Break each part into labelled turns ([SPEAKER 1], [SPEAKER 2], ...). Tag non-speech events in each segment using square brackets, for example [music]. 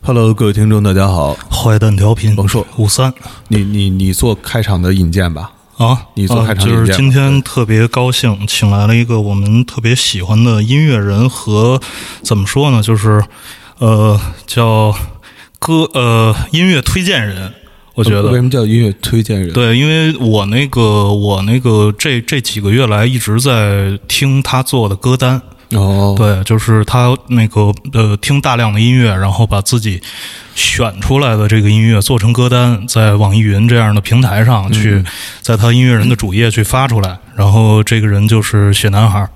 [SPEAKER 1] Hello，各位听众，大家好。
[SPEAKER 2] 坏蛋调频，
[SPEAKER 1] 王硕
[SPEAKER 2] 五三
[SPEAKER 1] 你你你做开场的引荐吧。
[SPEAKER 2] 啊，
[SPEAKER 1] 你做开
[SPEAKER 2] 啊
[SPEAKER 1] 场
[SPEAKER 2] 就
[SPEAKER 1] 引
[SPEAKER 2] 是
[SPEAKER 1] 荐
[SPEAKER 2] 今
[SPEAKER 1] 吧
[SPEAKER 2] 天特别高兴，请来了一个我们特别喜欢的音乐人和怎么说呢，就是呃叫歌呃音乐推荐人，我
[SPEAKER 1] 我
[SPEAKER 2] 觉
[SPEAKER 1] 为
[SPEAKER 2] 得
[SPEAKER 1] 什么叫音乐推荐人？，
[SPEAKER 2] 对，因为我那个我那个这这几个月来一直在听他做的歌单，
[SPEAKER 1] 哦，
[SPEAKER 2] 对，就是他那个呃，听大量的音乐，然后把自己选出来的这个音乐做成歌单，在网易云这样的平台上去，在他音乐人的主页去发出来。然后这个人就是雪男孩儿，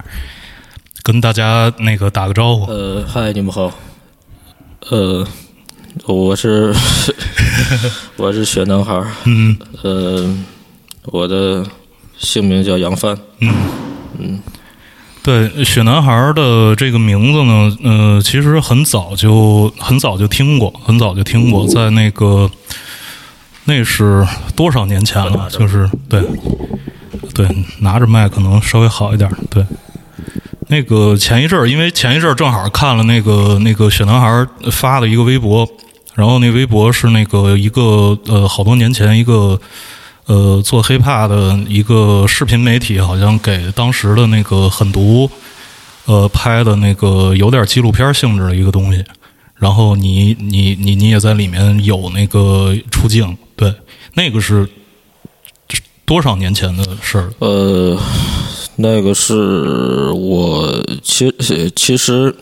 [SPEAKER 2] 跟大家那个打个招呼。
[SPEAKER 3] 呃，嗨，你们好。呃，我是 [laughs] 我是雪男孩儿。
[SPEAKER 2] 嗯
[SPEAKER 3] 呃，我的姓名叫杨帆。
[SPEAKER 2] 嗯。对，雪男孩儿的这个名字呢，呃，其实很早就很早就听过，很早就听过，在那个那是多少年前了？就是对，对，拿着麦可能稍微好一点。对，那个前一阵儿，因为前一阵儿正好看了那个那个雪男孩儿发的一个微博，然后那微博是那个一个呃好多年前一个呃做 hiphop 的一个视频媒体，好像给当时的那个狠毒呃拍的那个有点纪录片性质的一个东西。然后你你你你也在里面有那个出镜，对，那个是这是多少年前的事儿了？
[SPEAKER 3] 呃，那个是我其实其实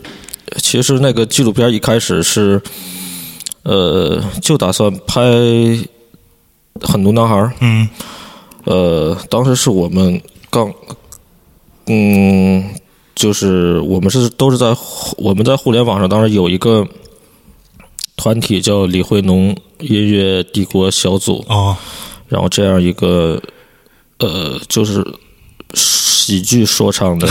[SPEAKER 3] 其实那个纪录片一开始是呃就打算拍很多男孩儿。
[SPEAKER 2] 嗯
[SPEAKER 3] 呃，当时是我们刚，嗯，就是我们是都是在互我们在互联网上，当时有一个团体叫李慧农音乐帝国小组，
[SPEAKER 2] 哦，
[SPEAKER 3] 然后这样一个呃，就是喜剧说
[SPEAKER 2] [laughs]
[SPEAKER 3] 唱的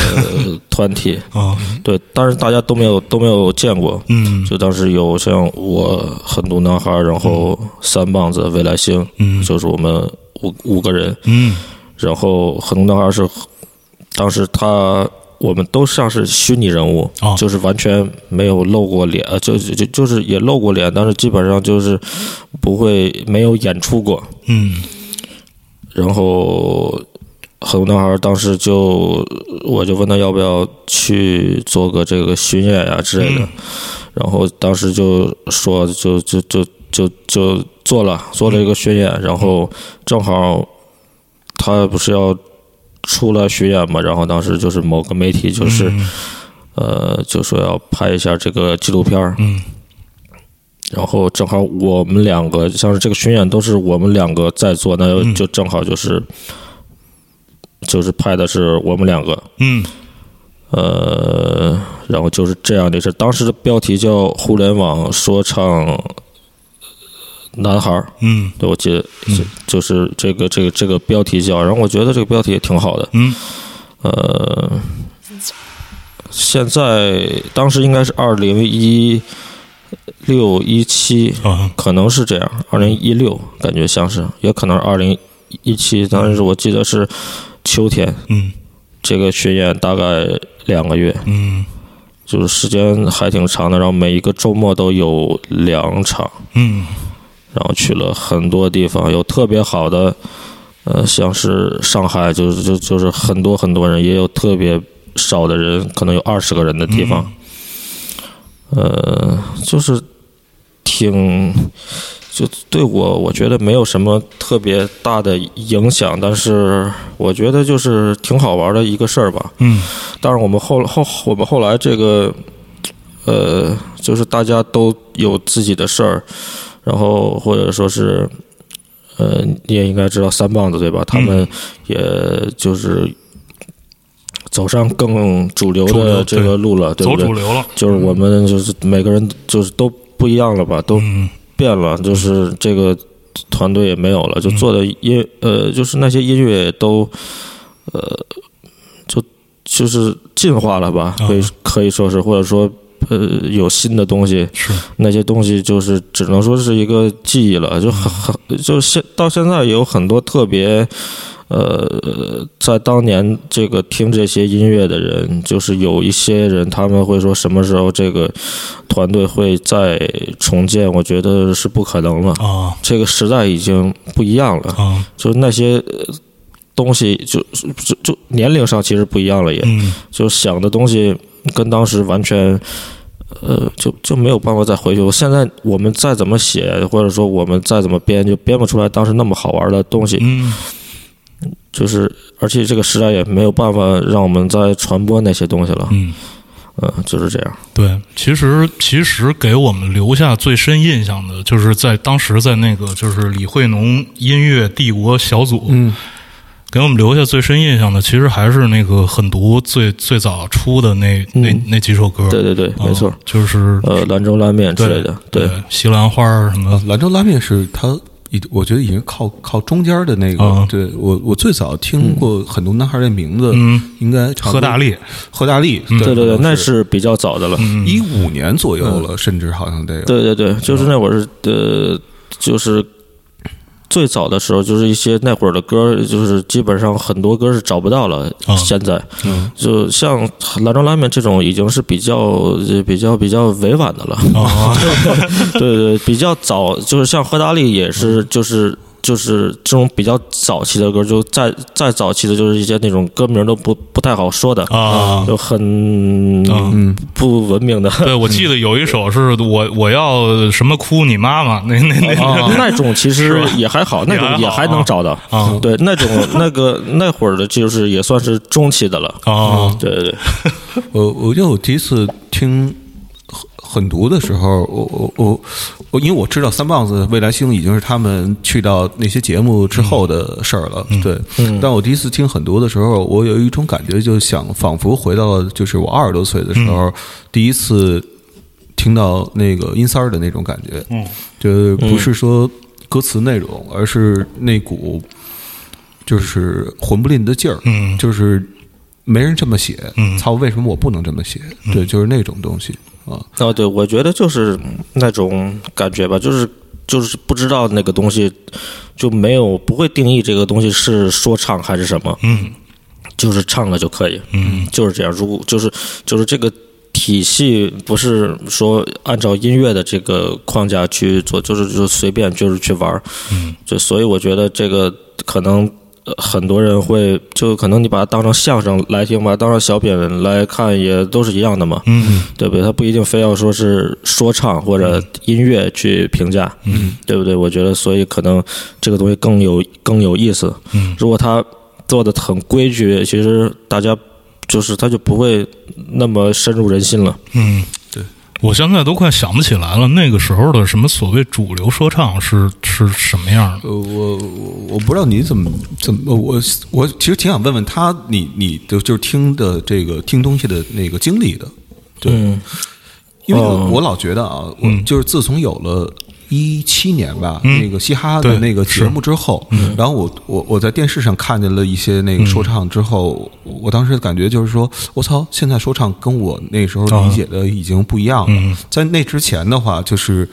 [SPEAKER 3] 团体，
[SPEAKER 2] 哦，
[SPEAKER 3] 对，但是大家都没有都没有见过。
[SPEAKER 2] 嗯
[SPEAKER 3] 就当时有像我狠毒男孩，然后三棒子、未来星，
[SPEAKER 2] 嗯
[SPEAKER 3] 就是我们五五个人，
[SPEAKER 2] 嗯
[SPEAKER 3] 然后很多男孩是，当时他我们都像是虚拟人物，
[SPEAKER 2] 哦
[SPEAKER 3] 就是完全没有露过脸，呃就就就是也露过脸，但是基本上就是不会没有演出过。
[SPEAKER 2] 嗯
[SPEAKER 3] 然后很多男孩当时就我就问他要不要去做个这个巡演呀、之类的，然后当时就说就就就就就做了做了一个巡演，然后正好他不是要出来巡演嘛，然后当时就是某个媒体就是、
[SPEAKER 2] 嗯
[SPEAKER 3] 呃就说要拍一下这个纪录片儿，
[SPEAKER 2] 嗯
[SPEAKER 3] 然后正好我们两个像是这个巡演都是我们两个在做，那
[SPEAKER 2] 嗯
[SPEAKER 3] 就正好就是、就是拍的是我们两个，
[SPEAKER 2] 嗯
[SPEAKER 3] 呃，然后就是这样的事。当时的标题叫“互联网说唱男孩儿
[SPEAKER 2] 嗯”，
[SPEAKER 3] 对我记得、是就是这个这个这个标题叫，然后我觉得这个标题也挺好的，
[SPEAKER 2] 嗯
[SPEAKER 3] 呃，现在当时应该是二零一六一七，
[SPEAKER 2] 啊
[SPEAKER 3] 可能是这样，二零一六感觉像是，也可能是二零一七，但是我记得是秋天，
[SPEAKER 2] 嗯
[SPEAKER 3] 这个巡演大概两个月，
[SPEAKER 2] 嗯
[SPEAKER 3] 就是时间还挺长的，然后每一个周末都有两场，
[SPEAKER 2] 嗯
[SPEAKER 3] 然后去了很多地方，有特别好的，呃，像是上海，就是就就是很多很多人，也有特别少的人，可能有二十个人的地方，呃，就是挺，就对我我觉得没有什么特别大的影响，但是我觉得就是挺好玩的一个事儿吧。
[SPEAKER 2] 嗯
[SPEAKER 3] 但是我们后后我们后来这个，呃，就是大家都有自己的事儿，然后或者说是，呃，你也应该知道三棒子对吧？他
[SPEAKER 2] 嗯
[SPEAKER 3] 们也就是走上更主流
[SPEAKER 2] 主流
[SPEAKER 3] 的这个路了，对
[SPEAKER 2] 走
[SPEAKER 3] 不对
[SPEAKER 2] 主？流了，
[SPEAKER 3] 就是我们就是每个人就是都不一样了吧，都
[SPEAKER 2] 嗯
[SPEAKER 3] 变了，就是这个团队也没有了，就做的音、呃，就是那些音乐都呃，就就是进化了吧，
[SPEAKER 2] 啊
[SPEAKER 3] 可以可以说是，或者说呃有新的东西，
[SPEAKER 2] 是
[SPEAKER 3] 那些东西就是只能说是一个记忆了，就很很就现到现在也有很多特别呃，在当年这个听这些音乐的人，就是有一些人他们会说什么时候这个团队会再重建，我觉得是不可能了。
[SPEAKER 2] 啊
[SPEAKER 3] 这个时代已经不一样了，
[SPEAKER 2] 啊
[SPEAKER 3] 就那些呃东西就就就年龄上其实不一样了也，
[SPEAKER 2] 嗯
[SPEAKER 3] 就想的东西跟当时完全，呃，就就没有办法再回去。我现在我们再怎么写，或者说我们再怎么编，就编不出来当时那么好玩的东西。
[SPEAKER 2] 嗯
[SPEAKER 3] 就是，而且这个时代也没有办法让我们再传播那些东西了。
[SPEAKER 2] 嗯，
[SPEAKER 3] 嗯，就是这样。
[SPEAKER 2] 对，其实其实给我们留下最深印象的，就是在当时在那个就是李慧农音乐帝国小组，
[SPEAKER 1] 嗯，
[SPEAKER 2] 给我们留下最深印象的，其实还是那个狠毒最最早出的那、那
[SPEAKER 3] 嗯
[SPEAKER 2] 那几首歌，
[SPEAKER 3] 对对对，
[SPEAKER 2] 啊
[SPEAKER 3] 没错。
[SPEAKER 2] 就是
[SPEAKER 3] 呃，兰州拉面之类的，对，
[SPEAKER 2] 西兰花儿什么
[SPEAKER 1] 啊，兰州拉面是它已，我觉得已经靠靠中间的那个。
[SPEAKER 2] 啊
[SPEAKER 1] 对我，我最早听过很多男孩的名字，
[SPEAKER 2] 嗯
[SPEAKER 1] 应该差不多
[SPEAKER 2] 喝大力，
[SPEAKER 1] 何大力，
[SPEAKER 3] 对对对，那
[SPEAKER 1] 是
[SPEAKER 3] 是嗯比较早的了。
[SPEAKER 1] 一五年左右了，甚至好像得有。
[SPEAKER 3] 对对对，就是那会儿是呃，就是最早的时候，就是一些那会儿的歌，就是基本上很多歌是找不到了。
[SPEAKER 2] 啊
[SPEAKER 3] 现在
[SPEAKER 1] 嗯，
[SPEAKER 3] 就像兰州拉面这种，已经是比较呃比较比较委婉的了。
[SPEAKER 2] 啊，
[SPEAKER 3] [laughs] 对对对，比较早，就是像赫达利也是，就是。就是这种比较早期的歌，就再再早期的，就是一些那种歌名都不不太好说的
[SPEAKER 2] 啊
[SPEAKER 3] 就很
[SPEAKER 2] 啊
[SPEAKER 1] 嗯，
[SPEAKER 3] 不文
[SPEAKER 2] [laughs]
[SPEAKER 3] 明的。
[SPEAKER 2] 对，我记得有一首是我我要什么哭你妈妈，那那 [laughs] 那
[SPEAKER 3] 啊，那种其实也还好，那种
[SPEAKER 2] [laughs] 也
[SPEAKER 3] 也
[SPEAKER 2] 还好
[SPEAKER 3] 还能找到。
[SPEAKER 2] 啊
[SPEAKER 3] 对，那种那个那会儿的，就是也算是中期的了。
[SPEAKER 2] 啊
[SPEAKER 3] 对对对，
[SPEAKER 1] 我呃我记得我第一次听狠狠毒的时候，我我我我，因为我知道三棒子未来星已经是他们去到那些节目之后的事儿了，
[SPEAKER 2] 嗯
[SPEAKER 1] 对。但我第一次听狠毒的时候，我有一种感觉，就想仿佛回到了就是我二十多岁的时
[SPEAKER 2] 嗯
[SPEAKER 1] 候，第一次听到那个音三儿的那种感觉，
[SPEAKER 2] 嗯，
[SPEAKER 1] 就是不是说歌词内容，而是那股就是魂不吝的劲儿，
[SPEAKER 2] 嗯
[SPEAKER 1] 就是没人这么写，
[SPEAKER 2] 嗯
[SPEAKER 1] 操，为什么我不能这么写？对，就是那种东西啊，
[SPEAKER 3] 啊对，我觉得就是那种感觉吧，就是就是不知道那个东西就没有不会定义这个东西是说唱还是什么，
[SPEAKER 2] 嗯
[SPEAKER 3] 就是唱了就可以，
[SPEAKER 2] 嗯
[SPEAKER 3] 就是这样。如果就是就是这个。体系不是说按照音乐的这个框架去做，就是就随便就是去玩儿，
[SPEAKER 2] 嗯
[SPEAKER 3] 就所以我觉得这个可能呃很多人会，就可能你把它当成相声来听，把它当成小品来看，也都是一样的嘛，
[SPEAKER 2] 嗯
[SPEAKER 3] 对不对？它不一定非要说是说唱或者音乐去评价，
[SPEAKER 2] 嗯
[SPEAKER 3] 对不对？我觉得，所以可能这个东西更有更有意思。
[SPEAKER 2] 嗯
[SPEAKER 3] 如果它做的很规矩，其实大家就是它就不会那么深入人心了。
[SPEAKER 2] 嗯，
[SPEAKER 1] 对，
[SPEAKER 2] 我现在都快想不起来了，那个时候的什么所谓主流说唱是是什么样的？
[SPEAKER 1] 呃，我我我不知道你怎么怎么，我我其实挺想问问他，你你就就是听的这个听东西的那个经历的，对，
[SPEAKER 3] 嗯
[SPEAKER 1] 因为
[SPEAKER 3] 哦
[SPEAKER 1] 我老觉得啊，我就是自从有了。一七年吧，
[SPEAKER 2] 嗯
[SPEAKER 1] 那个嘻哈
[SPEAKER 2] 对嗯
[SPEAKER 1] 的那个节目之后，然后我我我在电视上看见了一些那个说唱之后，我当时感觉就是说，我操，现在说唱跟我那时候理解的已经不一样了。
[SPEAKER 2] 啊嗯
[SPEAKER 1] 在那之前的话，就是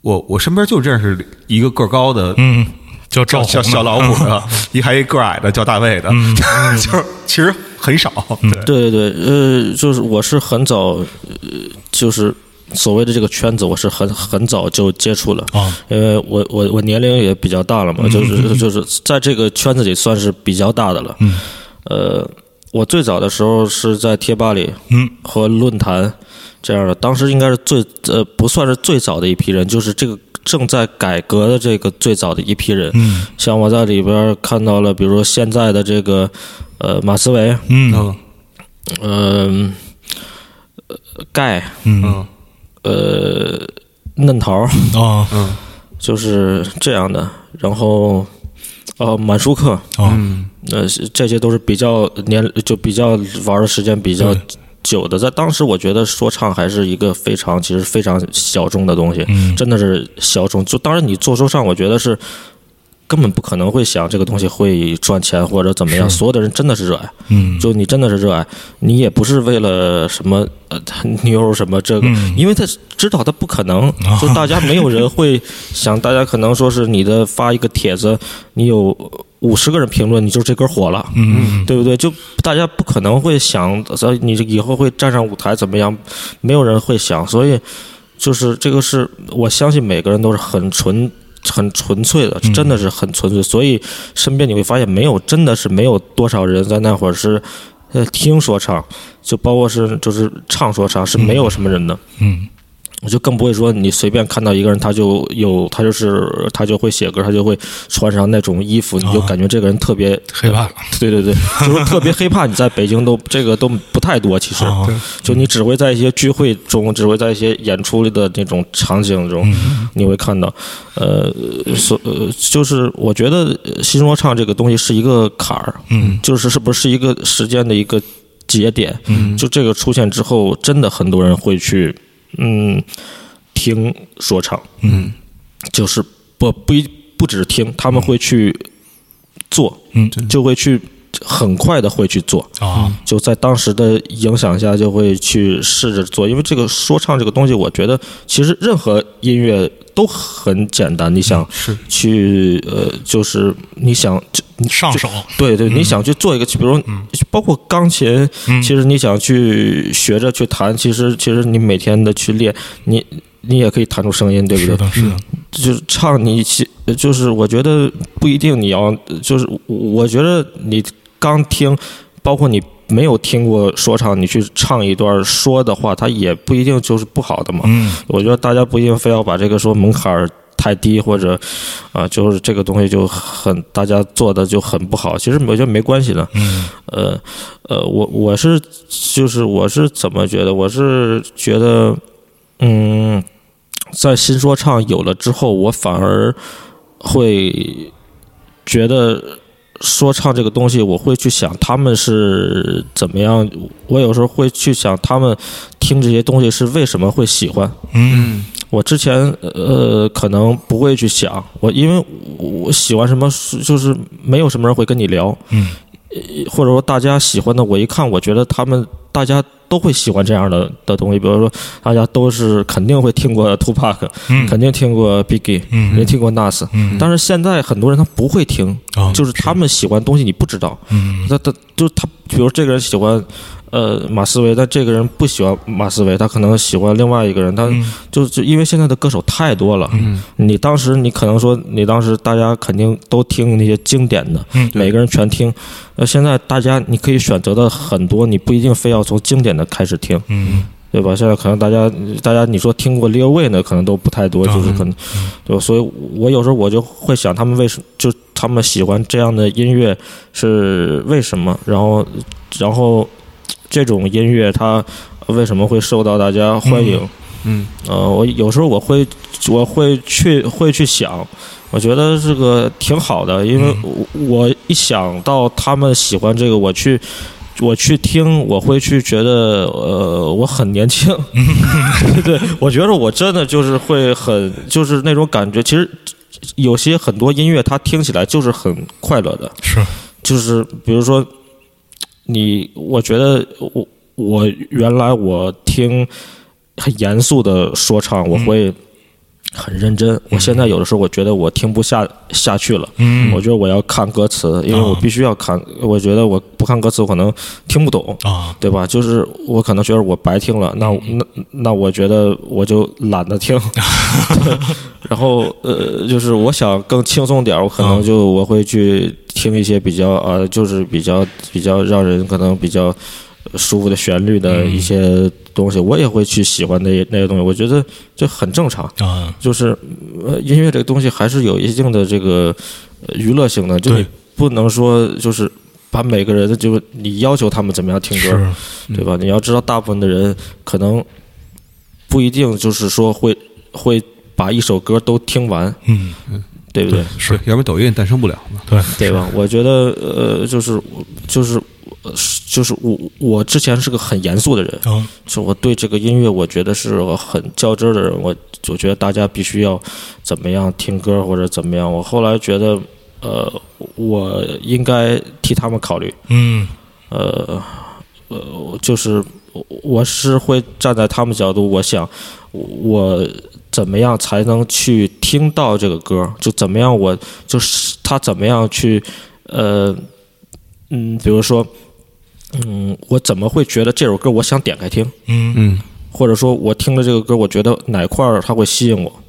[SPEAKER 1] 我我身边就认识一个个儿高的，
[SPEAKER 2] 嗯，叫赵
[SPEAKER 1] 叫小
[SPEAKER 2] 红的啊
[SPEAKER 1] 小老虎的， [laughs] 一还一个矮的叫大卫的， [laughs] 就是其实很少。对，
[SPEAKER 3] 对对对，呃，就是我是很早，呃，就是所谓的这个圈子，我是很很早就接触了，
[SPEAKER 2] 啊，
[SPEAKER 3] 因为我我我年龄也比较大了嘛， [laughs] 就是就是在这个圈子里算是比较大的了。
[SPEAKER 2] 嗯
[SPEAKER 3] 呃，我最早的时候是在贴吧里
[SPEAKER 2] 嗯
[SPEAKER 3] 和论坛这样的，当时应该是最呃不算是最早的一批人，就是这个正在改革的这个最早的一批人。
[SPEAKER 2] 嗯
[SPEAKER 3] 像我在里边看到了，比如说现在的这个呃马思唯，
[SPEAKER 2] 嗯
[SPEAKER 1] 嗯
[SPEAKER 3] 嗯，呃钙，
[SPEAKER 2] 嗯
[SPEAKER 1] 嗯
[SPEAKER 3] 呃，嫩桃儿，
[SPEAKER 2] 啊
[SPEAKER 1] 嗯
[SPEAKER 3] 就是这样的。然后，呃，满舒克，
[SPEAKER 2] 啊
[SPEAKER 1] 嗯
[SPEAKER 3] 呃，这些都是比较年就比较玩的时间比较
[SPEAKER 2] 对
[SPEAKER 3] 久的。在当时，我觉得说唱还是一个非常其实非常小众的东西，
[SPEAKER 2] 嗯
[SPEAKER 3] 真的是小众。就当然你做说唱，我觉得是。根本不可能会想这个东西会赚钱或者怎么样，
[SPEAKER 2] 是
[SPEAKER 3] 所有的人真的是热爱，
[SPEAKER 2] 嗯
[SPEAKER 3] 就你真的是热爱，你也不是为了什么呃 [laughs] 妞什么这个，
[SPEAKER 2] 嗯啊
[SPEAKER 3] 因为他知道他不可能，就大家没有人会想，大家可能说是你的发一个帖子，你有五十个人评论，你就这根火了，
[SPEAKER 2] 嗯，
[SPEAKER 3] 对不对？就大家不可能会想，呃，你以后会站上舞台怎么样？没有人会想，所以就是这个是我相信每个人都是很纯、很纯粹的，真的是很纯粹。所以身边你会发现，没有真的是没有多少人在那会儿是。呃，听说唱，就包括是就是唱说唱是没有什么人的，
[SPEAKER 2] 嗯，
[SPEAKER 3] 我就更不会说你随便看到一个人，他就有他就是他就会写歌，他就会穿上那种衣服，你就感觉这个人特别，
[SPEAKER 2] 黑怕
[SPEAKER 3] [laughs] 对对对，就是特别黑怕。你在北京都这个都不太多，其实
[SPEAKER 2] 啊，
[SPEAKER 3] 就你只会在一些聚会中，只会在一些演出里的那种场景中，
[SPEAKER 2] 嗯
[SPEAKER 3] 你会看到，呃，所呃就是我觉得呃新说唱这个东西是一个坎儿，
[SPEAKER 2] 嗯
[SPEAKER 3] 就是是不是一个时间的一个节点？
[SPEAKER 2] 嗯
[SPEAKER 3] 就这个出现之后，真的很多人会去嗯听说唱，
[SPEAKER 2] 嗯
[SPEAKER 3] 就是不不一不只是听，他们会去做，
[SPEAKER 2] 嗯
[SPEAKER 3] 就会去很快的会去做，
[SPEAKER 2] 啊
[SPEAKER 3] 就在当时的影响下，就会去试着做。因为这个说唱这个东西，我觉得其实任何音乐都很简单。你
[SPEAKER 2] 嗯
[SPEAKER 3] 想
[SPEAKER 1] 是
[SPEAKER 3] 去呃，就是你想就你
[SPEAKER 2] 嗯上
[SPEAKER 3] 就
[SPEAKER 2] 手，
[SPEAKER 3] 对对，你想去做一个，比如包括钢琴，
[SPEAKER 2] 嗯
[SPEAKER 3] 其实你想去学着去弹，其实其实你每天的去练，你你也可以弹出声音，对不
[SPEAKER 2] 是？
[SPEAKER 3] 对
[SPEAKER 2] 的，是的，
[SPEAKER 3] 就是唱你其就是我觉得不一定你要就是我我觉得你刚听，包括你没有听过说唱，你去唱一段说的话，它也不一定就是不好的嘛。
[SPEAKER 2] 嗯
[SPEAKER 3] 我觉得大家不一定非要把这个说门槛儿太低，或者啊、就是这个东西就很大家做的就很不好。其实我觉得没关系的，
[SPEAKER 2] 嗯
[SPEAKER 3] 呃呃，我我是就是我是怎么觉得？我是觉得，嗯，在新说唱有了之后，我反而会觉得说唱这个东西，我会去想他们是怎么样。我有时候会去想他们听这些东西是为什么会喜欢。
[SPEAKER 2] 嗯
[SPEAKER 3] 我之前呃可能不会去想，我因为我我喜欢什么，就是没有什么人会跟你聊。呃
[SPEAKER 2] 嗯
[SPEAKER 3] 或者说大家喜欢的，我一看，我觉得他们大家都会喜欢这样的的东西。比如说，大家都是肯定会听过 Tupac，
[SPEAKER 2] 嗯
[SPEAKER 3] 肯定听过 Biggie，也
[SPEAKER 2] 嗯
[SPEAKER 3] 听过 Nas。
[SPEAKER 2] 嗯，
[SPEAKER 3] 但是现在很多人他不会听，
[SPEAKER 2] 啊
[SPEAKER 3] 嗯就是他们喜欢的东西你不知道。
[SPEAKER 2] 嗯
[SPEAKER 3] 他他就是他，比如这个人喜欢呃马思唯，但这个人不喜欢马思唯，他可能喜欢另外一个人。他
[SPEAKER 2] 嗯
[SPEAKER 3] 就就因为现在的歌手太多了，
[SPEAKER 1] 嗯
[SPEAKER 3] 你当时你可能说你当时大家肯定都听那些经典的，
[SPEAKER 2] 嗯
[SPEAKER 3] 每个人全听。呃，现在大家你可以选择的很多，你不一定非要从经典的开始听，
[SPEAKER 2] 嗯
[SPEAKER 3] 对吧？现在可能大家大家你说听过 Lil Wayne 的可能都不太多，
[SPEAKER 2] 对
[SPEAKER 3] 就是可能，对吧？所以我有时候我就会想，他们为什就他们喜欢这样的音乐是为什么？然后然后这种音乐它为什么会受到大家欢迎？
[SPEAKER 1] 嗯
[SPEAKER 3] 呃，我有时候我会我会去会去想，我觉得这个挺好的，因为我
[SPEAKER 1] 嗯
[SPEAKER 3] 我一想到他们喜欢这个，我去。我去听，我会去觉得，呃，我很
[SPEAKER 1] [laughs]
[SPEAKER 3] 年轻，对，我觉得我真的就是会很，就是那种感觉。其实有些很多音乐，它听起来就是很快乐的，
[SPEAKER 2] 是
[SPEAKER 3] 就是比如说，你，我觉得我我原来我听很严肃的说唱，
[SPEAKER 2] 嗯
[SPEAKER 3] 我会很认真。我现在有的时候，我觉得我听不下下去了。
[SPEAKER 2] 嗯
[SPEAKER 3] 我觉得我要看歌词，因为我
[SPEAKER 2] 啊
[SPEAKER 3] 必须要看。我觉得我不看歌词，我可能听不懂，
[SPEAKER 2] 啊
[SPEAKER 3] 对吧？就是我可能觉得我白听了，那
[SPEAKER 2] 嗯
[SPEAKER 3] 那那我觉得我就懒得听。 [laughs] 对然后呃，就是我想更轻松点儿，我可
[SPEAKER 2] 嗯
[SPEAKER 3] 能就我会去听一些比较呃，就是比较比较让人可能比较舒服的旋律的
[SPEAKER 2] 嗯
[SPEAKER 3] 一些东西，我也会去喜欢那些那些东西。我觉得这很正常。
[SPEAKER 2] 啊
[SPEAKER 3] 就是呃，音乐这个东西还是有一定的这个呃娱乐性的，就
[SPEAKER 2] 对
[SPEAKER 3] 你不能说就是把每个人的就你要求他们怎么样听歌，
[SPEAKER 2] 是
[SPEAKER 3] 对吧？你要知道，大部分的人可能不一定就是说会会把一首歌都听完，
[SPEAKER 2] 嗯
[SPEAKER 3] 对不对？
[SPEAKER 2] 是
[SPEAKER 1] 要不然抖音也诞生不了嘛。
[SPEAKER 2] 对
[SPEAKER 3] 对吧？我觉得呃，就是我就是呃是就是我我之前是个很严肃的人，
[SPEAKER 2] 啊
[SPEAKER 3] 就我对这个音乐，我觉得是我很较真儿的人，我我觉得大家必须要怎么样听歌或者怎么样。我后来觉得，呃，我应该替他们考虑，
[SPEAKER 2] 嗯
[SPEAKER 3] 呃，呃，就是我我是会站在他们角度，我想我怎么样才能去听到这个歌？就怎么样我就是他怎么样去呃嗯，比如说嗯，我怎么会觉得这首歌我想点开听？
[SPEAKER 2] 嗯
[SPEAKER 1] 嗯
[SPEAKER 3] 或者说我听了这个歌，我觉得哪块儿它会吸引我，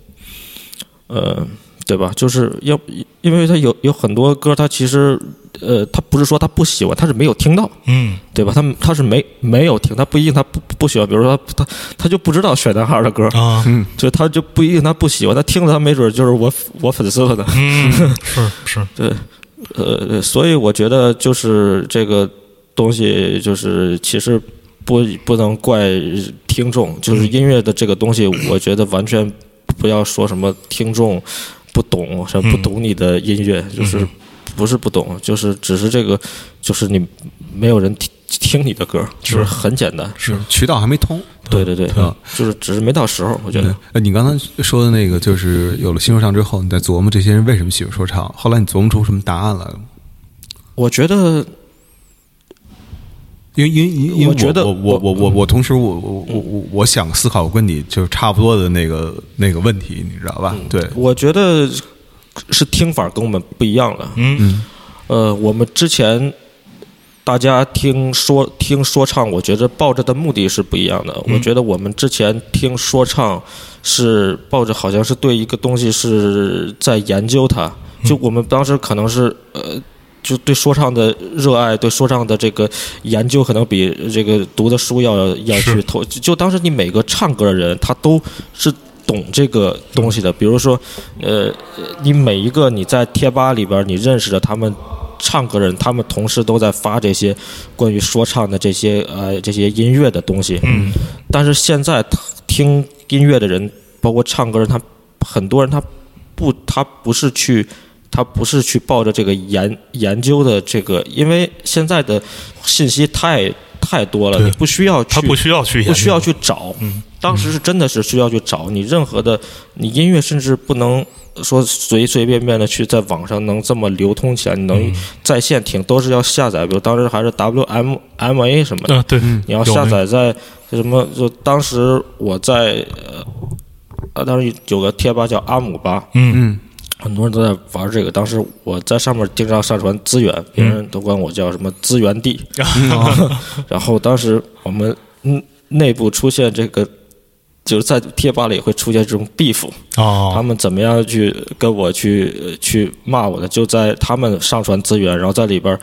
[SPEAKER 3] 呃，对吧？就是要因为它有有很多歌，它其实呃，他不是说他不喜欢，他是没有听到，
[SPEAKER 2] 嗯
[SPEAKER 3] 对吧？他他是没没有听，他不一定他不不喜欢，比如说他他他就不知道选男孩的歌，
[SPEAKER 2] 啊
[SPEAKER 1] 嗯
[SPEAKER 3] 就他就不一定他不喜欢，他听了他没准就是我我粉丝了呢， [laughs]
[SPEAKER 2] 嗯，是是，
[SPEAKER 3] 呃，所以我觉得就是这个东西，就是其实不不能怪听众，就是音乐的这个东西，我觉得完全不要说什么听众不懂，什么不懂你的音乐，就是不是不懂，就是只是这个，就是你没有人听听你的歌，就是很简单，
[SPEAKER 1] 是渠道还没通。
[SPEAKER 3] 对对对嗯
[SPEAKER 1] 对，
[SPEAKER 3] 就是只是没到时候，我觉
[SPEAKER 1] 对
[SPEAKER 3] 得，
[SPEAKER 1] 呃，你刚才说的那个，就是有了新说唱之后，你在琢磨这些人为什么喜欢说唱，后来你琢磨出什么答案来了吗？
[SPEAKER 3] 我觉得
[SPEAKER 1] 因为因为因为
[SPEAKER 3] 我觉得
[SPEAKER 1] 我我我我我同时我我我我我想思考跟你就是差不多的那个那个问题，你知道吧？对，
[SPEAKER 3] 我觉得是听法跟我们不一样了。
[SPEAKER 2] 嗯
[SPEAKER 3] 呃，我们之前大家听说听说唱，我觉得抱着的目的是不一样的。我觉得我们之前听说唱是抱着好像是对一个东西是在研究它，
[SPEAKER 2] 嗯
[SPEAKER 3] 就我们当时可能是呃。就对说唱的热爱，对说唱的这个研究，可能比这个读的书要要去
[SPEAKER 2] 是
[SPEAKER 3] 透。就就当时你每个唱歌的人，他都是懂这个东西的。比如说，呃，你每一个你在贴吧里边儿你认识的他们唱歌人，他们同时都在发这些关于说唱的这些呃这些音乐的东西。
[SPEAKER 2] 嗯
[SPEAKER 3] 但是现在他听音乐的人，包括唱歌人，他很多人他不他不是去他不是去抱着这个研研究的这个，因为现在的信息太太多了，
[SPEAKER 2] 对
[SPEAKER 3] 你不需要去
[SPEAKER 2] 他不需要去研究，嗯
[SPEAKER 3] 不需要去找。当时是真的是需要去找你任何的，你音乐甚至不能说随随便便的去在网上能这么流通起来，你
[SPEAKER 2] 嗯
[SPEAKER 3] 能在线听都是要下载，比如当时还是 WMMA 什么的，
[SPEAKER 2] 啊，对，
[SPEAKER 3] 你要
[SPEAKER 2] 有
[SPEAKER 3] 下
[SPEAKER 2] 那
[SPEAKER 3] 载在什么？就当时我在呃呃，当时有个贴吧叫阿姆吧，
[SPEAKER 2] 嗯
[SPEAKER 1] 嗯
[SPEAKER 3] 很多人都在玩这个。当时我在上面经常上传资源，别
[SPEAKER 2] 嗯
[SPEAKER 3] 人都管我叫什么资源地。嗯
[SPEAKER 2] [laughs]
[SPEAKER 3] 然后当时我们嗯内部出现这个，就是在贴吧里会出现这种 beef，他
[SPEAKER 2] 哦，
[SPEAKER 3] 们怎么样去跟我去呃去骂我的，就在他们上传资源，然后在里边。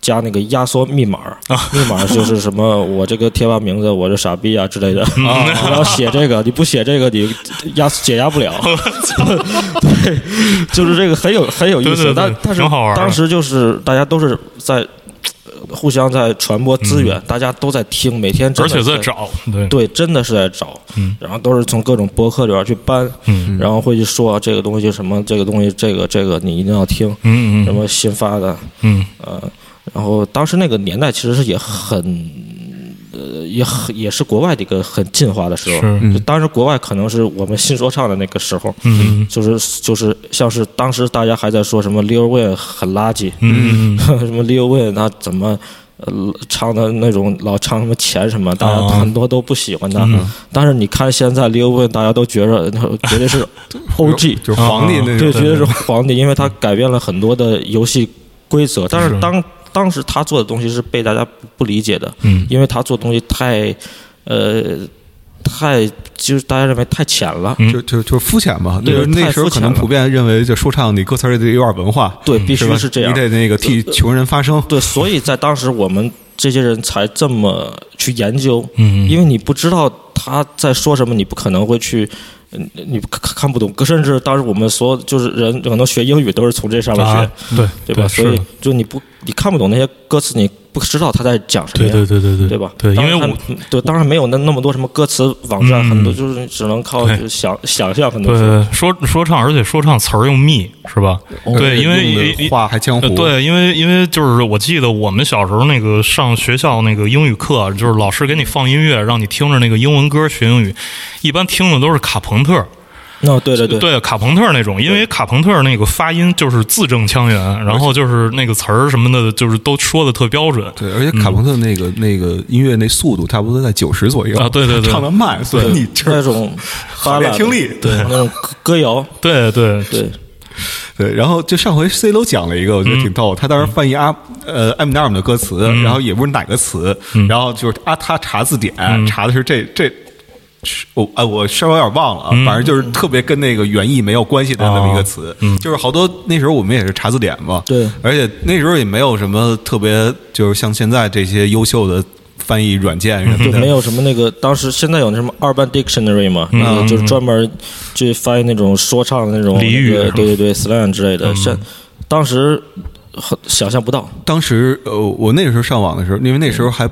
[SPEAKER 3] 加那个压缩密码儿，
[SPEAKER 2] 啊
[SPEAKER 3] 密码儿就是什么？我这个贴吧名字，我这傻逼啊
[SPEAKER 2] [laughs]
[SPEAKER 3] 之类的，然后写这个，你不写这个，你压解压不了。
[SPEAKER 2] [laughs]
[SPEAKER 3] 对，就是这个很有很有意
[SPEAKER 2] 对对
[SPEAKER 3] 思
[SPEAKER 2] 对，
[SPEAKER 3] 但但是
[SPEAKER 2] 挺好玩儿的
[SPEAKER 3] 当时就是大家都是在呃互相在传播资源，大家都在听，每天
[SPEAKER 2] 嗯
[SPEAKER 3] 真
[SPEAKER 2] 而
[SPEAKER 3] 的
[SPEAKER 2] 且
[SPEAKER 3] 是
[SPEAKER 2] 在找，对，
[SPEAKER 3] 对，真的是在找，
[SPEAKER 2] 嗯
[SPEAKER 3] 然后都是从各种博客里边去搬，然后会去说、啊这个东西什么，这个东西这个这个你一定要听，
[SPEAKER 2] 嗯
[SPEAKER 3] 什
[SPEAKER 2] 嗯
[SPEAKER 3] 么新发的，
[SPEAKER 2] 嗯
[SPEAKER 3] 呃，然后当时那个年代其实是也很，呃，也很也是国外的一个很进化的时候，
[SPEAKER 2] 是
[SPEAKER 3] 就当时国外可能是我们新说唱的那个时候，
[SPEAKER 2] 嗯
[SPEAKER 3] 就是就是像是当时大家还在说什么 Lil Wayne 很垃圾，
[SPEAKER 2] 嗯嗯
[SPEAKER 3] [laughs] 什么 Lil Wayne 他怎么呃唱的那种老唱什么钱什么，大家
[SPEAKER 2] 啊
[SPEAKER 3] 很多都不喜欢他。但是你看现在 Lil Wayne，大家都觉着他绝对是 OG，
[SPEAKER 1] 就是皇帝那种
[SPEAKER 3] 对，绝对是皇帝，因为他改变了很多的游戏规则。但是
[SPEAKER 2] 是
[SPEAKER 3] 当当时他做的东西是被大家不不理解的，
[SPEAKER 2] 嗯
[SPEAKER 3] 因为他做的东西太呃太就是大家认为太浅了。
[SPEAKER 2] 嗯
[SPEAKER 1] 就就就是肤浅嘛。那时
[SPEAKER 3] 对
[SPEAKER 1] 候
[SPEAKER 3] 太
[SPEAKER 1] 那时候
[SPEAKER 3] 肤
[SPEAKER 1] 可
[SPEAKER 3] 浅
[SPEAKER 1] 能
[SPEAKER 3] 了
[SPEAKER 1] 普遍认为，就说唱你歌词儿得有点文化，
[SPEAKER 3] 对，必
[SPEAKER 1] 必
[SPEAKER 3] 须是这样呃
[SPEAKER 1] 你。得那个替穷人发声。
[SPEAKER 3] 对，所以在当时我们这些人才这么去研究，
[SPEAKER 2] 嗯，
[SPEAKER 3] 因为你不知道他在说什么，你不可能会去，嗯你看看不懂。甚至当时我们所有就是人可能学英语都是从这上面学，
[SPEAKER 2] 啊，对
[SPEAKER 3] 对吧？所
[SPEAKER 2] 是
[SPEAKER 3] 以
[SPEAKER 2] 的
[SPEAKER 3] 就你不你看不懂那些歌词，你不知道他在讲什么
[SPEAKER 2] 对
[SPEAKER 3] 呀。
[SPEAKER 2] 对对对对
[SPEAKER 3] 对吧？
[SPEAKER 2] 对，因
[SPEAKER 3] 当
[SPEAKER 2] 为
[SPEAKER 3] 然还
[SPEAKER 2] 我
[SPEAKER 3] 嗯对当然没有那那么多什么歌词网站，
[SPEAKER 2] 嗯
[SPEAKER 3] 很多就是只能靠
[SPEAKER 2] 对
[SPEAKER 3] 就想想象很多词。
[SPEAKER 2] 对说说唱，而且说唱词儿又密，是吧？对，因为
[SPEAKER 1] 哦用的话还江
[SPEAKER 2] 呃
[SPEAKER 1] 湖，
[SPEAKER 2] 对，因为因为就是我记得我们小时候那个上学校那个英语课，就是老师给你放音乐，让你听着那个英文歌学英语，一般听的都是卡朋特。
[SPEAKER 3] 那哦对对对，
[SPEAKER 2] 对卡朋特那种，因为卡朋特那个发音就是字正腔圆，然后就是那个词儿什么的，就是都说的特标准。
[SPEAKER 1] 对，而且
[SPEAKER 3] 嗯
[SPEAKER 1] 卡朋特那个、那个音乐那速度差不多在九十左右
[SPEAKER 2] 啊对对对
[SPEAKER 1] 唱的慢，所以你就是
[SPEAKER 3] 那种
[SPEAKER 1] 好
[SPEAKER 3] 哈
[SPEAKER 1] 练
[SPEAKER 3] 拉
[SPEAKER 1] 听力，
[SPEAKER 3] 对那种歌谣，
[SPEAKER 2] 对对
[SPEAKER 3] 对，
[SPEAKER 1] 对，然后就上回 C 楼讲了一个，我觉得挺逗。他当时翻译阿呃 m i n a m 的歌词，然后也不是哪个词，然后就是啊，他查字典查的是这这，是我哎我稍微有点忘了，啊，反正就是特别跟那个原意没有关系的那么一个词。就是好多那时候我们也是查字典嘛，
[SPEAKER 3] 对
[SPEAKER 1] 而且那时候也没有什么特别，就是像现在这些优秀的翻译软件什么
[SPEAKER 3] 就
[SPEAKER 1] 的。
[SPEAKER 3] 没有什么那个，当时现在有那什么 Urban Dictionary 嘛，那个就是专门去翻译那种说唱的那种
[SPEAKER 2] 俚语
[SPEAKER 3] 那个
[SPEAKER 2] 是吧
[SPEAKER 3] 对对对，slang 之类的，像当时很想象不到，
[SPEAKER 1] 当时呃，我那个时候上网的时候，因为那时候还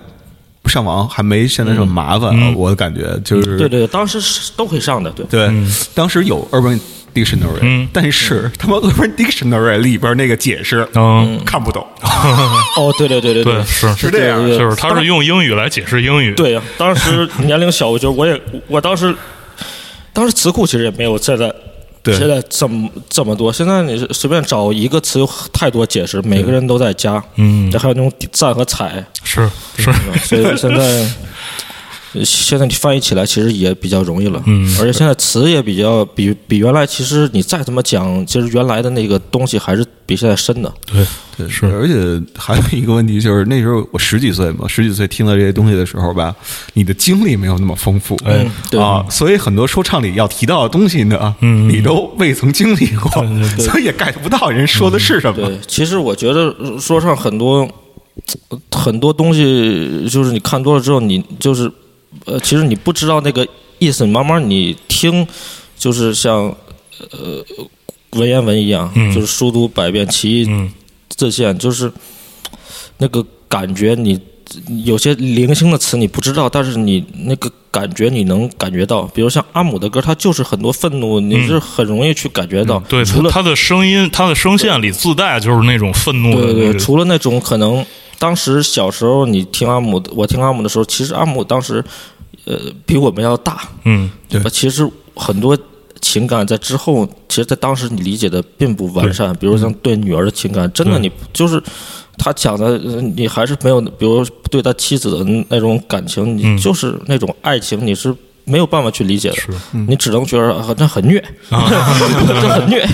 [SPEAKER 1] 上网还没现在这么麻烦啊，我的感觉就是
[SPEAKER 3] 对对对，当时是都可以上的，对，
[SPEAKER 1] 对，当时有 Urban Dictionary，、但
[SPEAKER 3] 嗯
[SPEAKER 1] 是他妈 Urban Dictionary 里边那个解释、
[SPEAKER 2] 嗯，
[SPEAKER 1] 看不懂，
[SPEAKER 3] 哦，对对对对
[SPEAKER 2] 对是
[SPEAKER 1] 是这样
[SPEAKER 3] 对对
[SPEAKER 2] 就是他是用英语来解释英语。
[SPEAKER 3] 对呀、当时年龄小，我觉得我也，我当时，当时词库其实也没有现在，
[SPEAKER 1] 对
[SPEAKER 3] 现在这么这么多。现在你是随便找一个词有太多解释，每个人都在加，
[SPEAKER 2] 嗯
[SPEAKER 3] 还有那种赞和踩，
[SPEAKER 2] 是是，
[SPEAKER 3] 所以 [laughs] 现在。现在你翻译起来其实也比较容易了，嗯，而且现在词也比较比比原来，其实你再怎么讲，其实原来的那个东西还是比现在深的，
[SPEAKER 2] 对
[SPEAKER 1] 对，
[SPEAKER 2] 是
[SPEAKER 1] 而且还有一个问题就是，那时候我十几岁嘛，十几岁听到这些东西的时候吧，你的经历没有那么丰富，
[SPEAKER 2] 哎
[SPEAKER 3] 对
[SPEAKER 1] 啊，所以很多说唱里要提到的东西呢，
[SPEAKER 2] 嗯
[SPEAKER 1] 你都未曾经历过，所以也 get 不到人说的是什么。
[SPEAKER 3] 对，啊其实我觉得呃说唱很多很多东西，就是你看多了之后，你就是呃，其实你不知道那个意思，慢慢你听，就是像呃文言文一样，
[SPEAKER 2] 嗯
[SPEAKER 3] 就是书读百遍，其义
[SPEAKER 2] 嗯
[SPEAKER 3] 自现，就是那个感觉你。有些零星的词你不知道，但是你那个感觉你能感觉到，比如像阿姆的歌，他就是很多愤怒，你是很容易去感觉到。
[SPEAKER 2] 嗯对，
[SPEAKER 3] 除了
[SPEAKER 2] 他的声音，他的声线里自带就是那种愤怒的那
[SPEAKER 3] 对对，
[SPEAKER 2] 个。
[SPEAKER 3] 除了那种可能，当时小时候你听阿姆的，我听阿姆的时候，其实阿姆当时，呃，比我们要大。
[SPEAKER 2] 嗯，
[SPEAKER 1] 对
[SPEAKER 3] 呃其实很多情感在之后，其实，在当时你理解的并不完善。比如像对女儿的情感，真的
[SPEAKER 2] 对
[SPEAKER 3] 你就是他讲的，呃你还是没有，比如对他妻子的那种感情，你就是那种爱情，你是。没有办法去理解的，你只能觉得啊，嗯这很虐， [laughs] 这很虐，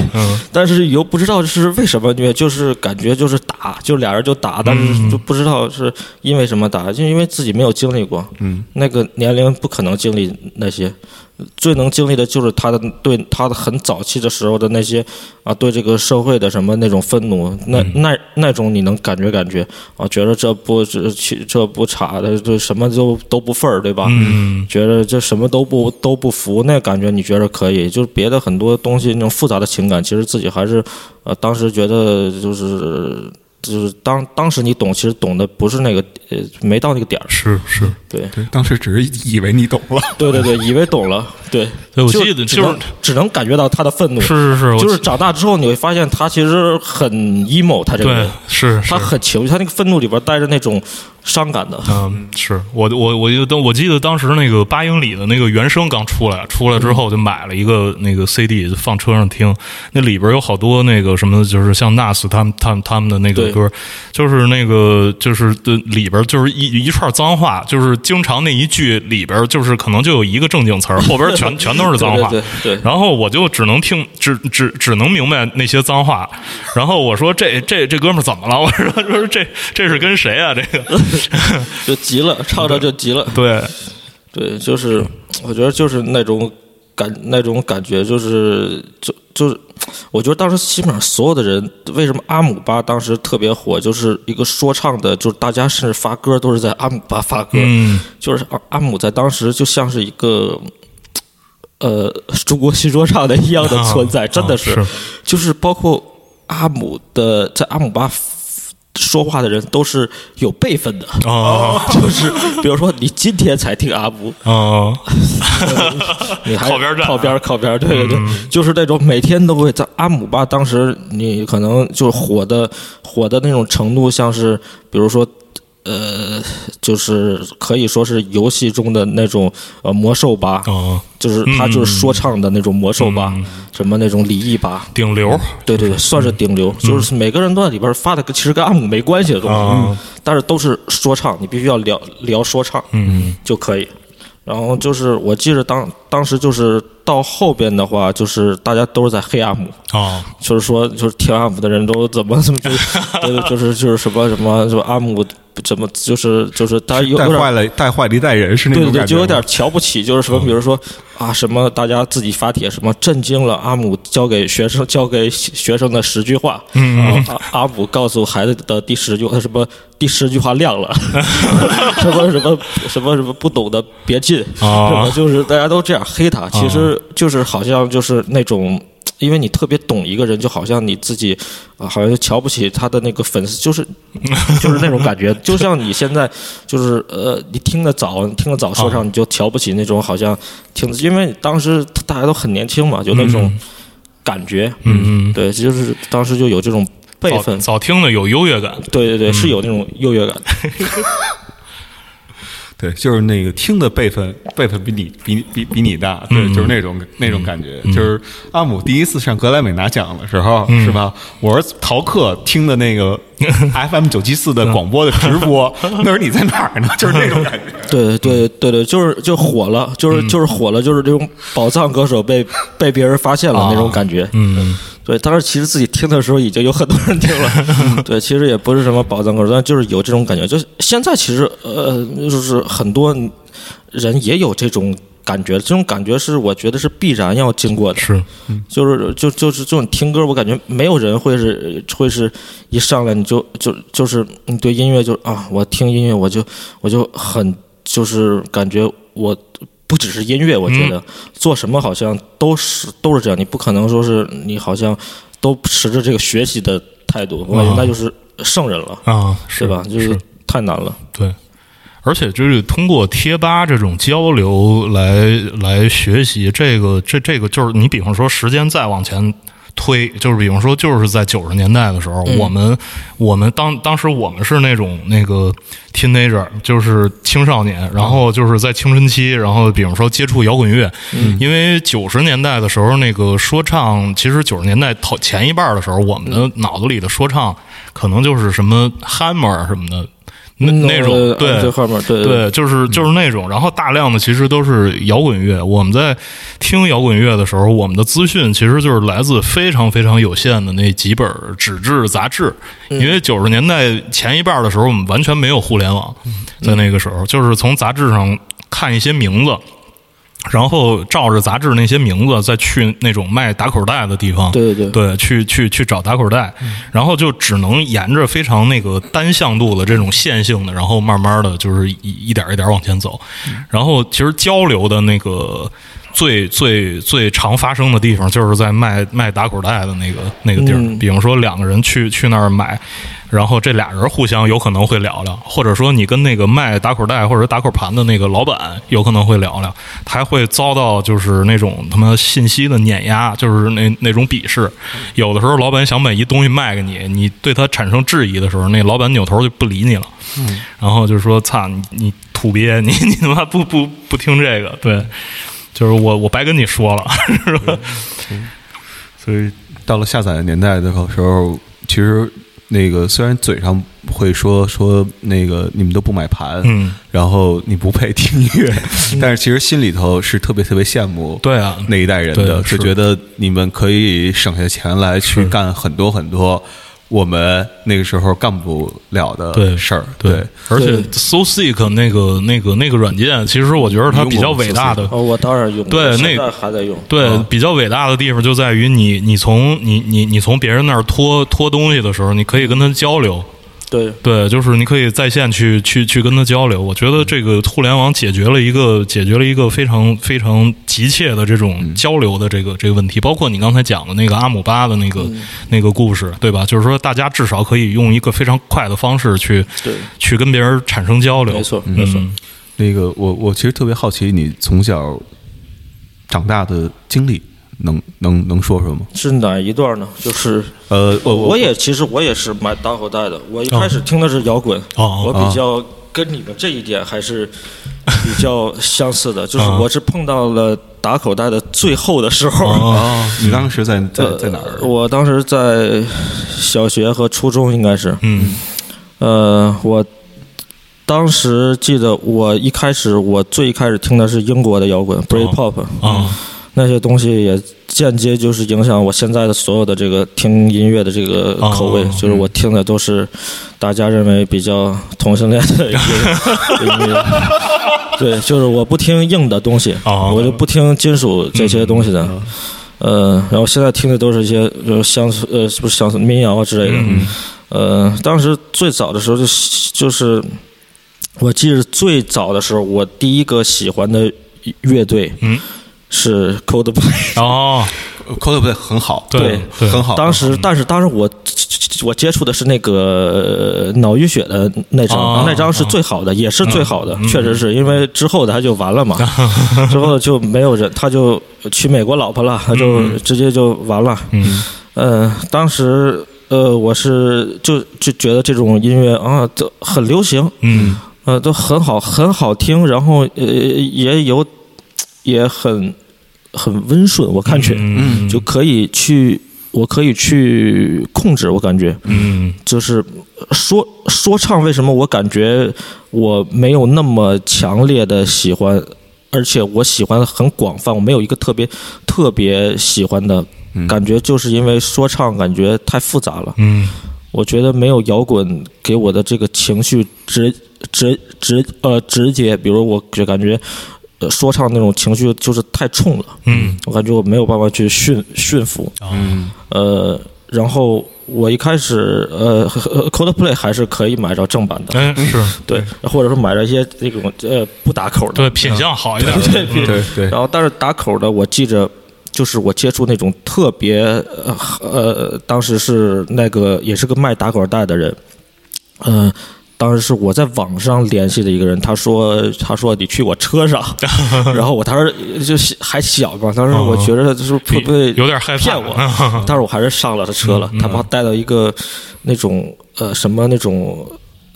[SPEAKER 3] 但是又不知道是为什么虐，就是感觉就是打，就俩人就打，但是就不知道是因为什么打，就因为自己没有经历过，嗯，那个年龄不可能经历那些，最能经历的就是他的对他的很早期的时候的那些啊，对这个社会的什么那种愤怒，那、那那种你能感觉感觉啊，觉得这不这这不差的，这什么都都不份儿，对吧？
[SPEAKER 2] 嗯，
[SPEAKER 3] 觉得这什么都不都不服，那感觉你觉得可以，就是别的很多东西那种复杂的情感，其实自己还是呃，当时觉得就是就是当当时你懂，其实懂的不是那个呃，没到那个点儿，
[SPEAKER 2] 是是。
[SPEAKER 3] 对
[SPEAKER 1] 对，当时只是以为你懂了，
[SPEAKER 3] 对对对，以为懂了， [laughs] 对，
[SPEAKER 2] 对，我
[SPEAKER 3] 就
[SPEAKER 2] 记得
[SPEAKER 3] 只
[SPEAKER 2] 就
[SPEAKER 3] 能
[SPEAKER 2] 是
[SPEAKER 3] 只能感觉到他的愤怒，
[SPEAKER 2] 是是是，我
[SPEAKER 3] 就是
[SPEAKER 2] 记
[SPEAKER 3] 长大之后你会发现他其实很 emo，他这个
[SPEAKER 2] 对
[SPEAKER 3] 人，
[SPEAKER 2] 是是
[SPEAKER 3] 他很情绪，他那个愤怒里边带着那种伤感的，
[SPEAKER 2] 嗯，是我我我就当我记得当时那个八英里的那个原声刚出来，出来之后就买了一个那个 CD 就放车上听，那里边有好多那个什么，就是像 Nas 他们他们他们的那个
[SPEAKER 3] 对
[SPEAKER 2] 歌，就是那个就是呃里边就是一一串脏话，就是经常那一句里边就是可能就有一个正经词儿，后边全全都是脏话。
[SPEAKER 3] [laughs] 对对对对
[SPEAKER 2] 然后我就只能听，只只只能明白那些脏话。然后我说这这这哥们儿怎么了？我 [laughs] 说说这这是跟谁啊？这
[SPEAKER 3] [laughs]
[SPEAKER 2] 个
[SPEAKER 3] 就急了，唱着就急了。
[SPEAKER 2] 对。
[SPEAKER 3] 对，就是我觉得就是那种感那种感觉，就是就就是，我觉得当时基本上所有的人，为什么阿姆巴当时特别火，就是一个说唱的，就是大家甚至发歌都是在阿姆巴发歌，
[SPEAKER 2] 嗯
[SPEAKER 3] 就是阿阿姆在当时就像是一个。呃，中国新说唱的一样的存在，
[SPEAKER 2] 啊
[SPEAKER 3] 真的
[SPEAKER 2] 啊是
[SPEAKER 3] 就是包括阿姆的，在阿姆巴说话的人都是有辈分的，
[SPEAKER 2] 哦
[SPEAKER 3] 就是比如说你今天才听阿姆，
[SPEAKER 2] 哦，
[SPEAKER 3] 你还
[SPEAKER 2] 靠边站啊嗯
[SPEAKER 3] 靠边儿靠边儿，对对对，就是那种每天都会在阿姆巴，当时你可能就是火的火的那种程度，像是比如说呃，就是可以说是游戏中的那种呃魔兽吧，
[SPEAKER 2] 啊，
[SPEAKER 3] 就是他就是
[SPEAKER 2] 嗯
[SPEAKER 3] 说唱的那种魔兽吧，什么那种李毅吧，
[SPEAKER 2] 顶流
[SPEAKER 3] 对对对，算是顶流，就是每个人都在里边发的跟其实跟阿姆没关系的东西，嗯
[SPEAKER 2] 啊
[SPEAKER 3] 但是都是说唱，你必须要聊聊说唱，嗯，就可以。然后就是我记得当当时就是到后边的话，就是大家都是在黑阿姆，
[SPEAKER 2] 啊，
[SPEAKER 3] 就是说就是听阿姆的人都怎么怎么就对对，就是就是什么什么什么阿姆怎么就是就是他有
[SPEAKER 1] 带
[SPEAKER 3] 有点
[SPEAKER 1] 坏了带坏了一代人是那
[SPEAKER 3] 对
[SPEAKER 1] 种
[SPEAKER 3] 对
[SPEAKER 1] 感觉
[SPEAKER 3] 对，
[SPEAKER 1] 吗，嗯
[SPEAKER 3] 就有点瞧不起，就是什么，比如说啊，什么大家自己发帖，什么震惊了阿姆教给学生教给学生的十句话，嗯，阿阿姆告诉孩子的第十句话呃什么第十句话
[SPEAKER 1] [laughs]
[SPEAKER 3] 亮了，什么什么什么什么不懂的别进，什
[SPEAKER 2] 啊
[SPEAKER 3] 么就是大家都这样黑他，其实就是好像就是那种。因为你特别懂一个人，就好像你自己啊，好像就瞧不起他的那个粉丝，就是就是那种感
[SPEAKER 2] [laughs]
[SPEAKER 3] 觉，就像你现在就是呃，你听得早，你听得早说唱，你就瞧不起那种好像听得，因为当时大家都很年轻嘛，有那种感觉，
[SPEAKER 2] 嗯嗯，
[SPEAKER 3] 对，就是当时就有这种辈
[SPEAKER 2] 早
[SPEAKER 3] 分，
[SPEAKER 2] 早听的有优越感，
[SPEAKER 3] 对对对，
[SPEAKER 2] 嗯
[SPEAKER 3] 是有那种优越感，
[SPEAKER 1] 对，就是那个听的辈分，辈分比你比比比你大，对，就是那种那种感觉，就是阿姆第一次上格莱美拿奖的时候，是吧？我是逃课听的那 [laughs] 个 FM 九七四的广播的直播， [laughs] 那时候你在哪儿呢？就是那种感觉。
[SPEAKER 3] 对对对对，就是就火了，就是就是火了，就是这种宝藏歌手被被别人发现了那种感觉，
[SPEAKER 2] 嗯
[SPEAKER 3] 对，当时其实自己听的时候已经有很多人听了，对，其实也不是什么宝藏歌手，但就是有这种感觉。就是现在其实呃，就是很多人也有这种感觉，这种感觉是我觉得是必然要经过的。
[SPEAKER 2] 是
[SPEAKER 3] 就是就就是这种听歌，我感觉没有人会是会是一上来你就就就是你对音乐就啊，我听音乐我就我就很就是感觉我不只是音乐，我
[SPEAKER 2] 嗯
[SPEAKER 3] 觉得、做什么好像都是都是这样，你不可能说是你好像都持着这个学习的态度，我感觉那就是圣人了，
[SPEAKER 2] 啊，是
[SPEAKER 3] 对吧？就是太难了。
[SPEAKER 2] 对，而且就是通过贴吧这种交流来来学习，这个这这个就是你比方说时间再往前推，就是比方说就是在九十年代的时候，我们我们当当时我们是那种那个 teenager，就是青少年，然后就是在青春期，然后比方说接触摇滚乐，因为九十年代的时候，那个说唱，其实九十年代头前一半儿的时候，我们的脑子里的说唱可能就是什么 Hammer 什么的。那
[SPEAKER 3] 嗯
[SPEAKER 2] 那种对，
[SPEAKER 3] 这后面对嗯
[SPEAKER 2] 对，就是就是那种，然后大量的其实都是摇滚乐。我们在听摇滚乐的时候，我们的资讯其实就是来自非常非常有限的那几本纸质杂志，
[SPEAKER 3] 嗯
[SPEAKER 2] 因为九十年代前一半的时候，我们完全没有互联网，
[SPEAKER 3] 嗯
[SPEAKER 2] 在那个时候就是从杂志上看一些名字。然后照着杂志那些名字，再去那种卖打口袋的地方，
[SPEAKER 3] 对嗯对
[SPEAKER 2] 对，去去去找打口袋，然后就只能沿着非常那个单向度的这种线性的，然后慢慢的就是一一点一点往前走。
[SPEAKER 3] 嗯
[SPEAKER 2] 然后其实交流的那个最最最常发生的地方，就是在卖卖打口袋的那个那个地儿。
[SPEAKER 3] 嗯
[SPEAKER 2] 比方说两个人去去那儿买，然后这俩人互相有可能会聊聊，或者说你跟那个卖打口袋或者打口盘的那个老板有可能会聊聊，他会遭到就是那种他妈信息的碾压，就是那那种鄙视。有的时候老板想把一东西卖给你，你对他产生质疑的时候，那老板扭头就不理你了，然后就说：“操你你土鳖，你你他妈不不不听这个，对，就是我我白跟你说了， [laughs] 是吧？
[SPEAKER 1] 所以 [laughs] 到了下载的年代的时候，其实那个虽然嘴上会说说那个你们都不买盘，
[SPEAKER 2] 嗯，
[SPEAKER 1] 然后你不配听音 [laughs] 乐，但是其实心里头是特别特别羡慕，
[SPEAKER 2] 对啊
[SPEAKER 1] 那一代人
[SPEAKER 2] 对
[SPEAKER 1] 的，
[SPEAKER 2] 是
[SPEAKER 1] 是觉得你们可以省下钱来去干很多很多我们那个时候干不了
[SPEAKER 2] 对
[SPEAKER 1] 的事儿，
[SPEAKER 2] 对，而且 So Sick 那个那个那个软件，其实我觉得它比较伟大的，
[SPEAKER 3] 哦，我当然用，
[SPEAKER 2] 对
[SPEAKER 3] 我
[SPEAKER 2] 那
[SPEAKER 3] 现在还在用，
[SPEAKER 2] 对
[SPEAKER 3] 啊，
[SPEAKER 2] 比较伟大的地方就在于你你从你你你从别人那儿拖拖东西的时候，你可以跟他交流，
[SPEAKER 3] 对，
[SPEAKER 2] 对，就是你可以在线去去去跟他交流。我觉得这个互联网解决了一个解决了一个非常非常急切的这种交流的这个这个问题，包括你刚才讲的那个阿姆巴的那个、那个故事，对吧？就是说，大家至少可以用一个非常快的方式去
[SPEAKER 3] 对
[SPEAKER 2] 去跟别人产生交流。
[SPEAKER 3] 没错没错。
[SPEAKER 2] 嗯，
[SPEAKER 1] 那个我我其实特别好奇你从小长大的经历，能能能说说吗？
[SPEAKER 3] 是哪一段呢？就是
[SPEAKER 1] 呃，我哦
[SPEAKER 3] 我也其实我也是蛮打口袋的，我一开始听的是摇滚，
[SPEAKER 2] 哦
[SPEAKER 3] 我比较跟你们这一点还是比较相似的，
[SPEAKER 1] 哦
[SPEAKER 3] 就是我是碰到了打口袋的最后的时候。
[SPEAKER 1] 哦，你当时在在在哪儿？
[SPEAKER 3] 啊呃我当时在小学和初中应该是，
[SPEAKER 2] 嗯
[SPEAKER 3] 呃，我当时记得我一开始我最一开始听的是英国的摇
[SPEAKER 1] 哦
[SPEAKER 3] 滚 Britpop，、
[SPEAKER 2] 啊
[SPEAKER 3] 那些东西也间接就是影响我现在的所有的这个听音乐的这个口味，
[SPEAKER 2] 哦
[SPEAKER 3] 就是我听的都是大家认为比较同性恋的音乐音乐。
[SPEAKER 2] [laughs]
[SPEAKER 3] 对，就是我不听硬的东西，
[SPEAKER 2] 哦嗯
[SPEAKER 3] 我就不听金属这些东西的。呃，然后现在听的都是一些就是乡村呃，不是乡村民谣啊之类的。
[SPEAKER 2] 嗯
[SPEAKER 3] 呃，当时最早的时候就是就是，我记得最早的时候，我第一个喜欢的乐队
[SPEAKER 2] 嗯，
[SPEAKER 3] 是 Coldplay。
[SPEAKER 2] 哦
[SPEAKER 1] Coldplay 很好，
[SPEAKER 2] 对对
[SPEAKER 1] 很好。
[SPEAKER 3] 当
[SPEAKER 2] 嗯
[SPEAKER 3] 时，但是当时我我接触的是那个呃脑淤血的那张，
[SPEAKER 2] 哦
[SPEAKER 3] 那张是最好的，也是最好的，
[SPEAKER 2] 嗯
[SPEAKER 3] 确实是因为之后的他就完
[SPEAKER 2] [laughs]
[SPEAKER 3] 了嘛，之后就没有人，他就娶美国老婆了，他就
[SPEAKER 2] 嗯
[SPEAKER 3] 直接就完了。
[SPEAKER 2] 嗯
[SPEAKER 3] 呃，当时呃，我是就就觉得这种音乐啊，都很流行，
[SPEAKER 2] 嗯
[SPEAKER 3] 呃，都很好，很好听，然后呃也有也很很温顺，我感觉、
[SPEAKER 2] 嗯
[SPEAKER 3] 就可以去，我可以去控制，我感觉
[SPEAKER 2] 嗯
[SPEAKER 3] 就是说说唱，为什么我感觉我没有那么强烈的喜欢，而且我喜欢的很广泛，我没有一个特别特别喜欢的
[SPEAKER 1] 嗯
[SPEAKER 3] 感觉，就是因为说唱感觉太复杂了。
[SPEAKER 2] 嗯
[SPEAKER 3] 我觉得没有摇滚给我的这个情绪直直直呃直接，比如我就感觉。呃说唱那种情绪就是太冲了，
[SPEAKER 2] 嗯
[SPEAKER 3] 我感觉我没有办法去驯驯服。
[SPEAKER 2] 哦
[SPEAKER 1] 嗯
[SPEAKER 3] 呃，然后我一开始呃呵呵，Coldplay 还是可以买着正版的，
[SPEAKER 2] 哎是
[SPEAKER 3] 对，或者说买着一些那种呃不打口的，
[SPEAKER 2] 对品相好一点
[SPEAKER 3] 对对
[SPEAKER 1] 对对
[SPEAKER 3] 然后但是打口的，我记着就是我接触那种特别呃呃，当时是那个也是个卖打口袋的人，嗯、当时是我在网上联系的一个人，他说他说你去我
[SPEAKER 2] [laughs]
[SPEAKER 3] 车上，然后我当时就还小嘛，当时我觉得就是会不会
[SPEAKER 2] 哦有点害怕嗯
[SPEAKER 3] 骗我，但是我还是上了他车了。他把我带到一个那种呃什么那种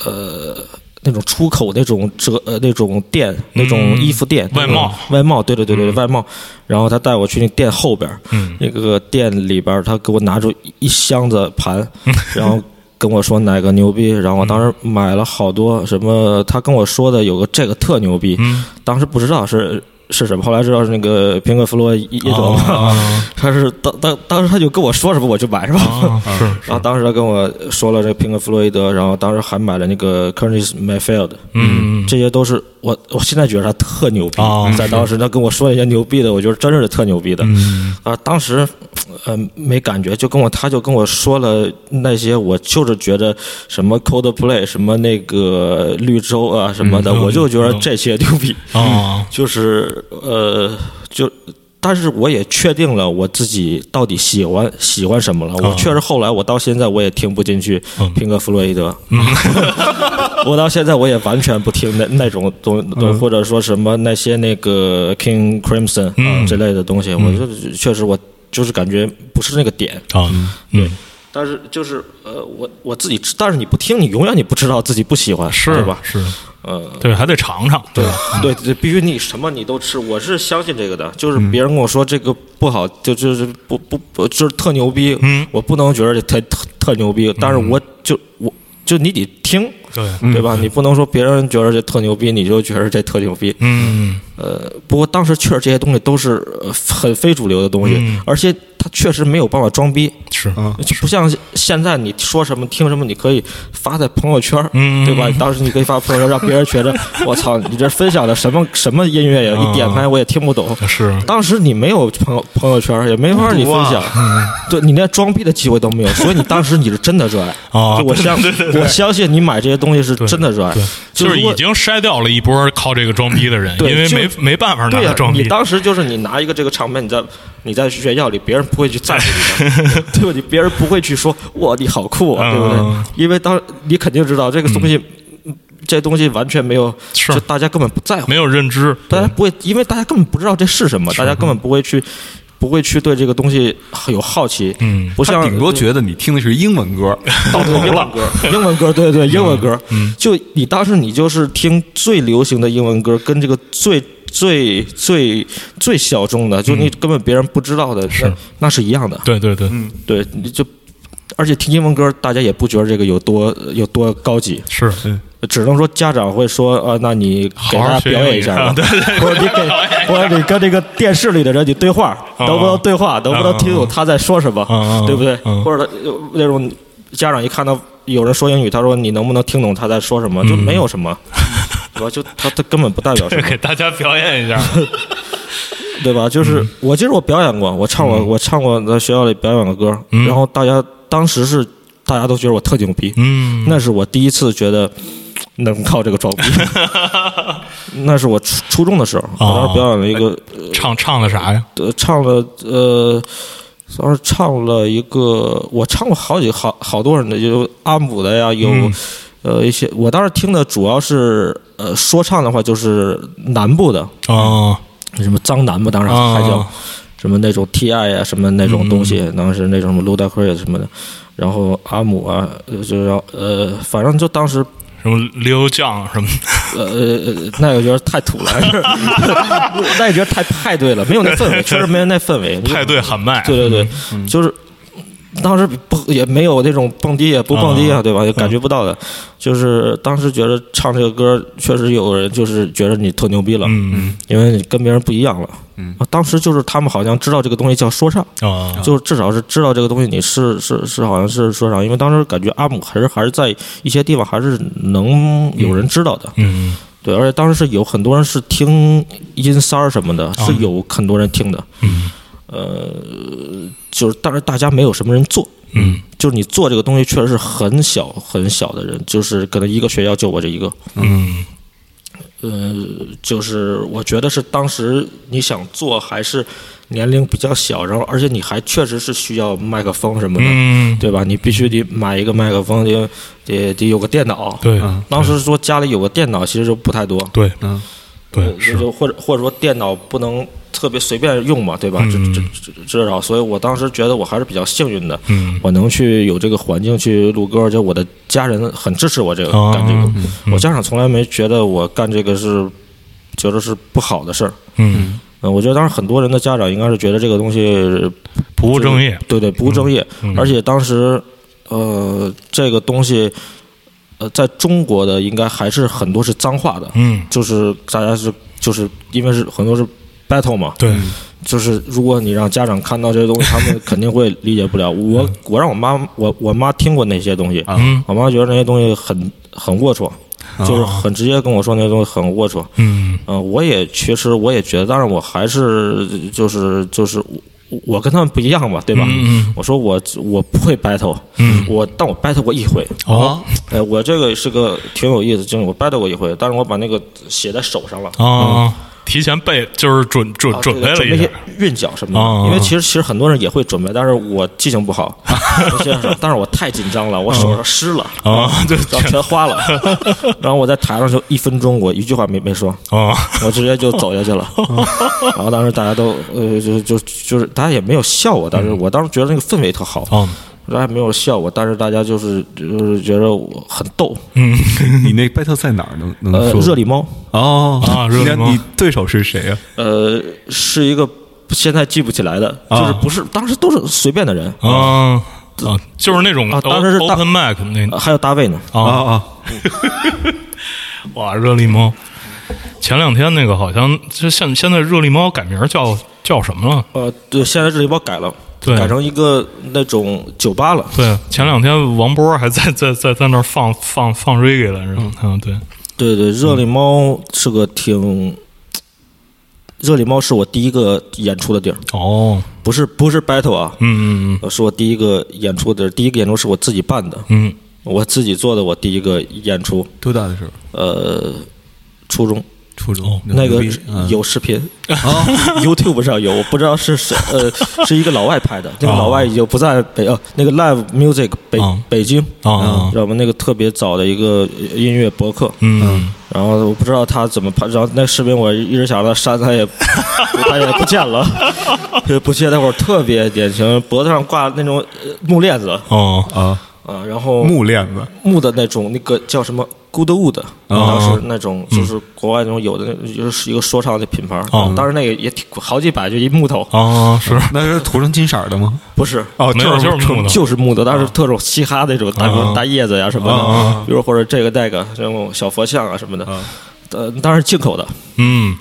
[SPEAKER 3] 呃那种出口那种折呃那种店那种衣服店
[SPEAKER 2] 嗯外贸
[SPEAKER 3] 那种外贸对对对对外贸。然后他带我去那店后边儿，
[SPEAKER 2] 嗯
[SPEAKER 3] 那个店里边儿他给我拿出一箱子盘，
[SPEAKER 2] 嗯
[SPEAKER 3] 然后。跟我说哪个牛逼，然后我当时买了好多什么，他跟我说的有个这个特牛逼，
[SPEAKER 2] 嗯
[SPEAKER 3] 当时不知道是是什么，后来知道是那个苹果弗洛
[SPEAKER 2] 哦
[SPEAKER 3] 伊一种，
[SPEAKER 2] 啊
[SPEAKER 3] 他是当当当时他就跟我说什么我就买什么，
[SPEAKER 2] 啊是
[SPEAKER 3] 然后当时他跟我说了这平克·弗洛伊德，然后当时还买了那个 Curtis Mayfield，
[SPEAKER 2] 嗯
[SPEAKER 3] 这些都是我我现在觉得他特牛逼
[SPEAKER 2] 哦，
[SPEAKER 3] 在当时他跟我说一些牛逼的，我觉得真是特牛逼的
[SPEAKER 2] 嗯
[SPEAKER 3] 啊。当时呃没感觉，就跟我他就跟我说了那些，我就是觉得什么 Coldplay 什么那个绿洲啊什么的，
[SPEAKER 2] 嗯嗯
[SPEAKER 3] 我就觉得
[SPEAKER 2] 嗯
[SPEAKER 3] 这些牛逼。
[SPEAKER 2] 啊
[SPEAKER 3] 就是呃，就但是我也确定了我自己到底喜欢喜欢什么了。我确实后来我到现在我也听不进去
[SPEAKER 2] 啊嗯
[SPEAKER 3] 平克·弗洛伊德， [laughs]
[SPEAKER 2] [laughs]
[SPEAKER 3] 我到现在我也完全不听那那种东
[SPEAKER 2] 嗯
[SPEAKER 3] 东，或者说什么那些那个 King Crimson 啊
[SPEAKER 2] 嗯
[SPEAKER 3] 之类的东西，我就确实我就是感觉不是那个点。
[SPEAKER 2] 啊嗯
[SPEAKER 3] 但是就是呃，我我自己知，但是你不听，你永远你不知道自己不喜欢，对
[SPEAKER 2] 是
[SPEAKER 3] 吧？
[SPEAKER 2] 是
[SPEAKER 3] 呃，
[SPEAKER 2] 对还得尝尝对吧
[SPEAKER 3] [laughs] 对对，必须你什么你都吃，我是相信这个的。就是别人跟我说这个不好，就就是不不不，就是特牛逼，
[SPEAKER 2] 嗯
[SPEAKER 3] 我不能觉得特特特牛逼，但是我就我就你得听，
[SPEAKER 2] 对
[SPEAKER 3] 对吧？你不能说别人觉得这特牛逼，你就觉得这特牛逼。
[SPEAKER 2] 嗯
[SPEAKER 3] 呃，不过当时确实这些东西都是呃很非主流的东西，
[SPEAKER 2] 嗯
[SPEAKER 3] 而且它确实没有办法装逼，
[SPEAKER 2] 是
[SPEAKER 3] 就不像现在你说什么听什么，你可以发在朋友圈儿，
[SPEAKER 2] 嗯
[SPEAKER 3] 对吧？当时你可以发朋友圈，让别人觉
[SPEAKER 2] [laughs]
[SPEAKER 3] 得我操，你这分享的什么什么音乐呀？
[SPEAKER 2] 嗯
[SPEAKER 3] 一点开我也听不懂。
[SPEAKER 2] 是
[SPEAKER 3] 当时你没有朋友朋友圈儿，也没法你分享， [laughs] 对你连装逼的机会都没有，所以你当时你是真的热爱。
[SPEAKER 2] 啊
[SPEAKER 3] 就我相我相信你买这些东西是真的热爱
[SPEAKER 2] 对，就
[SPEAKER 3] 如
[SPEAKER 2] 是
[SPEAKER 3] 果
[SPEAKER 2] 已经筛掉了一波靠这个装逼的人，因
[SPEAKER 3] 对
[SPEAKER 2] 为没
[SPEAKER 3] 就
[SPEAKER 2] 没办法拿
[SPEAKER 3] 对呀、啊
[SPEAKER 2] 他装
[SPEAKER 3] 你
[SPEAKER 2] 逼。
[SPEAKER 3] 当时就是你拿一个这个场面，你在你在学校里，别人不会去在乎你
[SPEAKER 2] [laughs]
[SPEAKER 3] 的，对吧？你别人不会去说哇你好酷啊，对不对？
[SPEAKER 2] 嗯
[SPEAKER 3] 因为当你肯定知道这个东西，这东西完全没有，
[SPEAKER 2] 是
[SPEAKER 3] 就大家根本不在乎
[SPEAKER 2] 没，有认知，
[SPEAKER 3] 大家不会，因为大家根本不知道这是什么，大家根本不会去不会去对这个东西有好奇，
[SPEAKER 2] 嗯
[SPEAKER 3] 不像
[SPEAKER 1] 他顶多觉得你听的是英文
[SPEAKER 3] [laughs]
[SPEAKER 1] 歌，
[SPEAKER 3] 到头了，英文歌，嗯对对，英文歌，就你当时你就是听最流行的英文歌，跟这个最最最最小众的，就你根本别人不知道的，那那嗯是一样的，
[SPEAKER 2] 对对对，
[SPEAKER 3] 对，你就。而且听英文歌，大家也不觉得这个有多有多高级，
[SPEAKER 2] 是
[SPEAKER 3] 只能说家长会说啊，那你给大家表演一下吧，
[SPEAKER 2] 好好学英语 [laughs] 啊
[SPEAKER 3] [laughs]
[SPEAKER 2] 对对对
[SPEAKER 3] 或者你给，
[SPEAKER 2] [laughs]
[SPEAKER 3] 或者你跟这个电视里的人你对话，
[SPEAKER 2] 嗯
[SPEAKER 3] 能不能对话，能不能听懂他在说什么，
[SPEAKER 2] 嗯嗯
[SPEAKER 3] 对不对？
[SPEAKER 2] 嗯
[SPEAKER 3] 或者他有那种家长一看到有人说英语，他说你能不能听懂他在说什么，就没有什么，对吧？就他他根本不代表什么，
[SPEAKER 2] 给大家表演
[SPEAKER 3] [laughs]
[SPEAKER 2] 一下，
[SPEAKER 3] 对吧？就是我记得我表演过，我唱过，我唱过在学校里表演过歌，然后大家当时是大家都觉得我特牛逼，
[SPEAKER 2] 嗯，
[SPEAKER 3] 那是我第一次觉得能靠这个装逼，那是我初初中的时候，我当时表演了一个，
[SPEAKER 2] 唱唱的啥呀？
[SPEAKER 3] 呃、唱了呃，当时唱了一个，我唱过好几好好多人的，有阿姆的呀，有、
[SPEAKER 2] 嗯
[SPEAKER 3] 呃一些，我当时听的主要是呃说唱的话，就是南部的，
[SPEAKER 2] 哦，
[SPEAKER 3] 什么张楠吧，当然
[SPEAKER 2] 啊
[SPEAKER 3] 还叫什么那种 TI 啊，什么那种东西，当时那种什么 Ludacris 啊什么的，然后阿姆啊，呃就要呃，反正就当时
[SPEAKER 2] 什么溜酱
[SPEAKER 3] [laughs]
[SPEAKER 2] 什么的，
[SPEAKER 3] 呃呃，呃那个觉得太土了， [laughs] 那个觉得太派对了，没有那氛围，确实没有那氛围。
[SPEAKER 2] 派对喊麦，
[SPEAKER 3] 对对对，
[SPEAKER 2] 嗯
[SPEAKER 3] 就是当时不也没有那种蹦迪也不蹦
[SPEAKER 2] 嗯
[SPEAKER 3] 迪啊，对吧？也感觉不到的。就是当时觉得唱这个歌，确实有人就是觉得你特牛逼了，
[SPEAKER 2] 嗯
[SPEAKER 3] 因为你跟别人不一样了。啊当时就是他们好像知道这个东西叫说唱，
[SPEAKER 2] 啊，
[SPEAKER 3] 就是至少是知道这个东西，你是是是好像是说唱，因为当时感觉阿姆还是还是在一些地方还是能有人知道的。
[SPEAKER 2] 嗯
[SPEAKER 3] 对，而且当时是有很多人是听音三儿什么
[SPEAKER 2] 哦
[SPEAKER 3] 的，是有很多人听的。
[SPEAKER 2] 嗯
[SPEAKER 3] 呃，就是但是大家没有什么人做，
[SPEAKER 2] 嗯
[SPEAKER 3] 就是你做这个东西确实是很小很小的人，就是可能一个学校就我这一个。
[SPEAKER 2] 嗯
[SPEAKER 3] 呃，就是我觉得是当时你想做还是年龄比较小，然后而且你还确实是需要麦克风什么的，
[SPEAKER 2] 嗯，
[SPEAKER 3] 对吧？你必须得买一个麦克风，得得得有个电脑。
[SPEAKER 2] 对
[SPEAKER 3] 当时说家里有个电脑其实就不太多，
[SPEAKER 2] 对
[SPEAKER 1] 嗯，
[SPEAKER 2] 对，
[SPEAKER 3] 呃就是就或者或者说电脑不能特别随便用嘛，对吧？
[SPEAKER 2] 嗯
[SPEAKER 3] 这这这至少，所以我当时觉得我还是比较幸运的，
[SPEAKER 2] 嗯
[SPEAKER 3] 我能去有这个环境去录歌，就我的家人很支持我这个
[SPEAKER 2] 啊
[SPEAKER 3] 干这个，我家长从来没觉得我干这个是觉得是不好的事儿。
[SPEAKER 2] 嗯，
[SPEAKER 3] 嗯，我觉得当时很多人的家长应该是觉得这个东西
[SPEAKER 2] 不务正业，
[SPEAKER 3] 对对，不务正业。
[SPEAKER 2] 嗯
[SPEAKER 3] 而且当时，呃，这个东西，呃，在中国的应该还是很多是脏话的，
[SPEAKER 2] 嗯，
[SPEAKER 3] 就是大家是就是因为是很多是 battle 嘛，
[SPEAKER 2] 对，
[SPEAKER 3] 就是如果你让家长看到这些东西，他们肯定会理解不了。我我让我妈我我妈听过那些东西，
[SPEAKER 2] 嗯
[SPEAKER 3] 我妈觉得那些东西很很龌龊，就是很直接跟我说那些东西很龌龊。
[SPEAKER 2] 啊嗯
[SPEAKER 3] 嗯、我也其实我也觉得，但是我还是就是就是我我跟他们不一样吧，对吧？
[SPEAKER 2] 嗯
[SPEAKER 3] 我说我我不会 battle，、
[SPEAKER 2] 嗯，
[SPEAKER 3] 我但我 battle 过一回，
[SPEAKER 2] 哦
[SPEAKER 3] 哎，我这个是个挺有意思，就是我 battle 过一回，但是我把那个写在手上了。
[SPEAKER 2] 哦，提前备就是准准
[SPEAKER 3] 啊
[SPEAKER 2] 准备
[SPEAKER 3] 嗯对
[SPEAKER 2] 了
[SPEAKER 3] 准备
[SPEAKER 2] 一下
[SPEAKER 3] 些，韵脚什么的，
[SPEAKER 2] 啊啊啊
[SPEAKER 3] 因为其实其实很多人也会准备，但是我记性不好，我记性少但是我太紧张了，我手上湿了，
[SPEAKER 2] 啊， [laughs] 对，
[SPEAKER 3] 然后全花 [laughs] 了，然后我在台上就一分钟，我一句话没没说，
[SPEAKER 2] 啊，
[SPEAKER 3] 我直接就走下去了， [laughs] 然后当时大家都呃就就就是大家也没有笑我，但是嗯我当时觉得那个氛围特好，
[SPEAKER 2] 哦，
[SPEAKER 3] 大家没有笑我，但是大家就是就是觉得我很逗，
[SPEAKER 2] 嗯
[SPEAKER 1] 你那 battle 在哪儿能能
[SPEAKER 3] 呃，
[SPEAKER 1] 说？
[SPEAKER 3] 热力猫，
[SPEAKER 1] 哦
[SPEAKER 2] 啊热力
[SPEAKER 1] 那
[SPEAKER 2] 猫
[SPEAKER 1] 你对手是谁啊？
[SPEAKER 3] 呃，是一个现在记不起来的，就是不是当时都是随便的人。
[SPEAKER 2] 啊啊，就是那种
[SPEAKER 3] 啊嗯当时是大
[SPEAKER 2] open mic 那
[SPEAKER 3] 呃还有大卫呢，
[SPEAKER 1] 啊
[SPEAKER 2] 啊，
[SPEAKER 1] 啊！
[SPEAKER 2] 哇，热力猫。前两天那个好像，就现现在热力猫改名叫叫什么了？
[SPEAKER 3] 呃，对，现在这里包改了，
[SPEAKER 2] 对
[SPEAKER 3] 改成一个那种酒吧了。
[SPEAKER 2] 对，前两天王波还在在在在那儿放放放 reggae 来着，嗯，对，
[SPEAKER 3] 对对，热力猫是个挺，热力猫是我第一个演出的地儿，
[SPEAKER 2] 哦，
[SPEAKER 3] 不是不是 battle 啊，
[SPEAKER 2] 嗯嗯
[SPEAKER 3] 呃是我第一个演出的地儿，第一个演出是我自己办的，
[SPEAKER 2] 嗯
[SPEAKER 3] 我自己做的我第一个演出，
[SPEAKER 1] 多大的时候？
[SPEAKER 3] 呃，初中
[SPEAKER 1] 初中
[SPEAKER 3] 哦那
[SPEAKER 1] 牛
[SPEAKER 3] 个
[SPEAKER 1] 逼嗯
[SPEAKER 3] 有视频哦，YouTube 上有，我不知道是谁，呃，是一个老外拍的，那个老外已经不在北呃，那个 Live Music 北
[SPEAKER 2] 哦
[SPEAKER 3] 北京
[SPEAKER 2] 哦哦
[SPEAKER 3] 嗯知道吗？那个特别早的一个音乐博客，
[SPEAKER 2] 嗯嗯，
[SPEAKER 3] 然然后我不知道他怎么拍，然后那视频我一直想让他删，他也他也不见了， [laughs] 也不见。那会儿特别典型，脖子上挂那种呃木链子
[SPEAKER 2] 哦
[SPEAKER 1] 啊，
[SPEAKER 3] 啊，然后
[SPEAKER 1] 木链子
[SPEAKER 3] 木的那种，那个叫什么 Goodwood，当
[SPEAKER 2] 哦
[SPEAKER 3] 时那种就是国外那种有的，就是一个说唱的品牌，
[SPEAKER 2] 哦
[SPEAKER 3] 当时那个也挺好几百，就一木头，
[SPEAKER 2] 哦，是
[SPEAKER 1] 那是涂成金色儿的吗？
[SPEAKER 3] 不是。
[SPEAKER 1] 哦，
[SPEAKER 2] 没有就是
[SPEAKER 1] 纯
[SPEAKER 2] 木头哦
[SPEAKER 3] 就是木头，当时特种嘻哈那种大大叶子呀什么的，比如或者这个那个这种小佛像啊什么的，
[SPEAKER 2] 哦
[SPEAKER 3] 呃，当然进口的，
[SPEAKER 2] 嗯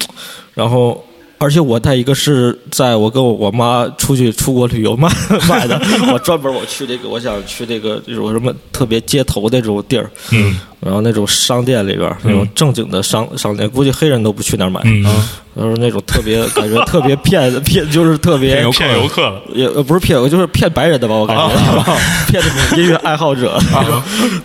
[SPEAKER 3] 然后，而且我带一个是在我跟我妈出去出国旅游买买的，我专门我去那个，我想去那个那种什么特别街头那种地儿，
[SPEAKER 2] 嗯
[SPEAKER 3] 然后那种商店里边儿那种正经的商商店，估计黑人都不去那儿买，
[SPEAKER 2] 嗯，
[SPEAKER 3] 然后那种特别感觉 [laughs] 特别骗骗，就是特别
[SPEAKER 1] 骗游客
[SPEAKER 2] 骗游客的，
[SPEAKER 3] 也呃不是骗我，就是骗白人的吧，我感觉， [laughs] 骗那种音乐爱好者。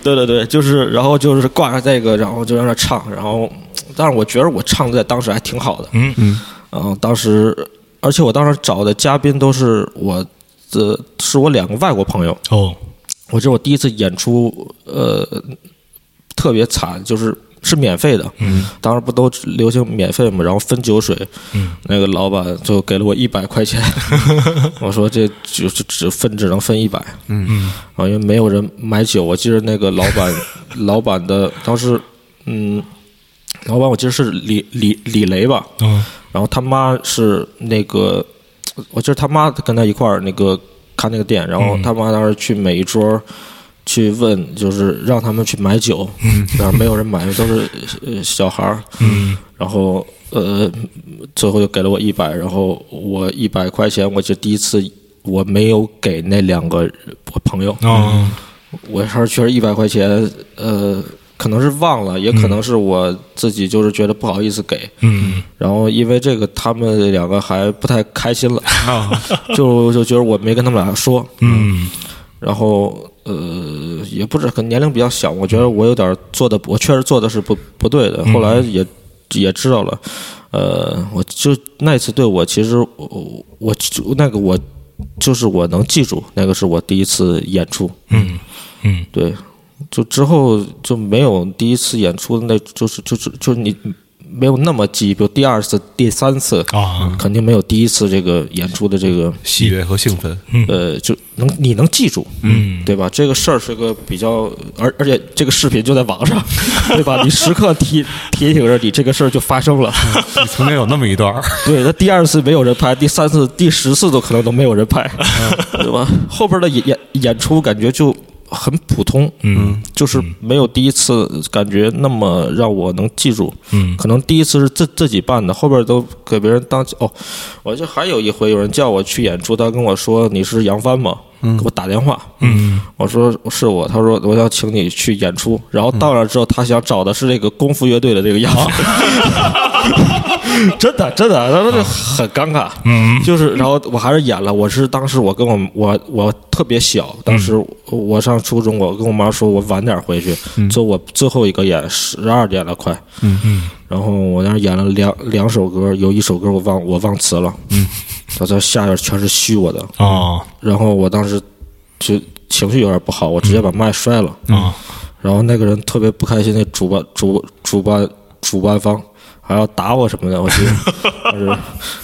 [SPEAKER 3] 对对对，就是，然后就是挂上这个，然后就让他唱，然后，但是我觉得我唱的在当时还挺好的。
[SPEAKER 2] 嗯
[SPEAKER 1] 嗯，
[SPEAKER 3] 然后啊当时，而且我当时找的嘉宾都是我的，是我两个外国朋友。
[SPEAKER 2] 哦，
[SPEAKER 3] 我这是我第一次演出，呃，特别惨，就是是免费的。
[SPEAKER 2] 嗯，
[SPEAKER 3] 当时不都流行免费嘛，然后分酒水。
[SPEAKER 2] 嗯，
[SPEAKER 3] 那个老板就给了我一百
[SPEAKER 2] [laughs]
[SPEAKER 3] 块钱，我说这就就只分只能分一百。嗯
[SPEAKER 2] 嗯，
[SPEAKER 3] 啊，因为没有人买酒，我记得那个老板， [laughs] 老板的当时，嗯，老板我记得是李李李雷吧。
[SPEAKER 2] 嗯
[SPEAKER 3] 然后他妈是那个，我记得他妈跟他一块儿那个看那个店，然后
[SPEAKER 2] 嗯
[SPEAKER 3] 他妈当时去每一桌儿去问，就是让他们去买酒，但是没有人买，都是呃小孩儿。
[SPEAKER 2] 嗯
[SPEAKER 3] 然后呃，最后就给了我一百，然后我一百块钱，我就第一次我没有给那两个我朋友，
[SPEAKER 2] 哦
[SPEAKER 3] 我还是确实一百块钱，呃，可能是忘了，也可能是我自己就是觉得不好意思给。
[SPEAKER 2] 嗯
[SPEAKER 3] 然后因为这个，他们两个还不太开心了，
[SPEAKER 1] 啊，
[SPEAKER 3] [laughs] 就就觉得我没跟他们俩说，
[SPEAKER 2] 嗯
[SPEAKER 3] 然后呃，也不是，可能年龄比较小，我觉得我有点做的，我确实做的是不不对的。后来
[SPEAKER 2] 嗯
[SPEAKER 3] 也也知道了，呃，我就那一次对我其实我我那个我就是我能记住，那个是我第一次演出，
[SPEAKER 2] 嗯嗯
[SPEAKER 3] 对，就之后就没有第一次演出的那，就是就是就是你没有那么记忆，比如第二次、第三次，
[SPEAKER 2] 啊，
[SPEAKER 3] 肯定没有第一次这个演出的这个
[SPEAKER 1] 喜悦和兴奋，
[SPEAKER 3] 呃，就能你能记住，
[SPEAKER 2] 嗯
[SPEAKER 3] 对吧？这个事儿是个比较，而而且这个视频就在网上， [laughs] 对吧？你时刻提提醒着你这个事儿就发生了，
[SPEAKER 1] 你曾经有那么一段儿，
[SPEAKER 3] [laughs] 对，那第二次没有人拍，第三次、第十次都可能都没有
[SPEAKER 2] [laughs]
[SPEAKER 3] 人拍，对吧？后边的演演演出感觉就很普通，
[SPEAKER 2] 嗯
[SPEAKER 3] 就是没有第一次感觉那么让我能记住，
[SPEAKER 2] 嗯
[SPEAKER 3] 可能第一次是自自己办的，后边都给别人当哦。我就还有一回有人叫我去演出，他跟我说你是杨帆吗？给我打电话，
[SPEAKER 2] 嗯
[SPEAKER 3] 我说是我，他说我想请你去演出，然后到那之后，他想找的是那个功夫乐队的这个
[SPEAKER 2] [laughs]
[SPEAKER 3] 杨帆，真的真的，他说这很尴尬，
[SPEAKER 2] 嗯
[SPEAKER 3] 就是，然后我还是演了。我是当时我跟我我我特别小，当时我上初中，我跟我妈说我晚点回去，做我最后一个演十二点了快。
[SPEAKER 2] 嗯
[SPEAKER 3] 然后我那儿演了两两首歌，有一首歌我忘我忘词了，嗯，他在下边全是虚我的。
[SPEAKER 2] 哦
[SPEAKER 3] 然后我当时就情绪有点不好，我直接
[SPEAKER 2] 嗯
[SPEAKER 3] 把麦摔了。
[SPEAKER 2] 啊
[SPEAKER 3] 然后那个人特别不开心，那主办主主办主办方还要打我什么的，我
[SPEAKER 2] [laughs]
[SPEAKER 3] 记得。当时，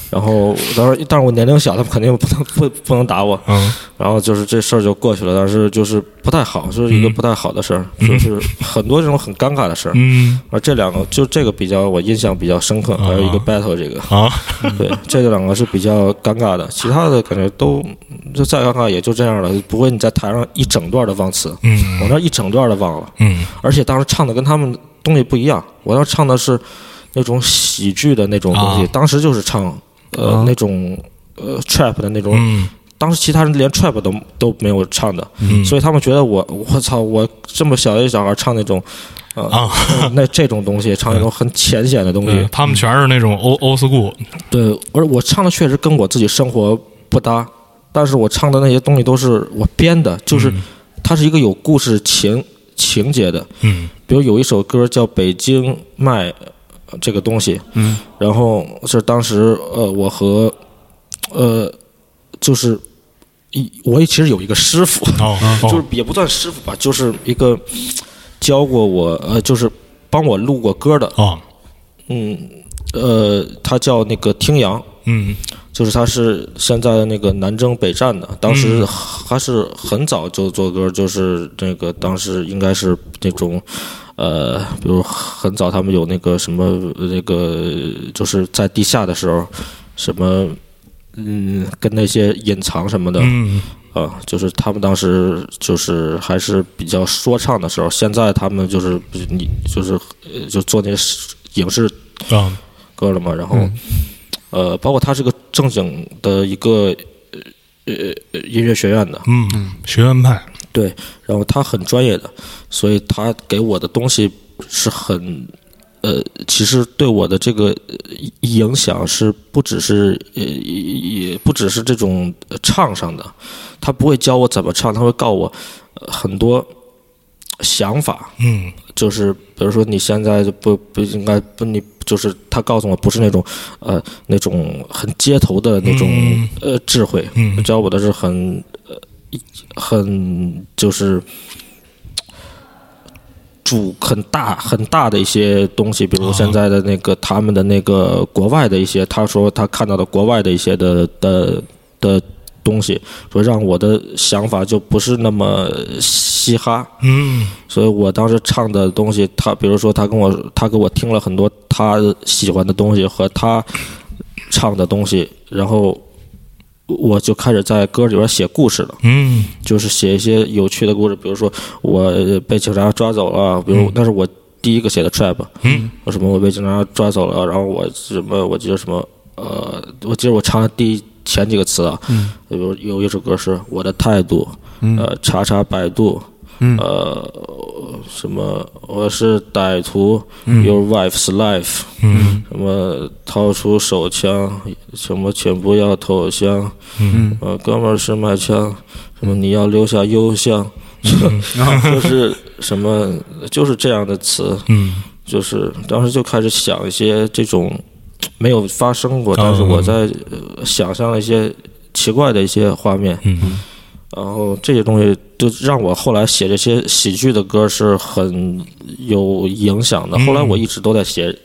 [SPEAKER 3] 然后当时，但是我年龄小，他们肯定不能不不能打我。
[SPEAKER 2] 嗯
[SPEAKER 3] 然后就是这事儿就过去了，但是就是不太好，就是一个不太好的事儿，就是很多这种很尴尬的事儿。
[SPEAKER 2] 嗯
[SPEAKER 3] 而这两个就这个比较我印象比较深刻，还有一个 battle 这个，
[SPEAKER 2] 啊
[SPEAKER 3] 对，这两个是比较尴尬的，其他的感觉都就再尴尬也就这样了，不会你在台上一整段的忘词，
[SPEAKER 2] 嗯
[SPEAKER 3] 我那一整段的忘了。
[SPEAKER 2] 嗯
[SPEAKER 3] 而且当时唱的跟他们东西不一样，我要唱的是那种喜剧的那种东西，
[SPEAKER 2] 啊
[SPEAKER 3] 当时就是唱呃、那种呃 trap 的那种，
[SPEAKER 2] 嗯
[SPEAKER 3] 当时其他人连 trap 都都没有唱的，
[SPEAKER 2] 嗯
[SPEAKER 3] 所以他们觉得我我操，我这么小一小孩唱那
[SPEAKER 2] [laughs]
[SPEAKER 3] 种呃、
[SPEAKER 2] 啊，
[SPEAKER 3] 那这种东西，唱那种很浅显的东西，
[SPEAKER 2] 对他们全是那种 old old school，
[SPEAKER 3] 对，而我唱的确实跟我自己生活不搭，但是我唱的那些东西都是我编的，就是它是一个有故事情情节的，
[SPEAKER 2] 嗯
[SPEAKER 3] 比如有一首歌叫《北京卖》呃这个东西，
[SPEAKER 1] 嗯，
[SPEAKER 3] 然后是当时呃，我和呃，就是一我也其实有一个师傅，
[SPEAKER 2] 哦
[SPEAKER 3] 就是
[SPEAKER 2] 哦
[SPEAKER 3] 也不算师傅吧，就是一个教过我呃，就是帮我录过歌的，
[SPEAKER 2] 啊，
[SPEAKER 3] 嗯，呃，他叫那个听阳，
[SPEAKER 2] 嗯
[SPEAKER 3] 就是他是现在那个南征北战的，当时他是很早就做歌，就是那个当时应该是那种，呃，比如很早他们有那个什么呃那个，就是在地下的时候，什么，嗯，跟那些隐藏什么的，
[SPEAKER 2] 嗯
[SPEAKER 3] 啊，就是他们当时就是还是比较说唱的时候，现在他们就是你就是呃就做那些影视
[SPEAKER 2] 啊，
[SPEAKER 3] 歌了嘛，然后、呃，包括他是个正经的一个呃呃音乐学院的，
[SPEAKER 2] 嗯嗯，学院派，
[SPEAKER 3] 对，然后他很专业的，所以他给我的东西是很。呃，其实对我的这个呃影响是不只是呃，也也不只是这种呃唱上的，他不会教我怎么唱，他会告我呃很多想法，
[SPEAKER 2] 嗯
[SPEAKER 3] 就是比如说你现在就不不应该不你就是他告诉我不是那种呃那种很街头的那种、
[SPEAKER 2] 嗯
[SPEAKER 3] 呃智慧，
[SPEAKER 2] 嗯
[SPEAKER 3] 教我的是很呃很就是主很大很大的一些东西，比如现在的那个、他们的那个国外的一些，他说他看到的国外的一些的的的东西，说让我的想法就不是那么嘻哈，
[SPEAKER 2] 嗯
[SPEAKER 3] 所以我当时唱的东西，他比如说他跟我他给我听了很多他喜欢的东西和他唱的东西，然后我就开始在歌里边写故事了，
[SPEAKER 2] 嗯
[SPEAKER 3] 就是写一些有趣的故事，比如说我被警察抓走了，比如那是我第一个写的 trap，
[SPEAKER 2] 嗯
[SPEAKER 3] 我什么我被警察抓走了，然后我什么我记得什么呃，我记得我唱的第一前几个词啊，嗯、有有一首歌是我的态度，呃查查百度，
[SPEAKER 1] 嗯
[SPEAKER 3] 呃什么我是歹徒、y o u r wife's life，
[SPEAKER 2] 嗯
[SPEAKER 3] 什么掏出手枪，什么全部要投降，
[SPEAKER 2] 嗯
[SPEAKER 3] 呃哥们儿是买枪，什么你要留下邮箱，
[SPEAKER 2] 嗯
[SPEAKER 3] [laughs] 就是什么就是这样的词，
[SPEAKER 2] 嗯
[SPEAKER 3] 就是当时就开始想一些这种没有发生过，
[SPEAKER 2] 嗯
[SPEAKER 3] 但是我在、呃想象了一些奇怪的一些画面，
[SPEAKER 2] 嗯
[SPEAKER 3] 然后这些东西就让我后来写这些喜剧的歌是很有影响的。
[SPEAKER 2] 嗯
[SPEAKER 3] 后来我一直都在写，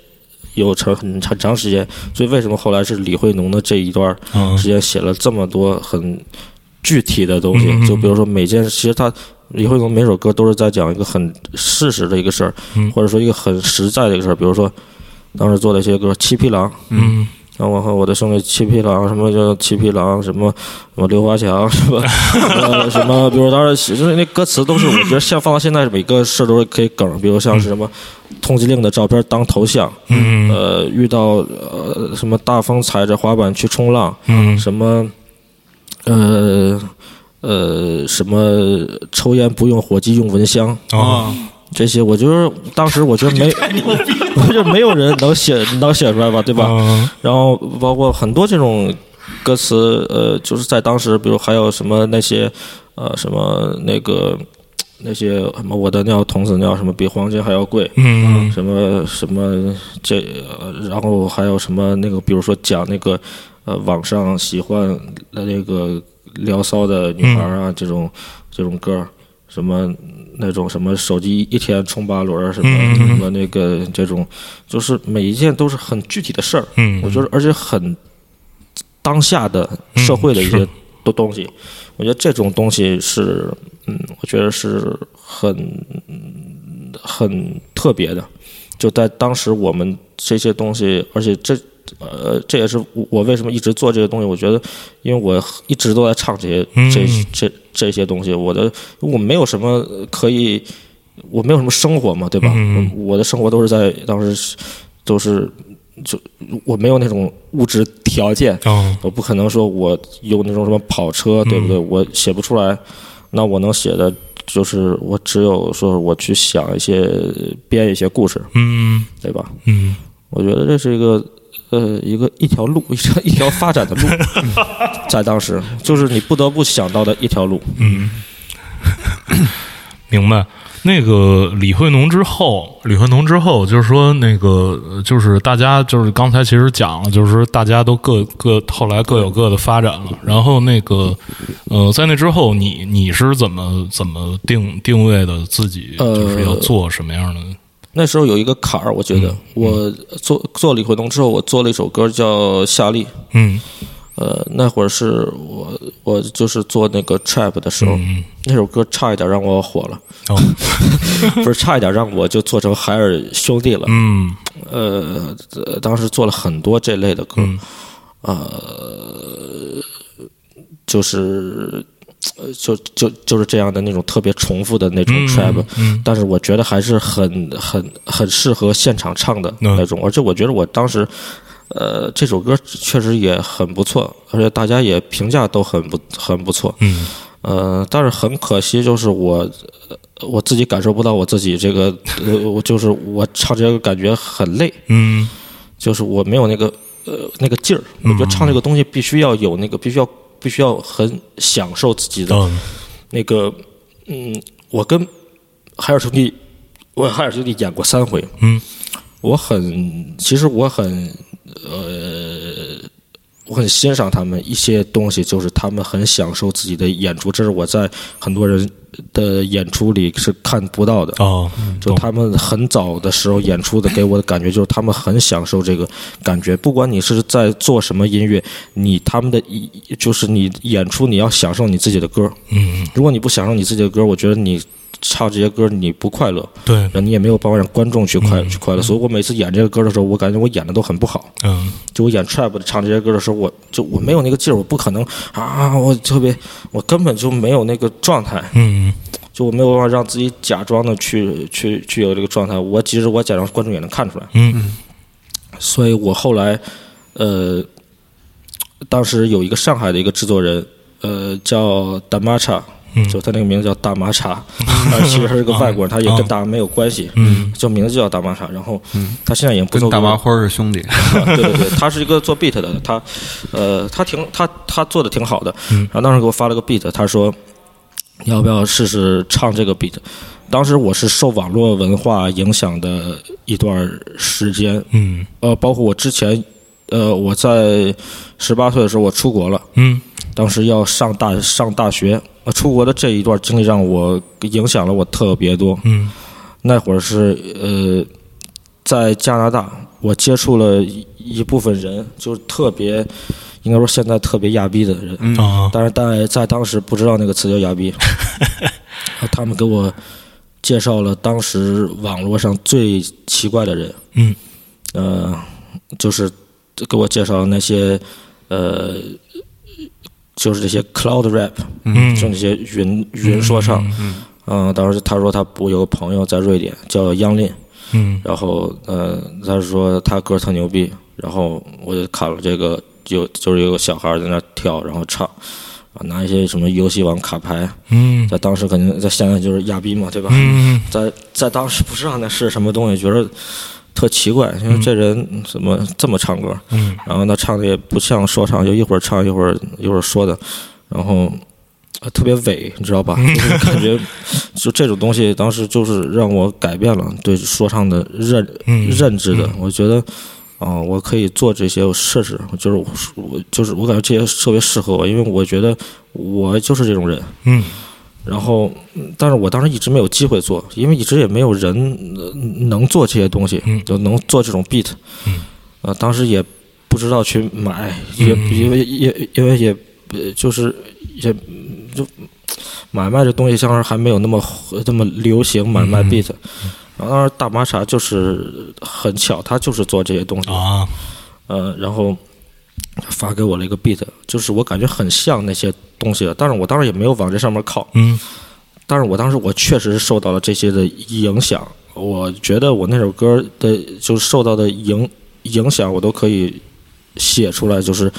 [SPEAKER 3] 有长很很长时间，所以为什么后来是李慧农的这一段
[SPEAKER 2] 啊
[SPEAKER 3] 时间写了这么多很具体的东西
[SPEAKER 2] 嗯嗯嗯，
[SPEAKER 3] 就比如说每件，其实他李慧农每首歌都是在讲一个很事实的一个事儿
[SPEAKER 2] 嗯，
[SPEAKER 3] 或者说一个很实在的一个事儿，比如说当时做了一些歌《七匹狼》，
[SPEAKER 2] 嗯
[SPEAKER 3] 然后我和我的兄弟七匹狼，什么叫七匹狼，什么什么刘华强，什么呃什么，比如当时写就是那歌词都是，我觉得现放到现在每个事儿都是可以梗，比如像是什么通缉令的照片当头像，
[SPEAKER 2] 嗯
[SPEAKER 3] 呃，遇到呃什么大风踩着滑板去冲浪，
[SPEAKER 2] 嗯
[SPEAKER 3] 什么，呃，呃，什么抽烟不用火机用蚊香，
[SPEAKER 1] 哦
[SPEAKER 2] 啊
[SPEAKER 3] 这些，我就是当时我觉得没， [laughs] 我觉得没有人能写能写出来吧，对吧？
[SPEAKER 2] 啊
[SPEAKER 3] 然后包括很多这种歌词，呃，就是在当时，比如还有什么那些，呃，什么那个那些呃什么我的尿童子尿什么比黄金还要贵，
[SPEAKER 2] 嗯
[SPEAKER 3] 什么什么这，呃然后还有什么那个，比如说讲那个呃，网上喜欢的那个聊骚的女孩啊，这种这种歌儿，什么那种什么手机一天充八轮儿，什么、
[SPEAKER 2] 嗯嗯嗯
[SPEAKER 3] 什么那个这种，就是每一件都是很具体的事儿，
[SPEAKER 2] 嗯，
[SPEAKER 3] 我觉得而且很当下的社会的一
[SPEAKER 2] 嗯
[SPEAKER 3] 些
[SPEAKER 2] 是
[SPEAKER 3] 东东西，我觉得这种东西是，嗯，我觉得是很嗯很特别的。就在当时，我们这些东西，而且这，呃，这也是我我为什么一直做这些东西。我觉得，因为我一直都在唱这些这
[SPEAKER 2] 嗯
[SPEAKER 3] 这这些东西，我的我没有什么可以，我没有什么生活嘛，对吧？
[SPEAKER 2] 嗯
[SPEAKER 3] 我我的生活都是在当时都是就我没有那种物质条件，
[SPEAKER 2] 啊
[SPEAKER 3] 我不可能说我有那种什么跑
[SPEAKER 2] 嗯
[SPEAKER 3] 车，对不对？我写不出来，那我能写的就是我只有说我去想一些编一些故事，
[SPEAKER 2] 嗯
[SPEAKER 3] 对吧？
[SPEAKER 2] 嗯
[SPEAKER 3] 我觉得这是一个呃一个一条路，一条一条发展
[SPEAKER 2] [laughs]
[SPEAKER 3] 的路，在当时就是你不得不想到的一条路。
[SPEAKER 2] 嗯，明白。那个李慧农之后，李慧农之后，就是说那个，呃就是大家就是刚才其实讲了，就是说大家都各各后来各有各的发展了。然后那个，呃，在那之后你，你是怎么怎么定定位的自己，
[SPEAKER 3] 呃
[SPEAKER 2] 就是要做什么样的？
[SPEAKER 3] 那时候有一个坎儿，我觉得、
[SPEAKER 2] 嗯
[SPEAKER 3] 我做做李慧东之后，我做了一首歌叫《夏利》。
[SPEAKER 2] 嗯
[SPEAKER 3] 呃，那会儿是我我就是做那个 trap 的时候，
[SPEAKER 2] 嗯，
[SPEAKER 3] 那首歌差一点让我火了，
[SPEAKER 2] 哦，
[SPEAKER 3] [laughs] 不是差一点让我就做成海尔兄弟了。
[SPEAKER 2] 嗯
[SPEAKER 3] 呃，呃当时做了很多这类的歌，呃
[SPEAKER 2] 嗯
[SPEAKER 3] 就是呃就就就是这样的那种特别重复的那种 trap，、
[SPEAKER 2] 嗯
[SPEAKER 3] 但是我觉得还是很很很适合现场唱的
[SPEAKER 2] 嗯
[SPEAKER 3] 那种，而且我觉得我当时。呃，这首歌确实也很不错，而且大家也评价都很不很不错。
[SPEAKER 2] 嗯
[SPEAKER 3] 呃，但是很可惜，就是我呃我自己感受不到我自己这个，呃，我就是我唱这个感觉很累，
[SPEAKER 2] 嗯
[SPEAKER 3] 就是我没有那个呃那个劲儿。我觉得唱这个东西必须要有那个，必须要必须要很享受自己的
[SPEAKER 2] 嗯
[SPEAKER 3] 那个，嗯，我跟海尔兄弟，我跟海尔兄弟演过三回，
[SPEAKER 2] 嗯，
[SPEAKER 3] 我很，其实我很，呃，我很欣赏他们一些东西，就是他们很享受自己的演出，这是我在很多人的演出里是看不到的。
[SPEAKER 2] 哦，
[SPEAKER 3] 就他们很早的时候演出的，给我的感觉就是他们很享受这个感觉。不管你是在做什么音乐，你他们的一就是你演出，你要享受你自己的歌。
[SPEAKER 2] 嗯，
[SPEAKER 3] 如果你不享受你自己的歌，我觉得你唱这些歌你不快乐，
[SPEAKER 2] 对，
[SPEAKER 3] 然后你也没有办法让观众去快、去快乐。所以我每次演这个歌的时候，我感觉我演的都很不好。
[SPEAKER 2] 嗯
[SPEAKER 3] 就我演 trap 的唱这些歌的时候，我就我没有那个劲儿，我不可能啊，我特别，我根本就没有那个状态，
[SPEAKER 2] 嗯
[SPEAKER 3] 就我没有办法让自己假装的去去去有这个状态。我即使我假装，观众也能看出来。
[SPEAKER 2] 嗯
[SPEAKER 3] 所以我后来，呃，当时有一个上海的一个制作人，呃，叫大马叉，
[SPEAKER 2] 嗯啊
[SPEAKER 3] 就他那个名字叫大马叉，但其实他是
[SPEAKER 2] [laughs]
[SPEAKER 3] 个外国人，他也跟大麻没有关系，
[SPEAKER 2] 嗯
[SPEAKER 3] 就名字就叫大马叉。然后他现在已经不
[SPEAKER 1] 跟
[SPEAKER 3] 做
[SPEAKER 1] 大
[SPEAKER 3] 歌
[SPEAKER 1] 麻
[SPEAKER 3] 了
[SPEAKER 1] 花儿是兄弟，
[SPEAKER 3] 啊对对对，他是一个做 beat 的，他，呃，他挺他他做的挺好的，然后当时给我发了个 beat，他说你要不要试试唱这个 beat？当时我是受网络文化影响的一段时间，
[SPEAKER 2] 嗯
[SPEAKER 3] 呃，包括我之前，呃，我在十八岁的时候我出国了，
[SPEAKER 2] 嗯
[SPEAKER 3] 当时要上大上大学，呃，出国的这一段经历让我影响了我特别多，
[SPEAKER 2] 嗯
[SPEAKER 3] 那会儿是呃，在加拿大，我接触了一一部分人，就是特别，应该说现在特别亚逼的人，
[SPEAKER 2] 啊
[SPEAKER 3] 但是在在当时不知道那个词叫亚逼，然后他们给我介绍了当时网络上最奇怪的人，
[SPEAKER 2] 嗯
[SPEAKER 3] 呃，就是给我介绍那些呃，就是这些 cloud rap，
[SPEAKER 2] 嗯
[SPEAKER 3] 就那些云云说唱，
[SPEAKER 2] 嗯
[SPEAKER 3] 嗯，当时他说他我有个朋友在瑞典叫央林，
[SPEAKER 2] 嗯
[SPEAKER 3] 然后呃，他说他歌特牛逼，然后我就看了这个有就是有个小孩在那跳，然后唱，啊拿一些什么游戏王卡牌，
[SPEAKER 2] 嗯
[SPEAKER 3] 在当时肯定在现在就是亚逼嘛，对吧？
[SPEAKER 2] 嗯
[SPEAKER 3] 在在当时不知道那是什么东西，觉得特奇怪，因为这人怎么这么唱歌？
[SPEAKER 2] 嗯
[SPEAKER 3] 然后他唱的也不像说唱，就一会儿唱一会儿一会儿说的，然后呃特别伪，你
[SPEAKER 2] [laughs]
[SPEAKER 3] 知道吧？就是感觉就这种东西，当时就是让我改变了对说唱的认
[SPEAKER 2] 嗯
[SPEAKER 3] 认知的。我觉得，啊、我可以做这些，我试试。就是我我就是我感觉这些特别适合我，因为我觉得我就是这种人。
[SPEAKER 2] 嗯
[SPEAKER 3] 然后，嗯但是我当时一直没有机会做，因为一直也没有人呃能做这些东西，
[SPEAKER 2] 嗯
[SPEAKER 3] 就能做这种 beat。
[SPEAKER 2] 嗯，
[SPEAKER 3] 呃，当时也不知道去买，
[SPEAKER 2] 嗯
[SPEAKER 3] 也
[SPEAKER 2] 嗯嗯
[SPEAKER 3] 因为也因为也呃就是也嗯就买卖这东西，当时还没有那么那么流行买卖
[SPEAKER 2] 嗯嗯
[SPEAKER 3] beat。然后当时大麻茶就是很巧，他就是做这些东西，
[SPEAKER 2] 啊
[SPEAKER 3] 呃，然后发给我了一个 beat，就是我感觉很像那些东西的，但是我当时也没有往这上面靠。
[SPEAKER 2] 嗯
[SPEAKER 3] 但是我当时我确实受到了这些的影响，我觉得我那首歌的就是受到的影影响，我都可以写出来，就是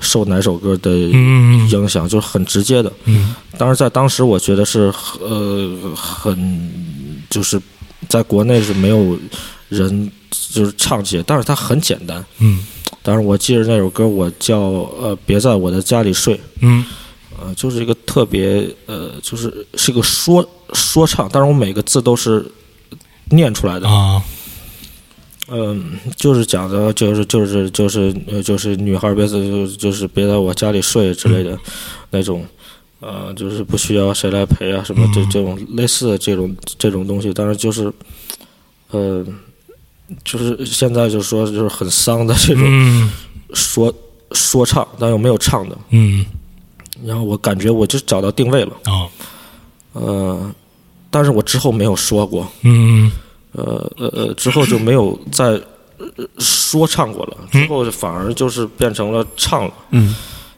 [SPEAKER 3] 受哪首歌的
[SPEAKER 2] 嗯
[SPEAKER 3] 影响，就是很直接的。
[SPEAKER 2] 嗯
[SPEAKER 3] 当然，在当时我觉得是呃很就是在国内是没有人就是唱起，但是它很简单。
[SPEAKER 2] 嗯
[SPEAKER 3] 当然，我记得那首歌我叫呃别在我的家里睡，
[SPEAKER 2] 嗯
[SPEAKER 3] 呃，就是一个特别呃，就是是个说说唱，当然我每个字都是念出来的，
[SPEAKER 2] 啊
[SPEAKER 3] 嗯、就是讲的就是就是就是呃就是女孩儿别在就是就是别在我家里睡之类
[SPEAKER 2] 嗯
[SPEAKER 3] 的那种，呃，就是
[SPEAKER 2] 嗯
[SPEAKER 3] 不需要谁来陪啊什么这这种类似的这种这种东西，当然就是呃，就是现在就说就是很丧的这种
[SPEAKER 2] 嗯
[SPEAKER 3] 说、说唱，但又没有唱的。
[SPEAKER 2] 嗯
[SPEAKER 3] 然后我感觉我就找到定位了，
[SPEAKER 2] 啊
[SPEAKER 3] 呃，但是我之后没有说过，
[SPEAKER 2] 嗯
[SPEAKER 3] 呃呃呃，之后就没有再呃说唱过了，之后就反而就是变成了唱了。
[SPEAKER 1] 嗯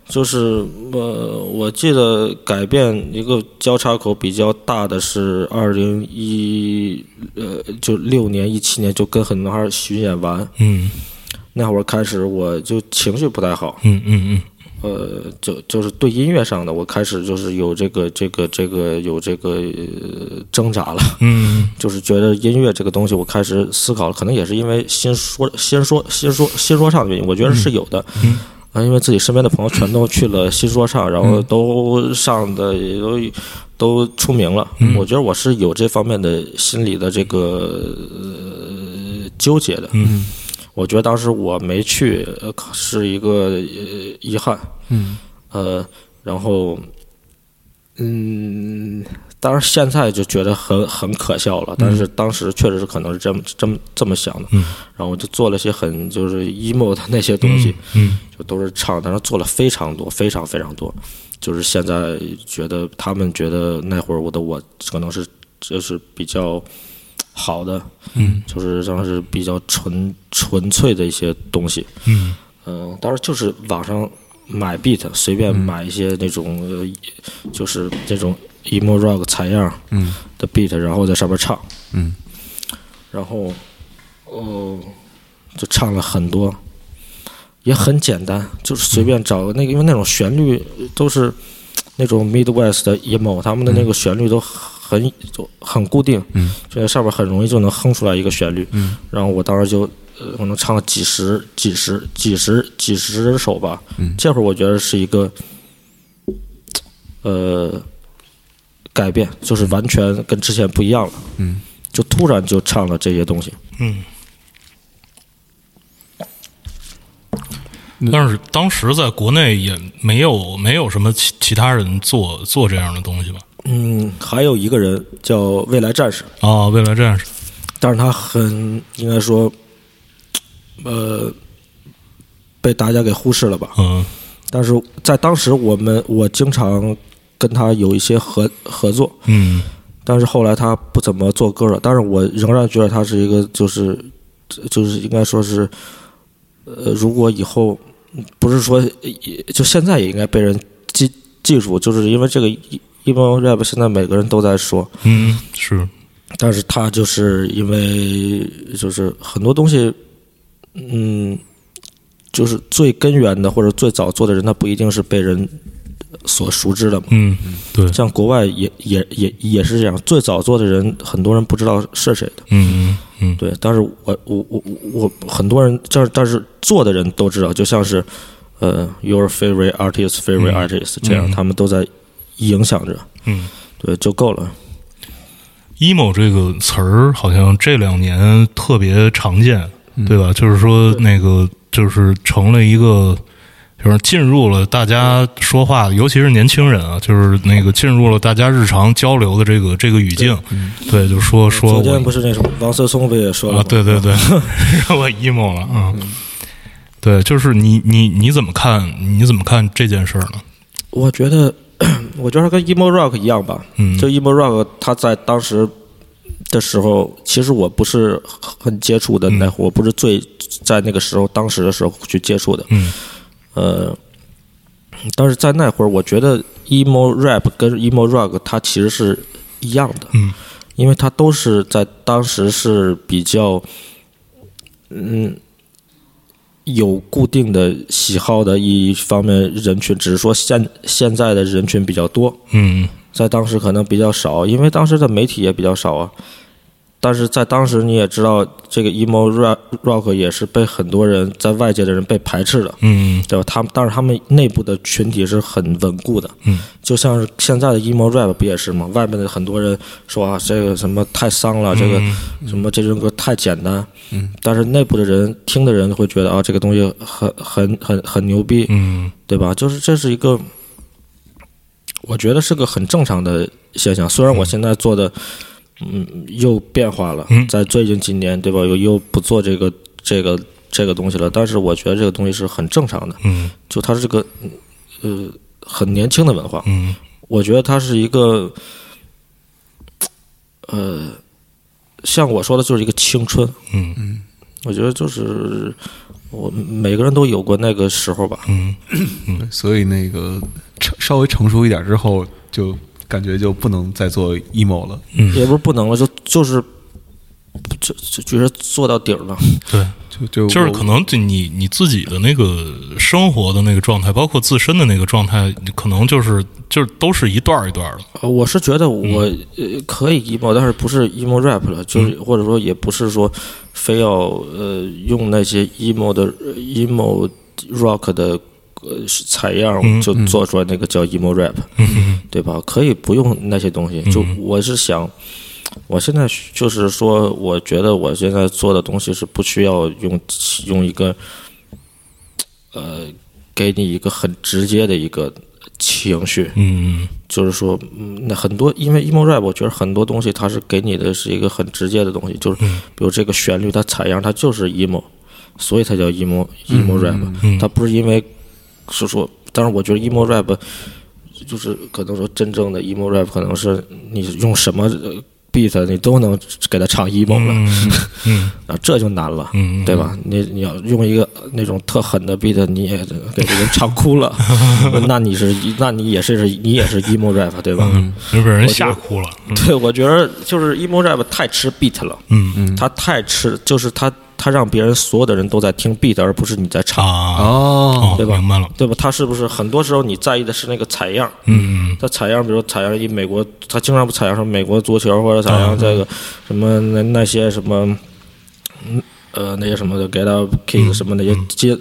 [SPEAKER 3] 就是呃，我记得改变一个交叉口比较大的是二零一呃，就六年一七年就跟很多孩儿巡演完
[SPEAKER 2] 嗯
[SPEAKER 3] 那会儿开始，我就情绪不太好，
[SPEAKER 2] 嗯嗯
[SPEAKER 3] 呃，就就是对音乐上的我开始就是有这个这个这个有这个、呃、挣扎了。
[SPEAKER 2] 嗯
[SPEAKER 3] 就是觉得音乐这个东西，我开始思考了，可能也是因为新说 [laughs] 新说新说新说唱的原因，我觉得是有的。
[SPEAKER 2] 嗯
[SPEAKER 3] 啊，因为自己身边的朋友全都去了新说唱，然
[SPEAKER 2] 嗯
[SPEAKER 3] 后都上的也都都出名了。
[SPEAKER 2] 嗯
[SPEAKER 3] 我觉得我是有这方面的心理的这个、呃、纠结的。
[SPEAKER 2] 嗯
[SPEAKER 3] 我觉得当时我没去呃是一个呃遗憾。
[SPEAKER 1] 嗯
[SPEAKER 3] 呃，然后，嗯，当然现在就觉得很很可笑了，但是当时确实是可能是这么这么这么想的，
[SPEAKER 2] 嗯
[SPEAKER 3] 然后我就做了些很就是 emo 的那些东西，
[SPEAKER 2] 嗯
[SPEAKER 3] 就都是唱，但是做了非常多，非常非常多，就是现在觉得他们觉得那会儿我的我可能是就是比较好的，
[SPEAKER 2] 嗯
[SPEAKER 3] 就是当时比较纯纯粹的一些东西，
[SPEAKER 2] 嗯
[SPEAKER 3] 嗯，当时就是网上买 beat，随
[SPEAKER 1] 嗯
[SPEAKER 3] 便买一些那种、呃，就是这种 emo rock 采样
[SPEAKER 1] 嗯
[SPEAKER 3] 的 beat，然后在上面唱，
[SPEAKER 1] 嗯
[SPEAKER 3] 然后哦、就唱了很多，也很简单，就是随便找个那个，因为那种旋律都是那种 Midwest 的 emo，他们的那个旋律都很就很固定，
[SPEAKER 1] 嗯
[SPEAKER 3] 就在上面很容易就能哼出来一个旋律，
[SPEAKER 1] 嗯
[SPEAKER 3] 然后我当时就，呃，可能唱了几十、几十、几十、几十首吧。
[SPEAKER 1] 嗯
[SPEAKER 3] 这会儿我觉得是一个，呃，改变，就是完全跟之前不一样了，
[SPEAKER 1] 嗯
[SPEAKER 3] 就突然就唱了这些东西。
[SPEAKER 2] 嗯。但是当时在国内也没有没有什么其其他人做做这样的东西吧？
[SPEAKER 3] 嗯，还有一个人叫未来战士，
[SPEAKER 2] 啊，未来战士，
[SPEAKER 3] 但是他很应该说，呃，被大家给忽视了吧？
[SPEAKER 2] 嗯
[SPEAKER 3] 但是在当时，我们我经常跟他有一些合合作，
[SPEAKER 2] 嗯
[SPEAKER 3] 但是后来他不怎么做歌了，但是我仍然觉得他是一个就是就是应该说是，呃，如果以后不是说也就现在也应该被人记记住，就是因为这个 emo rap 现在每个人都在说，
[SPEAKER 2] 嗯，是，
[SPEAKER 3] 但是他就是因为就是很多东西，嗯，就是最根源的或者最早做的人，他不一定是被人所熟知的嘛。
[SPEAKER 2] 嗯，对，
[SPEAKER 3] 像国外也也也也是这样，最早做的人，很多人不知道是谁的，
[SPEAKER 2] 嗯嗯
[SPEAKER 3] 对。但是我我我我我很多人，但是但是做的人都知道，就像是呃，your favorite artist, favorite
[SPEAKER 2] 嗯
[SPEAKER 3] artist 这样，
[SPEAKER 2] 嗯
[SPEAKER 3] 他们都在影响着，
[SPEAKER 2] 嗯
[SPEAKER 3] 对，就够了。
[SPEAKER 2] ，emo 这个词儿好像这两年特别常见，嗯对吧？就是说那个就是成了一个。就是进入了大家说话，尤其是年轻人啊，就是那个进入了大家日常交流的这个这个语境，对，嗯就说说
[SPEAKER 3] 昨
[SPEAKER 2] 我
[SPEAKER 3] 天不是那什么王思聪不也说了吗嗯
[SPEAKER 2] 啊，对对
[SPEAKER 3] [laughs]
[SPEAKER 2] 对，让我 emo 了啊。对，就是你你你怎么看？你怎么看这件事儿呢？
[SPEAKER 3] 我觉得 [clears throat] 我觉得跟 emo rock 一样吧，
[SPEAKER 2] 嗯，
[SPEAKER 3] 就 emo rock，他在当时的时候，其实我不是很接触的，
[SPEAKER 2] 嗯
[SPEAKER 3] 那会儿我不是最在那个时候当时的时候去接触的，
[SPEAKER 2] 嗯
[SPEAKER 3] 呃，但是在那会儿，我觉得 emo rap 跟 emo rock 它其实是一样的，
[SPEAKER 2] 嗯
[SPEAKER 3] 因为它都是在当时是比较，嗯，有固定的喜好的一方面人群，只是说现现在的人群比较多，
[SPEAKER 2] 嗯
[SPEAKER 3] 在当时可能比较少，因为当时的媒体也比较少啊。但是在当时，你也知道，这个 emo rap rock 也是被很多人在外界的人被排斥的，
[SPEAKER 2] 嗯
[SPEAKER 3] 对吧？他们，但是他们内部的群体是很稳固的，
[SPEAKER 2] 嗯，
[SPEAKER 3] 就像是现在的 emo rap 不也是吗？外面的很多人说啊，这个什么太丧了，这个
[SPEAKER 2] 嗯
[SPEAKER 3] 什么这种歌太简单，
[SPEAKER 1] 嗯，
[SPEAKER 3] 但是内部的人听的人会觉得啊，这个东西很很很很牛逼，
[SPEAKER 2] 嗯
[SPEAKER 3] 对吧？就是这是一个，我觉得是个很正常的现象。虽然我现在做的嗯又变化了
[SPEAKER 2] 嗯，
[SPEAKER 3] 在最近几年对吧，又又不做这个这个这个东西了。但是我觉得这个东西是很正常的，
[SPEAKER 2] 嗯
[SPEAKER 3] 就它是个嗯呃很年轻的文化，
[SPEAKER 2] 嗯
[SPEAKER 3] 我觉得它是一个呃像我说的就是一个青春，
[SPEAKER 2] 嗯
[SPEAKER 3] 我觉得就是我每个人都有过那个时候吧。
[SPEAKER 2] 嗯，
[SPEAKER 1] 所以那个成稍微成熟一点之后，就感觉就不能再做 emo 了。
[SPEAKER 3] 也不是不能了，就就是就就觉得做到底儿了。
[SPEAKER 2] 对，
[SPEAKER 1] 就就
[SPEAKER 2] 就是
[SPEAKER 1] 我
[SPEAKER 2] 可能就你你自己的那个生活的那个状态，包括自身的那个状态，你可能就是就是都是一段儿一段儿的。
[SPEAKER 3] 呃我是觉得我、
[SPEAKER 2] 嗯
[SPEAKER 3] 呃可以 emo，但是不是 emo rap 了，就是、或者说也不是说非要呃用那些 emo 的呃 emo rock 的呃是采样
[SPEAKER 2] 嗯
[SPEAKER 3] 就做出来那个叫 emo rap，、
[SPEAKER 2] 嗯
[SPEAKER 3] 对吧？可以不用那些东西，就我是想。我现在就是说，我觉得我现在做的东西是不需要用用一个，呃，给你一个很直接的一个情绪，
[SPEAKER 2] 嗯
[SPEAKER 3] 就是说，嗯，那很多因为 emo rap，我觉得很多东西它是给你的是一个很直接的东西，就是
[SPEAKER 2] 嗯
[SPEAKER 3] 比如这个旋律它采样它就是 emo，所以它叫 E emo emo rap，、
[SPEAKER 2] 嗯
[SPEAKER 3] 它不是因为是说，当然我觉得 emo rap 就是可能说真正的 emo rap 可能是你用什么呃 beat 你都能给它唱 emo 了， [laughs]
[SPEAKER 2] 嗯嗯
[SPEAKER 3] 啊，这就难了，
[SPEAKER 2] 嗯
[SPEAKER 3] 对吧？你你要用一个那种特狠的 beat，你也给这个唱哭
[SPEAKER 2] [laughs]
[SPEAKER 3] 了，那你是那你也是你也是 emo rap 对吧？
[SPEAKER 2] 嗯，就被人吓哭了。
[SPEAKER 3] 对，我觉得就是 emo rap 太吃 beat 了，
[SPEAKER 2] 嗯嗯
[SPEAKER 3] 它太吃，就是它它让别人所有的人都在听 beat，而不是你在唱，
[SPEAKER 2] 啊，
[SPEAKER 1] 哦，
[SPEAKER 2] 哦，
[SPEAKER 3] 对吧
[SPEAKER 2] 明白了。
[SPEAKER 3] 对吧？它是不是很多时候你在意的是那个采样？
[SPEAKER 2] 嗯
[SPEAKER 3] 它采样，比如采样一美国，它经常不采样什么美国足球或者采样这个什么那那些什么，嗯呃那些什么的 get up
[SPEAKER 2] 嗯
[SPEAKER 3] kick 什么那些经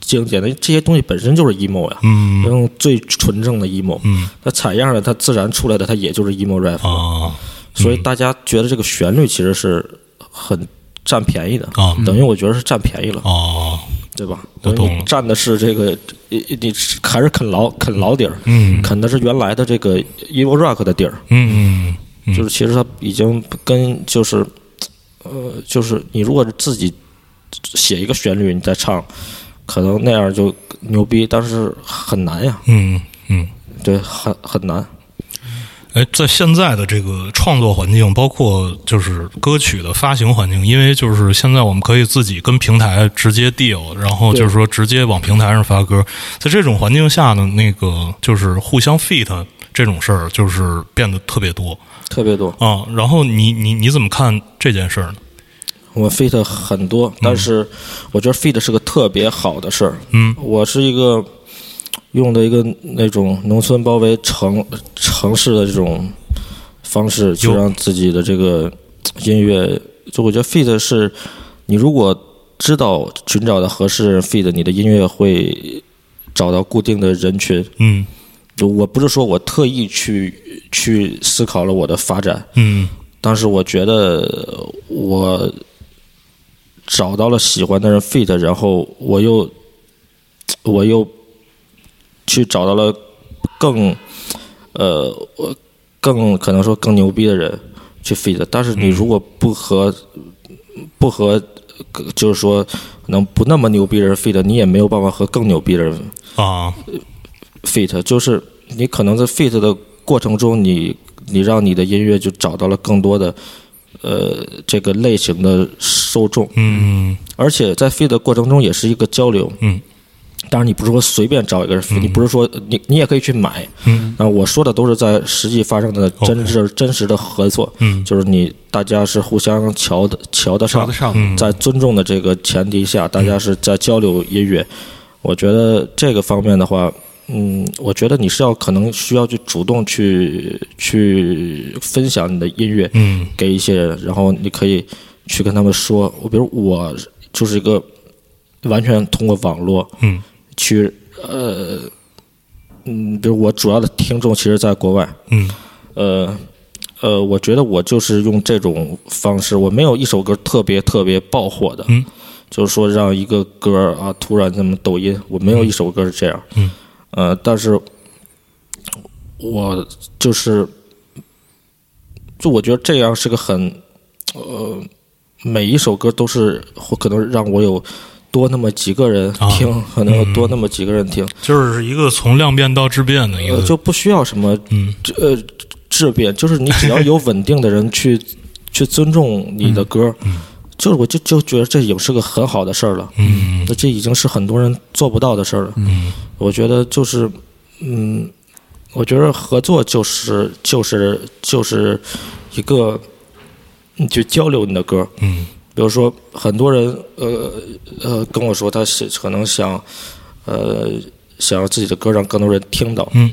[SPEAKER 3] 经典的这些东西本身就是 emo 呀，
[SPEAKER 2] 嗯嗯
[SPEAKER 3] 用最纯正的 emo，
[SPEAKER 2] 嗯
[SPEAKER 3] 它采样的它自然出来的它也就是 emo rap，
[SPEAKER 2] 啊
[SPEAKER 3] 所以大家觉得这个旋律其实是很占便宜的，
[SPEAKER 2] 啊
[SPEAKER 3] 等于我觉得是占便宜了，
[SPEAKER 2] 啊，
[SPEAKER 3] 对吧？
[SPEAKER 2] 我
[SPEAKER 3] 等于
[SPEAKER 2] 懂
[SPEAKER 3] 你
[SPEAKER 2] 了
[SPEAKER 3] 占的是这个，你你还是啃老啃老底儿，
[SPEAKER 2] 嗯
[SPEAKER 3] 啃的是原来的这个 emo rock 的底儿，
[SPEAKER 2] 嗯嗯，
[SPEAKER 3] 就是其实它已经跟就是，呃，就是你如果自己写一个旋律你再唱，可能那样就牛逼，但是很难呀，
[SPEAKER 2] 嗯嗯。
[SPEAKER 3] 对，很很难。
[SPEAKER 2] 哎，在现在的这个创作环境，包括就是歌曲的发行环境，因为就是现在我们可以自己跟平台直接 deal，然后就是说直接往平台上发歌，在这种环境下呢，那个就是互相 fit 这种事儿，就是变得特别多
[SPEAKER 3] 特别多，
[SPEAKER 2] 啊。然后你你你怎么看这件事儿呢？
[SPEAKER 3] 我 fit 很多，但是我觉得 fit 是个特别好的事儿。
[SPEAKER 2] 嗯，
[SPEAKER 3] 我是一个用的一个那种农村包围城城市的这种方式，去
[SPEAKER 2] 有
[SPEAKER 3] 让自己的这个音乐，就我觉得 fit 是，你如果知道寻找到合适 fit，你的音乐会找到固定的人群。
[SPEAKER 2] 嗯
[SPEAKER 3] 就我不是说我特意去去思考了我的发展，
[SPEAKER 2] 嗯
[SPEAKER 3] 但是我觉得我找到了喜欢的人 fit，然后我又我又去找到了更呃我更可能说更牛逼的人去 fit，但是你如果不和、不和就是说能不那么牛逼的人 fit，你也没有办法和更牛逼的人
[SPEAKER 2] 啊
[SPEAKER 3] fit，就是你可能在 fit 的过程中你，你让你的音乐就找到了更多的呃这个类型的受众，
[SPEAKER 2] 嗯
[SPEAKER 3] 而且在 fit 的过程中也是一个交流。
[SPEAKER 2] 嗯
[SPEAKER 3] 当然，你不是说随便找一个人 fit，、你不是说你你也可以去买。
[SPEAKER 2] 嗯
[SPEAKER 3] 啊，我说的都是在实际发生的真实真实的合作，
[SPEAKER 2] 嗯
[SPEAKER 3] 就是你大家是互相瞧的瞧得
[SPEAKER 1] 瞧
[SPEAKER 3] 上
[SPEAKER 1] 得，上，
[SPEAKER 2] 嗯
[SPEAKER 3] 在尊重的这个前提下，大家是在交流音乐。我觉得这个方面的话，嗯，我觉得你是要可能需要去主动去去分享你的音乐
[SPEAKER 2] 嗯
[SPEAKER 3] 给一些人，然后你可以去跟他们说，我比如我就是一个完全通过网络
[SPEAKER 2] 嗯
[SPEAKER 3] 去呃嗯，比如我主要的听众其实在国外，
[SPEAKER 2] 嗯
[SPEAKER 3] 呃，呃，我觉得我就是用这种方式，我没有一首歌特别特别爆火的，
[SPEAKER 2] 嗯
[SPEAKER 3] 就是说让一个歌啊突然这么抖音，我没有一首歌是这样，
[SPEAKER 2] 嗯，
[SPEAKER 3] 呃，但是我就是就我觉得这样是个很，呃，每一首歌都是或可能让我有多那么几个人
[SPEAKER 2] 啊
[SPEAKER 3] 听，可能有
[SPEAKER 2] 嗯
[SPEAKER 3] 多那么几个人听，
[SPEAKER 2] 就是一个从量变到质变的一
[SPEAKER 3] 呃
[SPEAKER 2] 个，
[SPEAKER 3] 就不需要什么
[SPEAKER 2] 嗯
[SPEAKER 3] 质呃质变，就是你只要
[SPEAKER 2] [laughs]
[SPEAKER 3] 有稳定的人去去尊重你
[SPEAKER 2] 嗯
[SPEAKER 3] 的歌，就是我就就觉得这已经是个很好的事儿了。
[SPEAKER 2] 嗯
[SPEAKER 3] 那这已经是很多人做不到的事儿了。
[SPEAKER 2] 嗯
[SPEAKER 3] 我觉得就是，嗯，我觉得合作就是就是就是一个，你去交流你的歌。
[SPEAKER 2] 嗯
[SPEAKER 3] 比如说，很多人呃呃跟我说，他是可能想呃想让自己的歌让更多人听到。
[SPEAKER 2] 嗯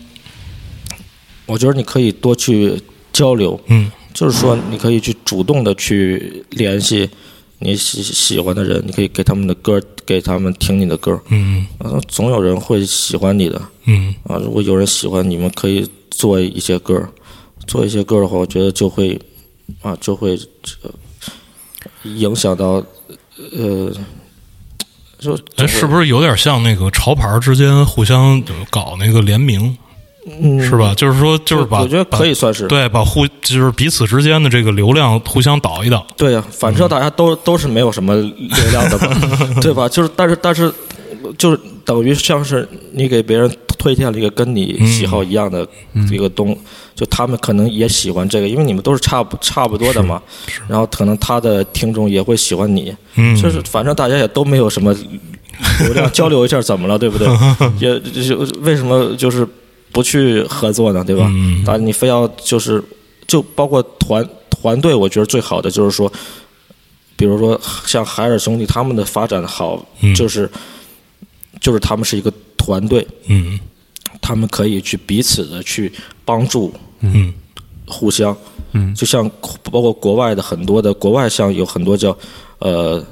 [SPEAKER 3] 我觉得你可以多去交流，
[SPEAKER 2] 嗯
[SPEAKER 3] 就是说你可以去主动的去联系你喜喜欢的人，你可以给他们的歌，给他们听你的歌。
[SPEAKER 2] 嗯
[SPEAKER 3] 啊，总有人会喜欢你的
[SPEAKER 2] 嗯
[SPEAKER 3] 啊！如果有人喜欢，你们可以做一些歌儿，做一些歌儿的话，我觉得就会啊，就会、呃影响到呃，说
[SPEAKER 2] 哎，是不是有点像那个潮牌之间互相搞那个联名，
[SPEAKER 3] 嗯，
[SPEAKER 2] 是吧？就是说，就是把
[SPEAKER 3] 我觉得可以算是
[SPEAKER 2] 把对，把互就是彼此之间的这个流量互相导一导，
[SPEAKER 3] 对呀、反正大家都、都是没有什么流量的嘛， [laughs] 对吧？就是，但是，但是，就是等于像是你给别人推荐了一个跟你喜好一样的一个东，就他们可能也喜欢这个，因为你们都是差不差不多的嘛。然后可能他的听众也会喜欢你，
[SPEAKER 2] 嗯，
[SPEAKER 3] 就是反正大家也都没有什么流量，交流一下怎么了，对
[SPEAKER 2] [laughs]
[SPEAKER 3] 不对？也就是为什么就是不去合作呢，对吧？
[SPEAKER 2] 嗯
[SPEAKER 3] 但你非要就是就包括团团队，我觉得最好的就是说，比如说像海尔兄弟他们的发展好，
[SPEAKER 2] 嗯
[SPEAKER 3] 就是就是他们是一个团队，
[SPEAKER 2] 嗯
[SPEAKER 3] 他们可以去彼此的去帮助
[SPEAKER 2] 嗯
[SPEAKER 3] 互相，嗯，就像包括国外的很多的国外像有很多叫呃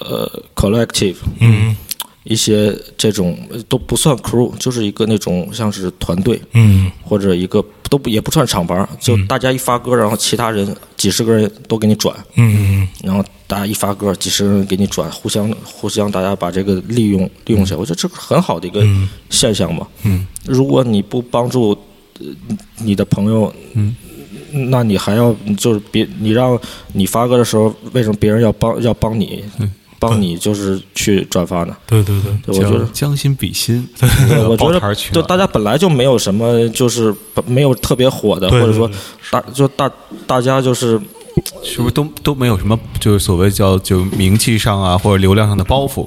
[SPEAKER 3] 呃 collective，
[SPEAKER 2] 嗯
[SPEAKER 3] 一些这种呃都不算 crew，就是一个那种像是团队
[SPEAKER 2] 嗯
[SPEAKER 3] 或者一个都不也不算厂牌，就大家一发歌，然后其他人几十个人都给你转，
[SPEAKER 2] 嗯
[SPEAKER 3] 然后大家一发歌，几十个人给你转，互相互相大家把这个利用利用起来，我觉得这个很好的一个现象嘛。
[SPEAKER 1] 嗯，
[SPEAKER 3] 如果你不帮助呃你的朋友，嗯，那你还要就是别你让你发歌的时候，为什么别人要帮要帮你？帮你就是去转发呢，
[SPEAKER 2] 对对对，
[SPEAKER 3] 对我觉得
[SPEAKER 1] 叫将心比心，
[SPEAKER 3] 对， [laughs] 我觉
[SPEAKER 1] 抱
[SPEAKER 3] 得
[SPEAKER 1] 团儿取
[SPEAKER 3] 就
[SPEAKER 1] 暖
[SPEAKER 3] 大家本来就没有什么，就是本没有特别火的，
[SPEAKER 2] 对
[SPEAKER 3] 或者
[SPEAKER 2] 对
[SPEAKER 3] 说
[SPEAKER 2] 对
[SPEAKER 3] 大就大大家就是
[SPEAKER 1] 是不是都都没有什么就是所谓叫就名气上啊或者流量上的包袱？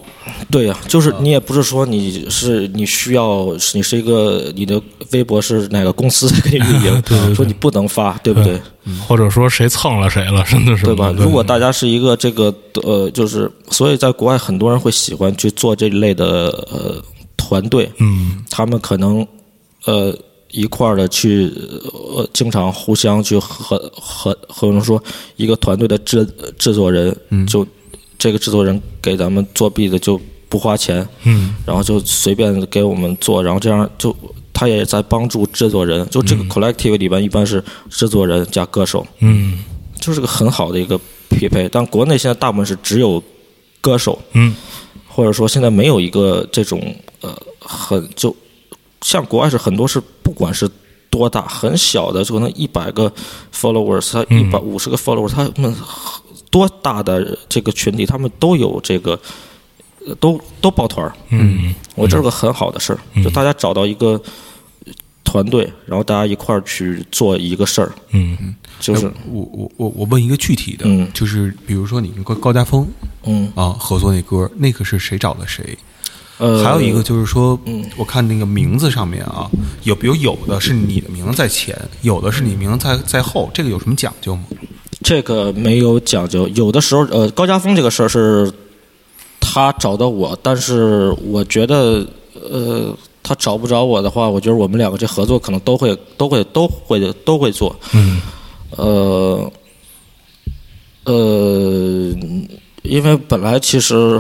[SPEAKER 3] 对呀、
[SPEAKER 2] 嗯
[SPEAKER 3] 就是你也不是说你是你需要是你是一个你的微博是哪个公司给你运
[SPEAKER 2] [laughs]
[SPEAKER 3] 营，说你不能发，对不对？
[SPEAKER 2] 或者说谁蹭了谁嗯了，真的是
[SPEAKER 3] 对吧？如果大家是一个这个呃，就是所以在国外很多人会喜欢去做这类的呃团队，
[SPEAKER 2] 嗯
[SPEAKER 3] 他们可能呃一块儿的去呃经常互相去和和和能说一个团队的制制作人，就这个制作人给咱们作弊的就不花钱，
[SPEAKER 2] 嗯
[SPEAKER 3] 然后就随便给我们做，然后这样就他也在帮助制作人，就这个 collective 里边一般是制作人加歌手，
[SPEAKER 2] 嗯
[SPEAKER 3] 就是个很好的一个匹配。但国内现在大部分是只有歌手，
[SPEAKER 2] 嗯
[SPEAKER 3] 或者说现在没有一个这种呃很就像国外是很多是不管是多大很小的，就可能一百个 followers，他
[SPEAKER 1] 嗯
[SPEAKER 3] 一百五十个 followers，他们多大的这个群体，他们都有这个呃都都抱团儿。
[SPEAKER 2] 嗯
[SPEAKER 3] 我这是个很好的事儿，
[SPEAKER 1] 嗯
[SPEAKER 3] 就大家找到一个团队，然后大家一块儿去做一个事儿，
[SPEAKER 2] 嗯
[SPEAKER 3] 就是
[SPEAKER 1] 哎我我我我问一个具体的，
[SPEAKER 3] 嗯
[SPEAKER 1] 就是比如说你跟高高家峰
[SPEAKER 3] 嗯
[SPEAKER 1] 啊合作那歌，那个是谁找的谁？
[SPEAKER 3] 呃，嗯
[SPEAKER 1] 还有一个就是说，我看那个名字上面啊，有比如有的是你的名字在前，有的是你名字在在后，这个有什么讲究吗？
[SPEAKER 3] 这个没有讲究，有的时候呃，高家峰这个事儿是他找到我，但是我觉得呃，他找不着我的话，我觉得我们两个这合作可能都会都会都会都会做，
[SPEAKER 2] 嗯
[SPEAKER 3] 呃呃，因为本来其实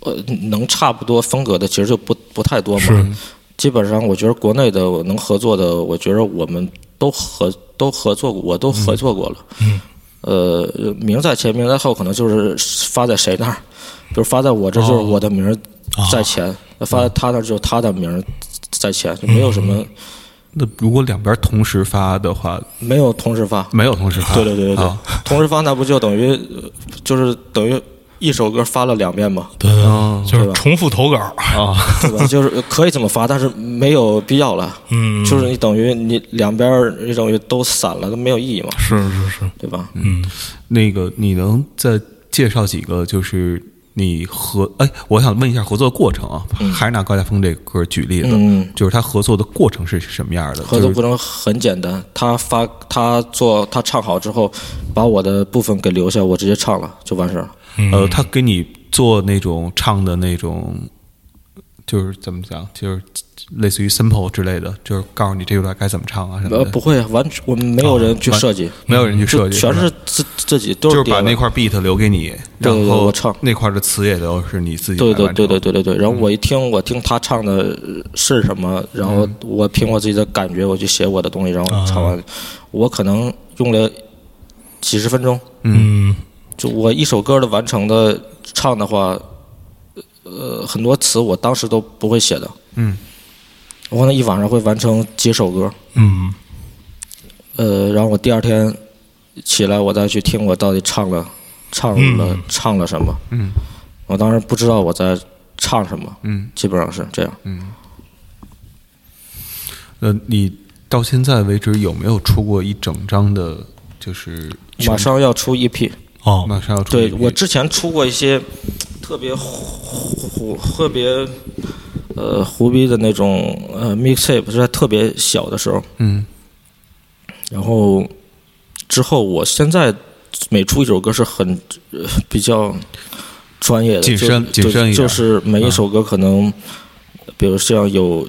[SPEAKER 3] 呃能差不多风格的其实就不不太多嘛，基本上我觉得国内的我能合作的，我觉得我们都合都合作过，我都合作过了。
[SPEAKER 2] 嗯
[SPEAKER 3] 呃，名在前，名在后，可能就是发在谁那儿，比如发在我这就是
[SPEAKER 2] 哦
[SPEAKER 3] 我的
[SPEAKER 2] 嗯
[SPEAKER 3] 名儿在前，发在他那儿就是他的名儿在前，就没有什么
[SPEAKER 1] 那如果两边同时发的话，
[SPEAKER 3] 没有同时
[SPEAKER 2] 嗯
[SPEAKER 3] 发，
[SPEAKER 1] 没有同时发，
[SPEAKER 3] 对对对对对
[SPEAKER 2] 哦
[SPEAKER 1] 啊，
[SPEAKER 3] 同时发那不就等于呃就是等于一首歌发了两
[SPEAKER 2] [laughs]
[SPEAKER 3] 遍吗？
[SPEAKER 2] 对，
[SPEAKER 1] 哦
[SPEAKER 2] 就是重复投稿，
[SPEAKER 1] 啊，
[SPEAKER 3] 对吧？就是可以这么发，但是没有必要了。
[SPEAKER 2] 嗯，
[SPEAKER 3] 就是你等于你两边儿你等于都散了，都没有意义嘛，
[SPEAKER 2] 是是是，
[SPEAKER 3] 对吧？
[SPEAKER 2] 嗯，
[SPEAKER 1] 那个你能再介绍几个就是。你合哎，我想问一下合作过程啊，还是拿高晓峰这歌举例子，
[SPEAKER 3] 嗯
[SPEAKER 1] 就是他合作的过程是什么样的？
[SPEAKER 3] 合作
[SPEAKER 1] 就是
[SPEAKER 3] 过程很简单，他发他做他唱好之后，把我的部分给留下，我直接唱了就完事儿了。
[SPEAKER 1] 呃，他给你做那种唱的那种，就是怎么讲，就是类似于 sample 之类的，就是告诉你这一段该怎么唱啊什么
[SPEAKER 3] 呃，
[SPEAKER 1] 的，
[SPEAKER 3] 不会，完全我们没有人去设计，
[SPEAKER 1] 啊没有人去设
[SPEAKER 3] 就
[SPEAKER 1] 计，
[SPEAKER 3] 全
[SPEAKER 1] 吧
[SPEAKER 3] 是自自己都
[SPEAKER 1] 就是是
[SPEAKER 3] 叠
[SPEAKER 1] 把
[SPEAKER 3] 的
[SPEAKER 1] 那块 beat 留给你，
[SPEAKER 3] 对
[SPEAKER 1] 然
[SPEAKER 3] 对对
[SPEAKER 1] 后
[SPEAKER 3] 我唱
[SPEAKER 1] 那块的词也都是你自己
[SPEAKER 3] 对
[SPEAKER 1] 来
[SPEAKER 3] 对
[SPEAKER 1] 完成
[SPEAKER 3] 对
[SPEAKER 1] 嗯
[SPEAKER 3] 对对对对，然后我一听，我听他唱的呃是什么，然后
[SPEAKER 1] 嗯
[SPEAKER 3] 我凭我自己的感觉，我去写我的东西，然后唱
[SPEAKER 1] 啊
[SPEAKER 3] 完，我可能用了几十分钟，
[SPEAKER 2] 嗯
[SPEAKER 3] 就我一首歌的完成的唱的话，呃，很多词我当时都不会写的，
[SPEAKER 1] 嗯，
[SPEAKER 3] 我可能一晚上会完成几首歌，
[SPEAKER 2] 嗯
[SPEAKER 3] 呃，然后我第二天起来，我再去听我到底唱了唱了、
[SPEAKER 2] 嗯
[SPEAKER 3] 唱了什么，
[SPEAKER 1] 嗯，
[SPEAKER 3] 我当时不知道我在唱什么，
[SPEAKER 1] 嗯
[SPEAKER 3] 基本上是这样。
[SPEAKER 1] 呃，你到现在为止有没有出过一整张的，就是
[SPEAKER 3] 马上要出 E EP，
[SPEAKER 2] 哦
[SPEAKER 1] 马上要出
[SPEAKER 3] 对
[SPEAKER 1] 一
[SPEAKER 3] 我
[SPEAKER 1] 批
[SPEAKER 3] 之前出过一些特别虎特别呃胡逼的那种呃 mixtape，是在特别小的时候，
[SPEAKER 1] 嗯
[SPEAKER 3] 然后之后我现在每出一首歌是很、呃比较专业的，
[SPEAKER 1] 谨慎
[SPEAKER 3] 就
[SPEAKER 1] 谨慎一点嗯
[SPEAKER 3] 就就是每一首歌可能，比如像有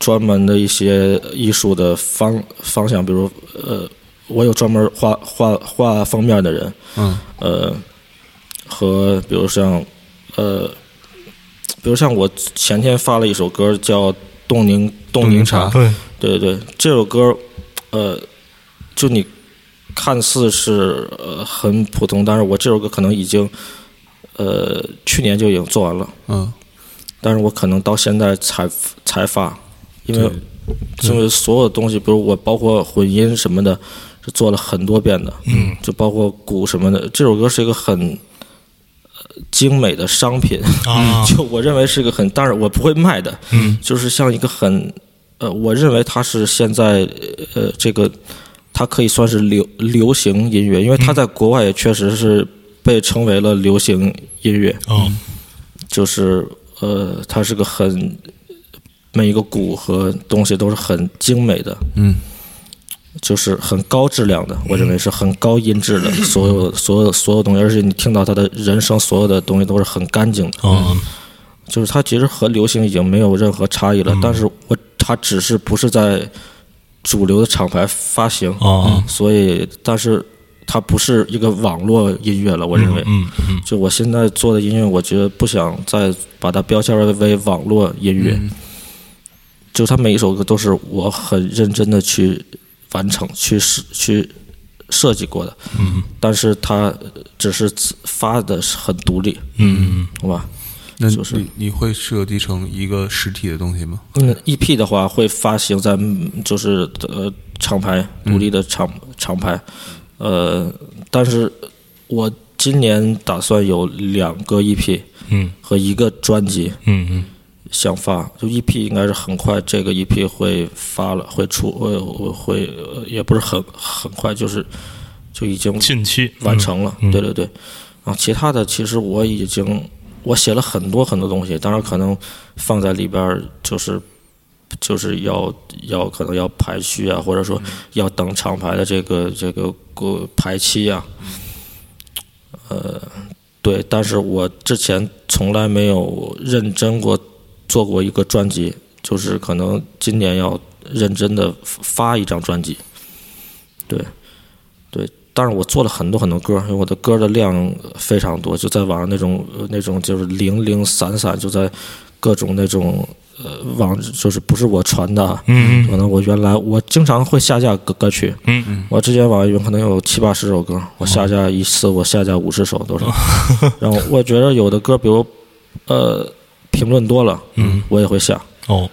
[SPEAKER 3] 专门的一些艺术的方方向，比如呃，我有专门画画画封面的人，
[SPEAKER 1] 嗯
[SPEAKER 3] 呃，和比如像呃，比如像我前天发了一首歌叫《冻柠冻柠茶》，
[SPEAKER 2] 对，
[SPEAKER 3] 对对对，这首歌，呃，就你看似是呃很普通，但是我这首歌可能已经呃去年就已经做完了，
[SPEAKER 1] 嗯
[SPEAKER 3] 但是我可能到现在才才发，因为因为所有东西，比如我包括混音什么的，是做了很多遍的，嗯，就包括鼓什么的，这首歌是一个很。呃精美的商品，
[SPEAKER 2] 啊
[SPEAKER 3] [laughs] 就我认为是一个很，但是我不会卖的，
[SPEAKER 2] 嗯
[SPEAKER 3] 就是像一个很，呃，我认为它是现在呃这个，它可以算是流流行音乐，因为它在国外也确实是被称为了流行音乐，
[SPEAKER 2] 哦
[SPEAKER 3] 就是呃，它是个很每一个鼓和东西都是很精美的，
[SPEAKER 1] 嗯
[SPEAKER 3] 就是很高质量的，我认为是很高音质的，所有所有所有东西，而且你听到他的人声，所有的东西都是很干净的，
[SPEAKER 2] 哦
[SPEAKER 3] 就是它其实和流行已经没有任何差异了，
[SPEAKER 2] 嗯
[SPEAKER 3] 但是我它只是不是在主流的厂牌发行，
[SPEAKER 2] 哦，
[SPEAKER 3] 所以但是它不是一个网络音乐了，我认为。
[SPEAKER 2] 嗯嗯
[SPEAKER 3] 就我现在做的音乐，我觉得不想再把它标签为网络音乐，
[SPEAKER 2] 嗯
[SPEAKER 3] 就它每一首歌都是我很认真的去完成、去设、去设计过的，
[SPEAKER 2] 嗯
[SPEAKER 3] 但是它只是自发的很独立，
[SPEAKER 2] 嗯
[SPEAKER 3] 好吧？
[SPEAKER 1] 那
[SPEAKER 3] 就是
[SPEAKER 1] 你你会设计成一个实体的东西吗？
[SPEAKER 3] 嗯，EP 的话会发行在嗯就是呃厂牌独立的厂、厂牌，呃，但是我今年打算有两个 EP
[SPEAKER 2] 嗯
[SPEAKER 3] 和一个专辑
[SPEAKER 2] 嗯嗯
[SPEAKER 3] 想发，就 EP 应该是很快这个 EP 会发了，会出会会呃也不是很很快，就是就已经
[SPEAKER 2] 嗯，近期
[SPEAKER 3] 完，成了。
[SPEAKER 2] 嗯
[SPEAKER 3] 对对对，然后其他的其实我已经我写了很多很多东西，当然可能放在里边儿就是就是要要可能要排序啊，或者
[SPEAKER 2] 嗯
[SPEAKER 3] 说要等厂牌的这个这个过排期啊。呃，对，但是我之前从来没有认真过做过一个专辑，就是可能今年要认真的发一张专辑。对，对，但是我做了很多很多歌，因为我的歌的量非常多，就在网上那种呃那种就是零零散散，就在各种那种呃网就是不是我传的，啊
[SPEAKER 2] 嗯
[SPEAKER 3] 可能我原来我经常会下架歌歌曲，
[SPEAKER 2] 嗯嗯
[SPEAKER 3] 我之前网易云可能有七八十首歌，我下架一次，我下架五十首
[SPEAKER 2] 哦
[SPEAKER 3] 都是。然后我觉得有的歌，比如呃评论多了，
[SPEAKER 2] 嗯，
[SPEAKER 3] 我也会下。
[SPEAKER 2] 哦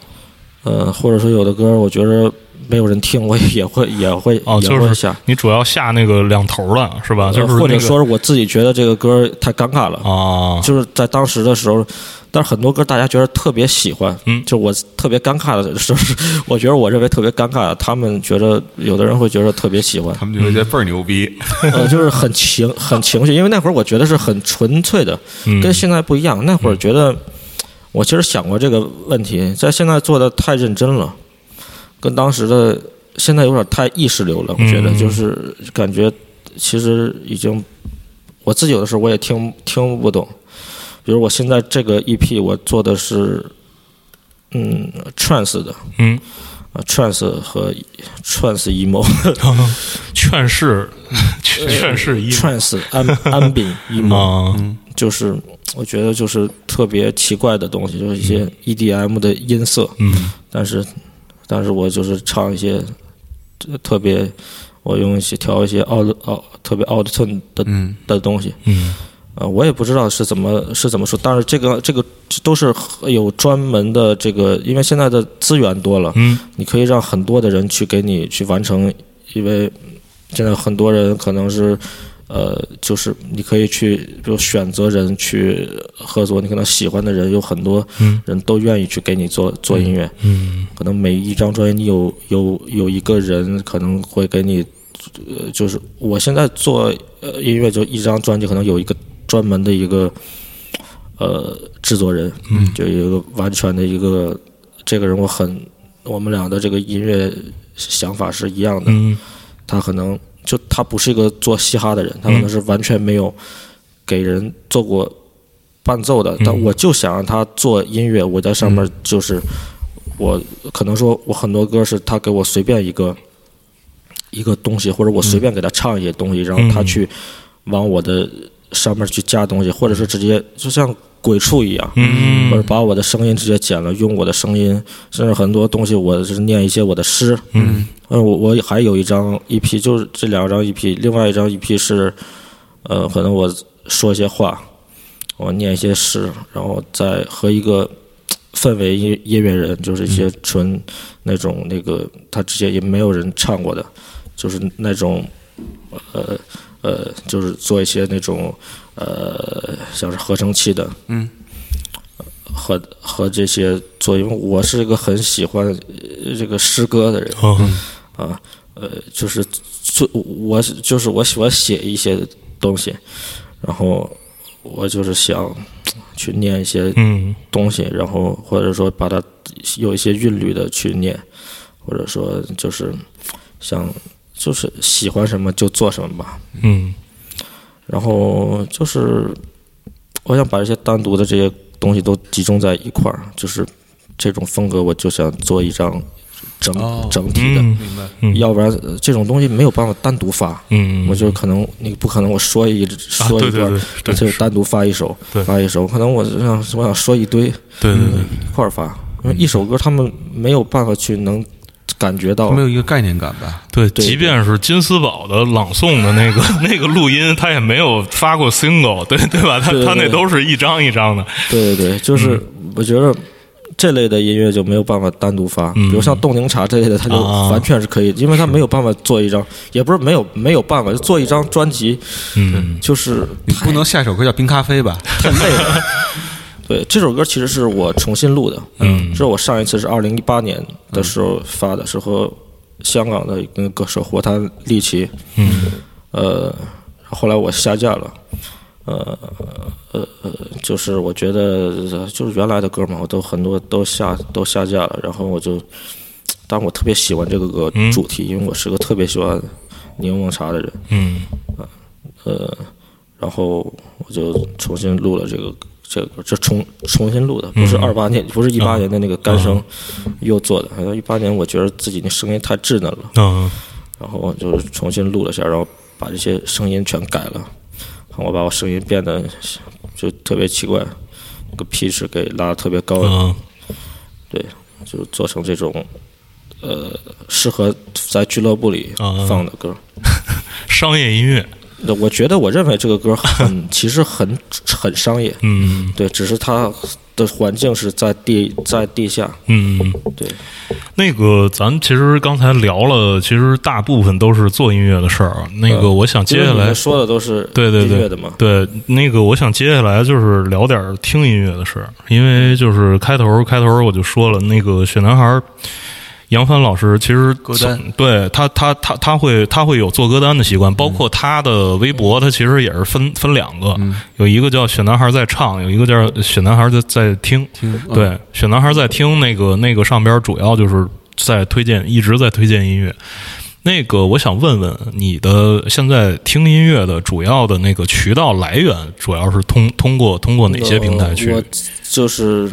[SPEAKER 3] 呃，或者说有的歌，我觉得没有人听，我也会也会
[SPEAKER 2] 哦，
[SPEAKER 3] 也
[SPEAKER 2] 就
[SPEAKER 3] 会
[SPEAKER 2] 是
[SPEAKER 3] 下。
[SPEAKER 2] 你主要下那个两头的是
[SPEAKER 1] 啊
[SPEAKER 2] 吧？就是、那个、
[SPEAKER 3] 呃或者说是我自己觉得这个歌太尴尬了，
[SPEAKER 2] 啊，
[SPEAKER 3] 就是在当时的时候，但是很多歌大家觉得特别喜欢，
[SPEAKER 2] 嗯
[SPEAKER 3] 就我特别尴尬的时候， [laughs] 我觉得我认为特别尴尬，他们觉得有的人会觉得特别喜欢，
[SPEAKER 1] 他们就觉得倍儿牛逼，
[SPEAKER 3] 呃，就是很情很情绪，因为那会儿我觉得是很纯粹的，
[SPEAKER 1] 嗯
[SPEAKER 3] 跟现在不一样。那会儿觉得，我其实想过这个问题，在现在做的太认真了，跟当时的现在有点太意识流了。我觉得
[SPEAKER 2] 嗯
[SPEAKER 3] 就是感觉其实已经，我自己有的时候我也听听不懂。比如我现在这个 EP 我做的是，嗯，trance 的 [laughs]
[SPEAKER 2] 嗯，
[SPEAKER 3] 啊，trance 和 E trance emo。
[SPEAKER 2] 劝世，劝劝世一
[SPEAKER 3] trance 安安饼 emo，
[SPEAKER 2] 啊，
[SPEAKER 3] 就是我觉得就是特别奇怪的东西，就是一些 EDM 的音色，
[SPEAKER 2] 嗯
[SPEAKER 3] 但是但是我就是唱一些呃特别，我用一些调一些奥奥特别 out tone 的
[SPEAKER 1] 嗯
[SPEAKER 3] 的东西，
[SPEAKER 2] 嗯
[SPEAKER 3] 呃，我也不知道是怎么是怎么说，但是这个这个都是有专门的这个，因为现在的资源多了，
[SPEAKER 2] 嗯
[SPEAKER 3] 你可以让很多的人去给你去完成，因为现在很多人可能是，呃，就是你可以去，比如选择人去合作，你可能喜欢的人有很多
[SPEAKER 2] 嗯
[SPEAKER 3] 人都愿意去给你做做音乐，
[SPEAKER 2] 嗯
[SPEAKER 3] 可能每一张专辑你有有有一个人可能会给你，呃，就是我现在做呃音乐就一张专辑可能有一个专门的一个呃制作人，
[SPEAKER 2] 嗯
[SPEAKER 3] 就有一个完全的一个这个人我很我们俩的这个音乐想法是一样的，
[SPEAKER 2] 嗯
[SPEAKER 3] 他可能就他不是一个做嘻哈的人，
[SPEAKER 2] 嗯
[SPEAKER 3] 他可能是完全没有给人做过伴奏的，但
[SPEAKER 2] 嗯
[SPEAKER 3] 我就想让他做音乐，我在上面就是我可能说我很多歌是他给我随便一个一个东西，或者我随便给他唱一些东西，然后他去往我的上面去加东西，或者是直接就像鬼畜一样，
[SPEAKER 2] 嗯
[SPEAKER 3] 或者把我的声音直接剪了，用我的声音，甚至很多东西我是念一些我的诗，
[SPEAKER 2] 嗯
[SPEAKER 3] 呃，我我还有一张 EP，就是这两张 EP，另外一张 EP 是，呃，可能我说一些话，我念一些诗，然后再和一个氛围音音乐人，就是一些纯那种那个他之前也没有人唱过的，就是那种，呃呃，就是做一些那种呃像是合成器的，
[SPEAKER 1] 嗯
[SPEAKER 3] 和和这些做，因为我是一个很喜欢呃这个诗歌的人。
[SPEAKER 2] 哦
[SPEAKER 3] 啊，呃，就是最我就是我喜欢写一些东西，然后我就是想去念一些
[SPEAKER 2] 嗯
[SPEAKER 3] 东西，然后或者说把它有一些韵律的去念，或者说就是想就是喜欢什么就做什么吧，
[SPEAKER 2] 嗯
[SPEAKER 3] 然后就是我想把这些单独的这些东西都集中在一块儿，就是这种风格，我就想做一张整、
[SPEAKER 1] 哦
[SPEAKER 3] 整体的。
[SPEAKER 2] 嗯
[SPEAKER 1] 明白？
[SPEAKER 3] 要不然呃这种东西没有办法单独发。
[SPEAKER 2] 嗯，啊
[SPEAKER 3] 我觉得可能你不可能我说一说
[SPEAKER 2] 对
[SPEAKER 3] 一
[SPEAKER 2] 对
[SPEAKER 3] 段，
[SPEAKER 2] 对对
[SPEAKER 3] 就是单独发一首
[SPEAKER 2] 对，
[SPEAKER 3] 发一首，可能我就想我想说一堆一
[SPEAKER 2] 对对对，
[SPEAKER 3] 块儿发，因为一首歌他们没有办法去能感觉到
[SPEAKER 1] 没。有一个概念感吧？
[SPEAKER 2] 对，即便是金斯堡的朗诵的那个 [laughs] 那个录音，他也没有发过 single，对对吧？他
[SPEAKER 3] 对对
[SPEAKER 2] 他那
[SPEAKER 3] 对
[SPEAKER 2] 都是一张一张的，
[SPEAKER 3] 对对对，就是我觉得。这类的音乐就没有办法单独发，比如像冻柠茶这类的，它就
[SPEAKER 2] 啊
[SPEAKER 3] 完全是可以，因为它没有办法做一张，也不是没有没有办法，就做一张专辑，
[SPEAKER 2] 嗯
[SPEAKER 3] 就是
[SPEAKER 1] 你不能下一首歌叫冰咖啡吧？
[SPEAKER 3] 太累了。 [laughs] 对，这首歌其实是我重新录的，
[SPEAKER 2] 嗯
[SPEAKER 3] 这是我上一次是二零一八年的时候发的，是和香港的一个歌手活摊利奇，
[SPEAKER 2] 嗯
[SPEAKER 3] 呃，后来我下架了，呃呃呃，就是我觉得呃就是原来的歌嘛，我都很多都下都下架了，然后我就，但我特别喜欢这个歌
[SPEAKER 2] 嗯
[SPEAKER 3] 主题，因为我是个特别喜欢柠檬茶的人，
[SPEAKER 2] 嗯
[SPEAKER 3] 呃，然后我就重新录了这个这个歌，这重重新录的，不是
[SPEAKER 2] 嗯啊
[SPEAKER 3] 二八年，不是一八年的那个干声又做的，好像一八年我觉得自己那声音太稚嫩了，
[SPEAKER 2] 嗯
[SPEAKER 3] 然后我就重新录了一下，然后把这些声音全改了，我把我声音变得就特别奇怪，那个 pitch 给拉得特别高，
[SPEAKER 2] 嗯
[SPEAKER 3] 对，就做成这种。呃，适合在俱乐部里
[SPEAKER 2] 啊
[SPEAKER 3] 放的歌，
[SPEAKER 2] 商业音乐，
[SPEAKER 3] 那
[SPEAKER 2] [laughs]
[SPEAKER 3] 我觉得，我认为这个歌很，其实很很商业，
[SPEAKER 2] 嗯
[SPEAKER 3] 对，只是它的环境是在地在地下，
[SPEAKER 2] 嗯，
[SPEAKER 3] 对，
[SPEAKER 2] 那个咱其实刚才聊了，其实大部分都是做音乐的事儿啊。那个我想
[SPEAKER 3] 因
[SPEAKER 2] 接
[SPEAKER 3] 为
[SPEAKER 2] 下
[SPEAKER 3] 呃你
[SPEAKER 2] 来
[SPEAKER 3] 们，说的都是
[SPEAKER 2] 对对
[SPEAKER 3] 音乐
[SPEAKER 2] 对
[SPEAKER 3] 的嘛，
[SPEAKER 2] 对，那个我想接下来就是聊点儿听音乐的事儿，因为就是开头开头我就说了，那个雪男孩儿杨帆老师其实
[SPEAKER 1] 歌单嗯
[SPEAKER 2] 从对他他他他会他会有做歌单的习惯，包括他的微博，他其实也是分分两个，
[SPEAKER 1] 嗯
[SPEAKER 2] 有一个叫雪男孩在唱，有一个叫雪男孩在在听。
[SPEAKER 1] 听嗯
[SPEAKER 2] 对，雪男孩在听那个那个上边，主要就是在推荐，一直在推荐音乐。那个，我想问问你的现在听音乐的主要的那个渠道来源，主要是通通过通过哪些平台去
[SPEAKER 3] 我？我就是，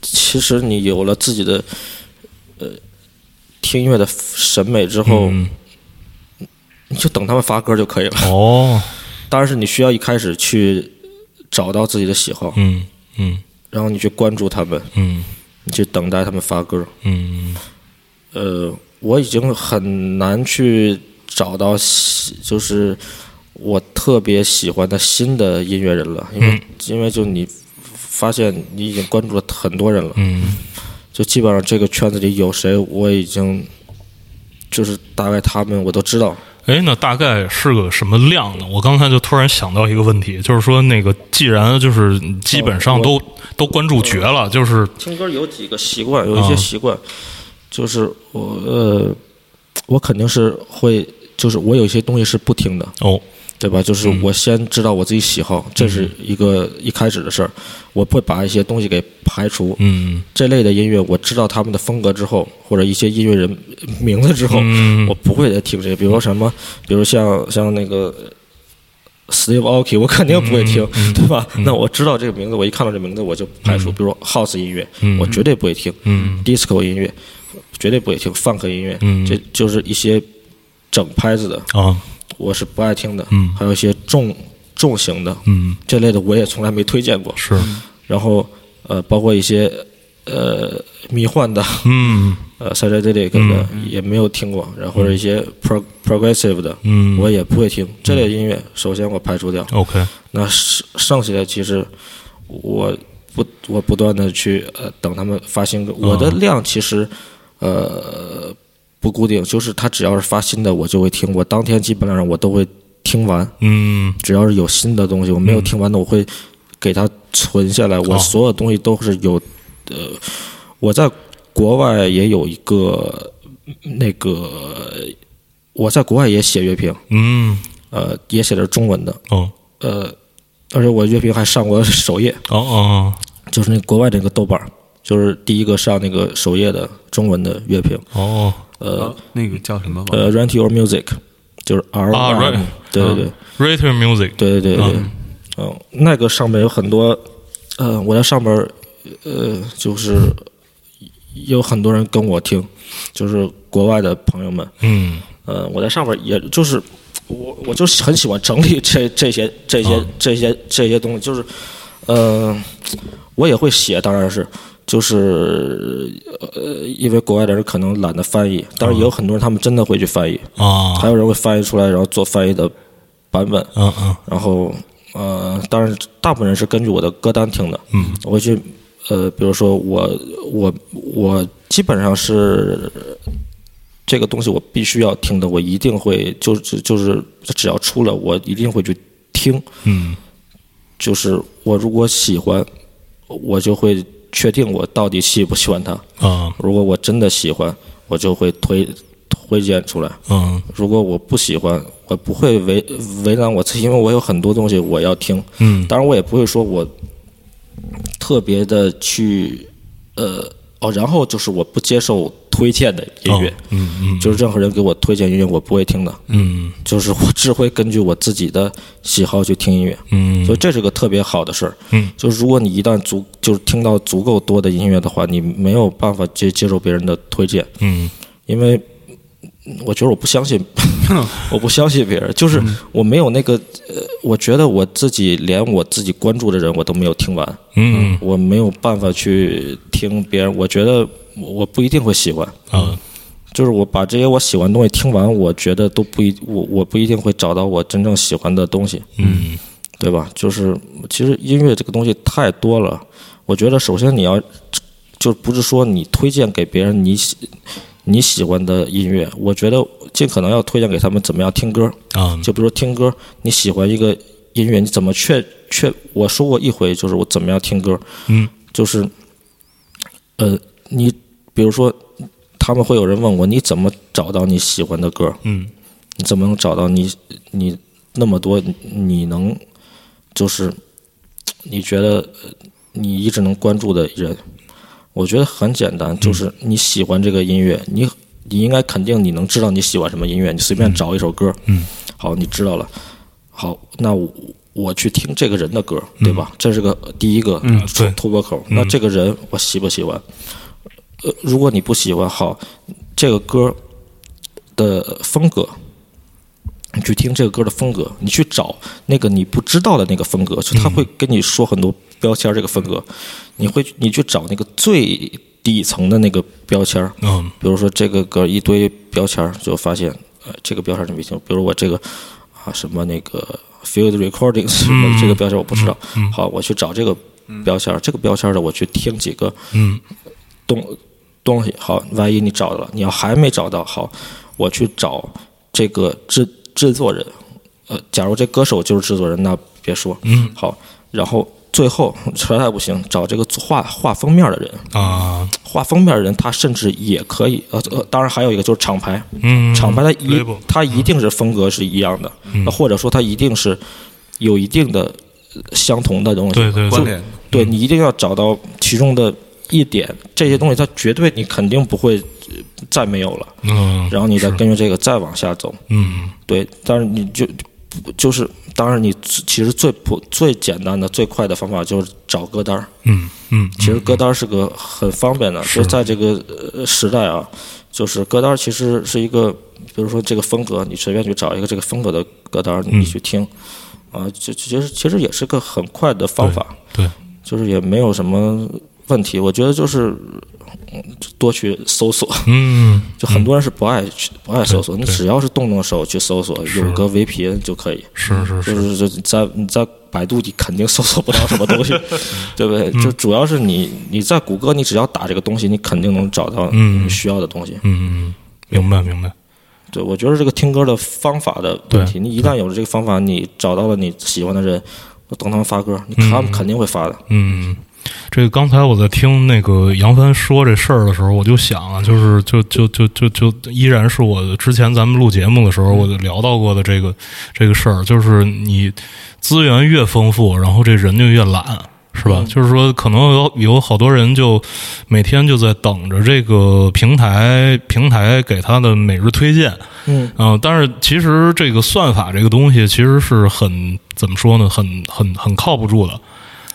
[SPEAKER 3] 其实你有了自己的呃听音乐的审美之后，
[SPEAKER 2] 嗯，
[SPEAKER 3] 你就等他们发歌就可以了。
[SPEAKER 2] 哦，
[SPEAKER 3] 当然是你需要一开始去找到自己的喜好，
[SPEAKER 2] 嗯嗯
[SPEAKER 3] 然后你去关注他们，
[SPEAKER 2] 嗯
[SPEAKER 3] 你去等待他们发歌。
[SPEAKER 2] 嗯
[SPEAKER 3] 呃，我已经很难去找到喜，就是我特别喜欢的新的音乐人了，因为、因为就你发现你已经关注了很多人了，
[SPEAKER 2] 嗯
[SPEAKER 3] 就基本上这个圈子里有谁，我已经就是大概他们我都知道。
[SPEAKER 2] 哎，那大概是个什么量呢？我刚才就突然想到一个问题，就是说，那个既然就是基本上都、都关注绝了，就是
[SPEAKER 3] 听歌有几个习惯，有一些习惯，就是我呃，我肯定是会，就是我有一些东西是不听的，
[SPEAKER 2] 哦，
[SPEAKER 3] 对吧？就是我先知道我自己喜好，这
[SPEAKER 2] 嗯
[SPEAKER 3] 是一个一开始的事儿，我会把一些东西给排除。
[SPEAKER 2] 嗯
[SPEAKER 3] 这类的音乐，我知道他们的风格之后，或者一些音乐人名字之后，
[SPEAKER 2] 嗯
[SPEAKER 3] 我不会再听这些。比如说什么，比如像像那个 Steve Aoki，我肯定不会
[SPEAKER 2] 嗯
[SPEAKER 3] 听， [laughs] 对吧？那我知道这个名字，我一看到这名字我就排除。比如说 House 音乐，我绝对不会听
[SPEAKER 2] 嗯
[SPEAKER 3] ；Disco 音乐，绝对不会听；Funk 音乐，
[SPEAKER 2] 嗯
[SPEAKER 3] 这就是一些整拍子的，
[SPEAKER 2] 啊
[SPEAKER 3] 我是不爱听的。
[SPEAKER 2] 嗯
[SPEAKER 3] 还有一些重重型的
[SPEAKER 2] 嗯
[SPEAKER 3] 这类的，我也从来没推荐过。
[SPEAKER 2] 是
[SPEAKER 3] 然后呃，包括一些呃迷幻的，
[SPEAKER 2] 嗯
[SPEAKER 3] 呃 s a t u r d a y 的也没有听过，然后或者一些 pro progressive 的，
[SPEAKER 2] 嗯
[SPEAKER 3] 我也不会听这类音乐。首先我排除掉，
[SPEAKER 2] OK
[SPEAKER 3] 那剩剩下的其实我不我不断的去呃等他们发新
[SPEAKER 2] 嗯
[SPEAKER 3] 歌，我的量其实呃不固定，就是他只要是发新的我就会听，我当天基本上我都会听完，
[SPEAKER 2] 嗯
[SPEAKER 3] 只要是有新的东西我没有听完的我会给它存下来，我
[SPEAKER 2] 哦
[SPEAKER 3] 所有东西都是有呃我在国外也有一个那个。我在国外也写乐评，
[SPEAKER 2] 嗯
[SPEAKER 3] 呃，也写的是中文的，
[SPEAKER 2] 哦
[SPEAKER 3] 呃，而且我乐评还上过首页，
[SPEAKER 2] 哦哦
[SPEAKER 3] 就是那国外那个豆瓣儿，就是第一个上那个首页的中文的乐评，
[SPEAKER 2] 哦
[SPEAKER 1] 呃，那个叫什么？
[SPEAKER 3] 啊呃，Rent Your Music，就是 R
[SPEAKER 2] 啊
[SPEAKER 3] Y，
[SPEAKER 2] ，Rent-
[SPEAKER 3] 对对对、
[SPEAKER 2] ，Rater Music
[SPEAKER 3] 对对对对，嗯、那个上面有很多，呃，我在上面，呃，就是有很多人跟我听，就是国外的朋友们，
[SPEAKER 2] 嗯
[SPEAKER 3] 呃，我在上面也就是我我就是很喜欢整理这这些这些、这些这些东西，就是呃，我也会写，当然是就是呃，因为国外的人可能懒得翻译，当然也有很多人他们真的会去翻译，
[SPEAKER 2] 啊
[SPEAKER 3] 还有人会翻译出来，然后做翻译的版本，
[SPEAKER 2] 嗯嗯
[SPEAKER 3] 然后呃，当然大部分人是根据我的歌单听的，
[SPEAKER 2] 嗯，
[SPEAKER 3] 我会去呃，比如说我我我基本上是呃这个东西我必须要听的，我一定会就是就是只要出了我一定会去听，
[SPEAKER 2] 嗯
[SPEAKER 3] 就是我如果喜欢，我就会确定我到底喜不喜欢它，
[SPEAKER 2] 啊
[SPEAKER 3] 如果我真的喜欢，我就会推推荐出来，
[SPEAKER 2] 嗯
[SPEAKER 3] 如果我不喜欢，我不会为为难我自己，因为我有很多东西我要听。
[SPEAKER 2] 嗯
[SPEAKER 3] 当然，我也不会说我特别的去呃哦，然后就是我不接受推荐的音乐，
[SPEAKER 2] 嗯
[SPEAKER 3] 就是任何人给我推荐音乐，我不会听的。
[SPEAKER 2] 嗯
[SPEAKER 3] 就是我只会根据我自己的喜好去听音乐，
[SPEAKER 2] 嗯
[SPEAKER 3] 所以这是个特别好的事儿。
[SPEAKER 2] 嗯，
[SPEAKER 3] 就是如果你一旦足就是听到足够多的音乐的话，你没有办法接接受别人的推荐。
[SPEAKER 2] 嗯
[SPEAKER 3] 因为嗯我觉得我不相信，我不相信别人，就是我没有那个，呃，我觉得我自己连我自己关注的人我都没有听完，
[SPEAKER 2] 嗯
[SPEAKER 3] 我没有办法去听别人，我觉得我不一定会喜欢，
[SPEAKER 2] 啊
[SPEAKER 3] 就是我把这些我喜欢的东西听完，我觉得都不一，我我不一定会找到我真正喜欢的东西，
[SPEAKER 2] 嗯
[SPEAKER 3] 对吧？就是其实音乐这个东西太多了，我觉得首先你要就不是说你推荐给别人你喜你喜欢的音乐，我觉得尽可能要推荐给他们怎么样听歌，
[SPEAKER 2] 啊，
[SPEAKER 3] 就比如说听歌，你喜欢一个音乐，你怎么确确？我说过一回，就是我怎么样听歌，
[SPEAKER 2] 嗯，
[SPEAKER 3] 就是，呃，你比如说，他们会有人问我，你怎么找到你喜欢的歌？
[SPEAKER 2] 嗯，
[SPEAKER 3] 你怎么能找到你你那么多？你你能就是你觉得呃你一直能关注的人？我觉得很简单，就是
[SPEAKER 2] 嗯
[SPEAKER 3] 你喜欢这个音乐，你你应该肯定你能知道你喜欢什么音乐，你随便找一首歌，
[SPEAKER 2] 嗯，
[SPEAKER 3] 好，你知道了，好，那我我去听这个人的歌，对吧？这是个第一个突
[SPEAKER 2] 嗯对嗯
[SPEAKER 3] 突破口。那这个人我喜不喜欢？呃，如果你不喜欢，好，这个歌的风格，你去听这个歌的风格，你去找那个你不知道的那个风格，就他会跟你说很多标签儿，这个风格，你会你去找那个最底层的那个标签儿，
[SPEAKER 2] 嗯
[SPEAKER 3] 比如说这个歌一堆标签儿，就发现呃这个标签儿你没听，比如我这个啊什么那个 field recording 什么、这个标签儿我不知道，好我去找这个标签儿，这个标签儿的我去听几个
[SPEAKER 2] 嗯
[SPEAKER 3] 东东西，好，万一你找到了，你要还没找到，好，我去找这个制制作人，呃，假如这歌手就是制作人，那别说，嗯，好，然后最后实在不行，找这个画画封面的人，
[SPEAKER 2] 啊，
[SPEAKER 3] 画封面的人，他甚至也可以，呃呃，当然还有一个就是厂牌，
[SPEAKER 2] 嗯，
[SPEAKER 3] 厂牌它一
[SPEAKER 2] label 嗯
[SPEAKER 3] 它一定是风格是一样的，那或者说它一定是有一定的呃相同的东西，
[SPEAKER 2] 对嗯对
[SPEAKER 1] 关
[SPEAKER 2] 对，
[SPEAKER 1] 联
[SPEAKER 3] 对你一定要找到其中的一点，这些东西它绝对你肯定不会呃再没有了，
[SPEAKER 2] 嗯，
[SPEAKER 3] 然后你再
[SPEAKER 2] 是
[SPEAKER 3] 根据这个再往下走，
[SPEAKER 2] 嗯
[SPEAKER 3] 对，但是你就就是当然你其实最普最简单的最快的方法就是找歌单儿，
[SPEAKER 2] 嗯嗯，
[SPEAKER 3] 其实歌单是个很方便的，就是在这个呃时代啊，就是歌单其实是一个，比如说这个风格，你随便去找一个这个风格的歌单，你去听，
[SPEAKER 2] 嗯
[SPEAKER 3] 啊，就其实其实也是个很快的方法，
[SPEAKER 2] 对，
[SPEAKER 3] 就是也没有什么问题。我觉得就是嗯多去搜索，
[SPEAKER 2] 嗯
[SPEAKER 3] 就很多人是不爱去不爱搜索，你
[SPEAKER 2] 对
[SPEAKER 3] 只要是动动手去搜索，有个 VPN 就可以。
[SPEAKER 2] 是是，
[SPEAKER 3] 就是是就在你在百度你肯定搜索不到什
[SPEAKER 2] [laughs]
[SPEAKER 3] 么东西，对不对？
[SPEAKER 2] 嗯
[SPEAKER 3] 就主要是你你在谷歌，你只要打这个东西，你肯定能找到
[SPEAKER 2] 嗯
[SPEAKER 3] 你需要的东西。
[SPEAKER 2] 嗯嗯，明白明白，
[SPEAKER 3] 对，我觉得这个听歌的方法的问题，你一旦有了这个方法，你找到了你喜欢的人，等他们发歌，你他们肯定会发的。
[SPEAKER 2] 嗯。这个刚才我在听那个杨帆说这事儿的时候，我就想啊，就是就就就就就依然是我之前咱们录节目的时候，我就聊到过的这个这个事儿，就是你资源越丰富，然后这人就越懒，是吧？就是说，可能有有好多人就每天就在等着这个平台平台给他的每日推荐，
[SPEAKER 3] 嗯
[SPEAKER 2] 嗯、但是其实这个算法这个东西其实是很怎么说呢，很很很靠不住的。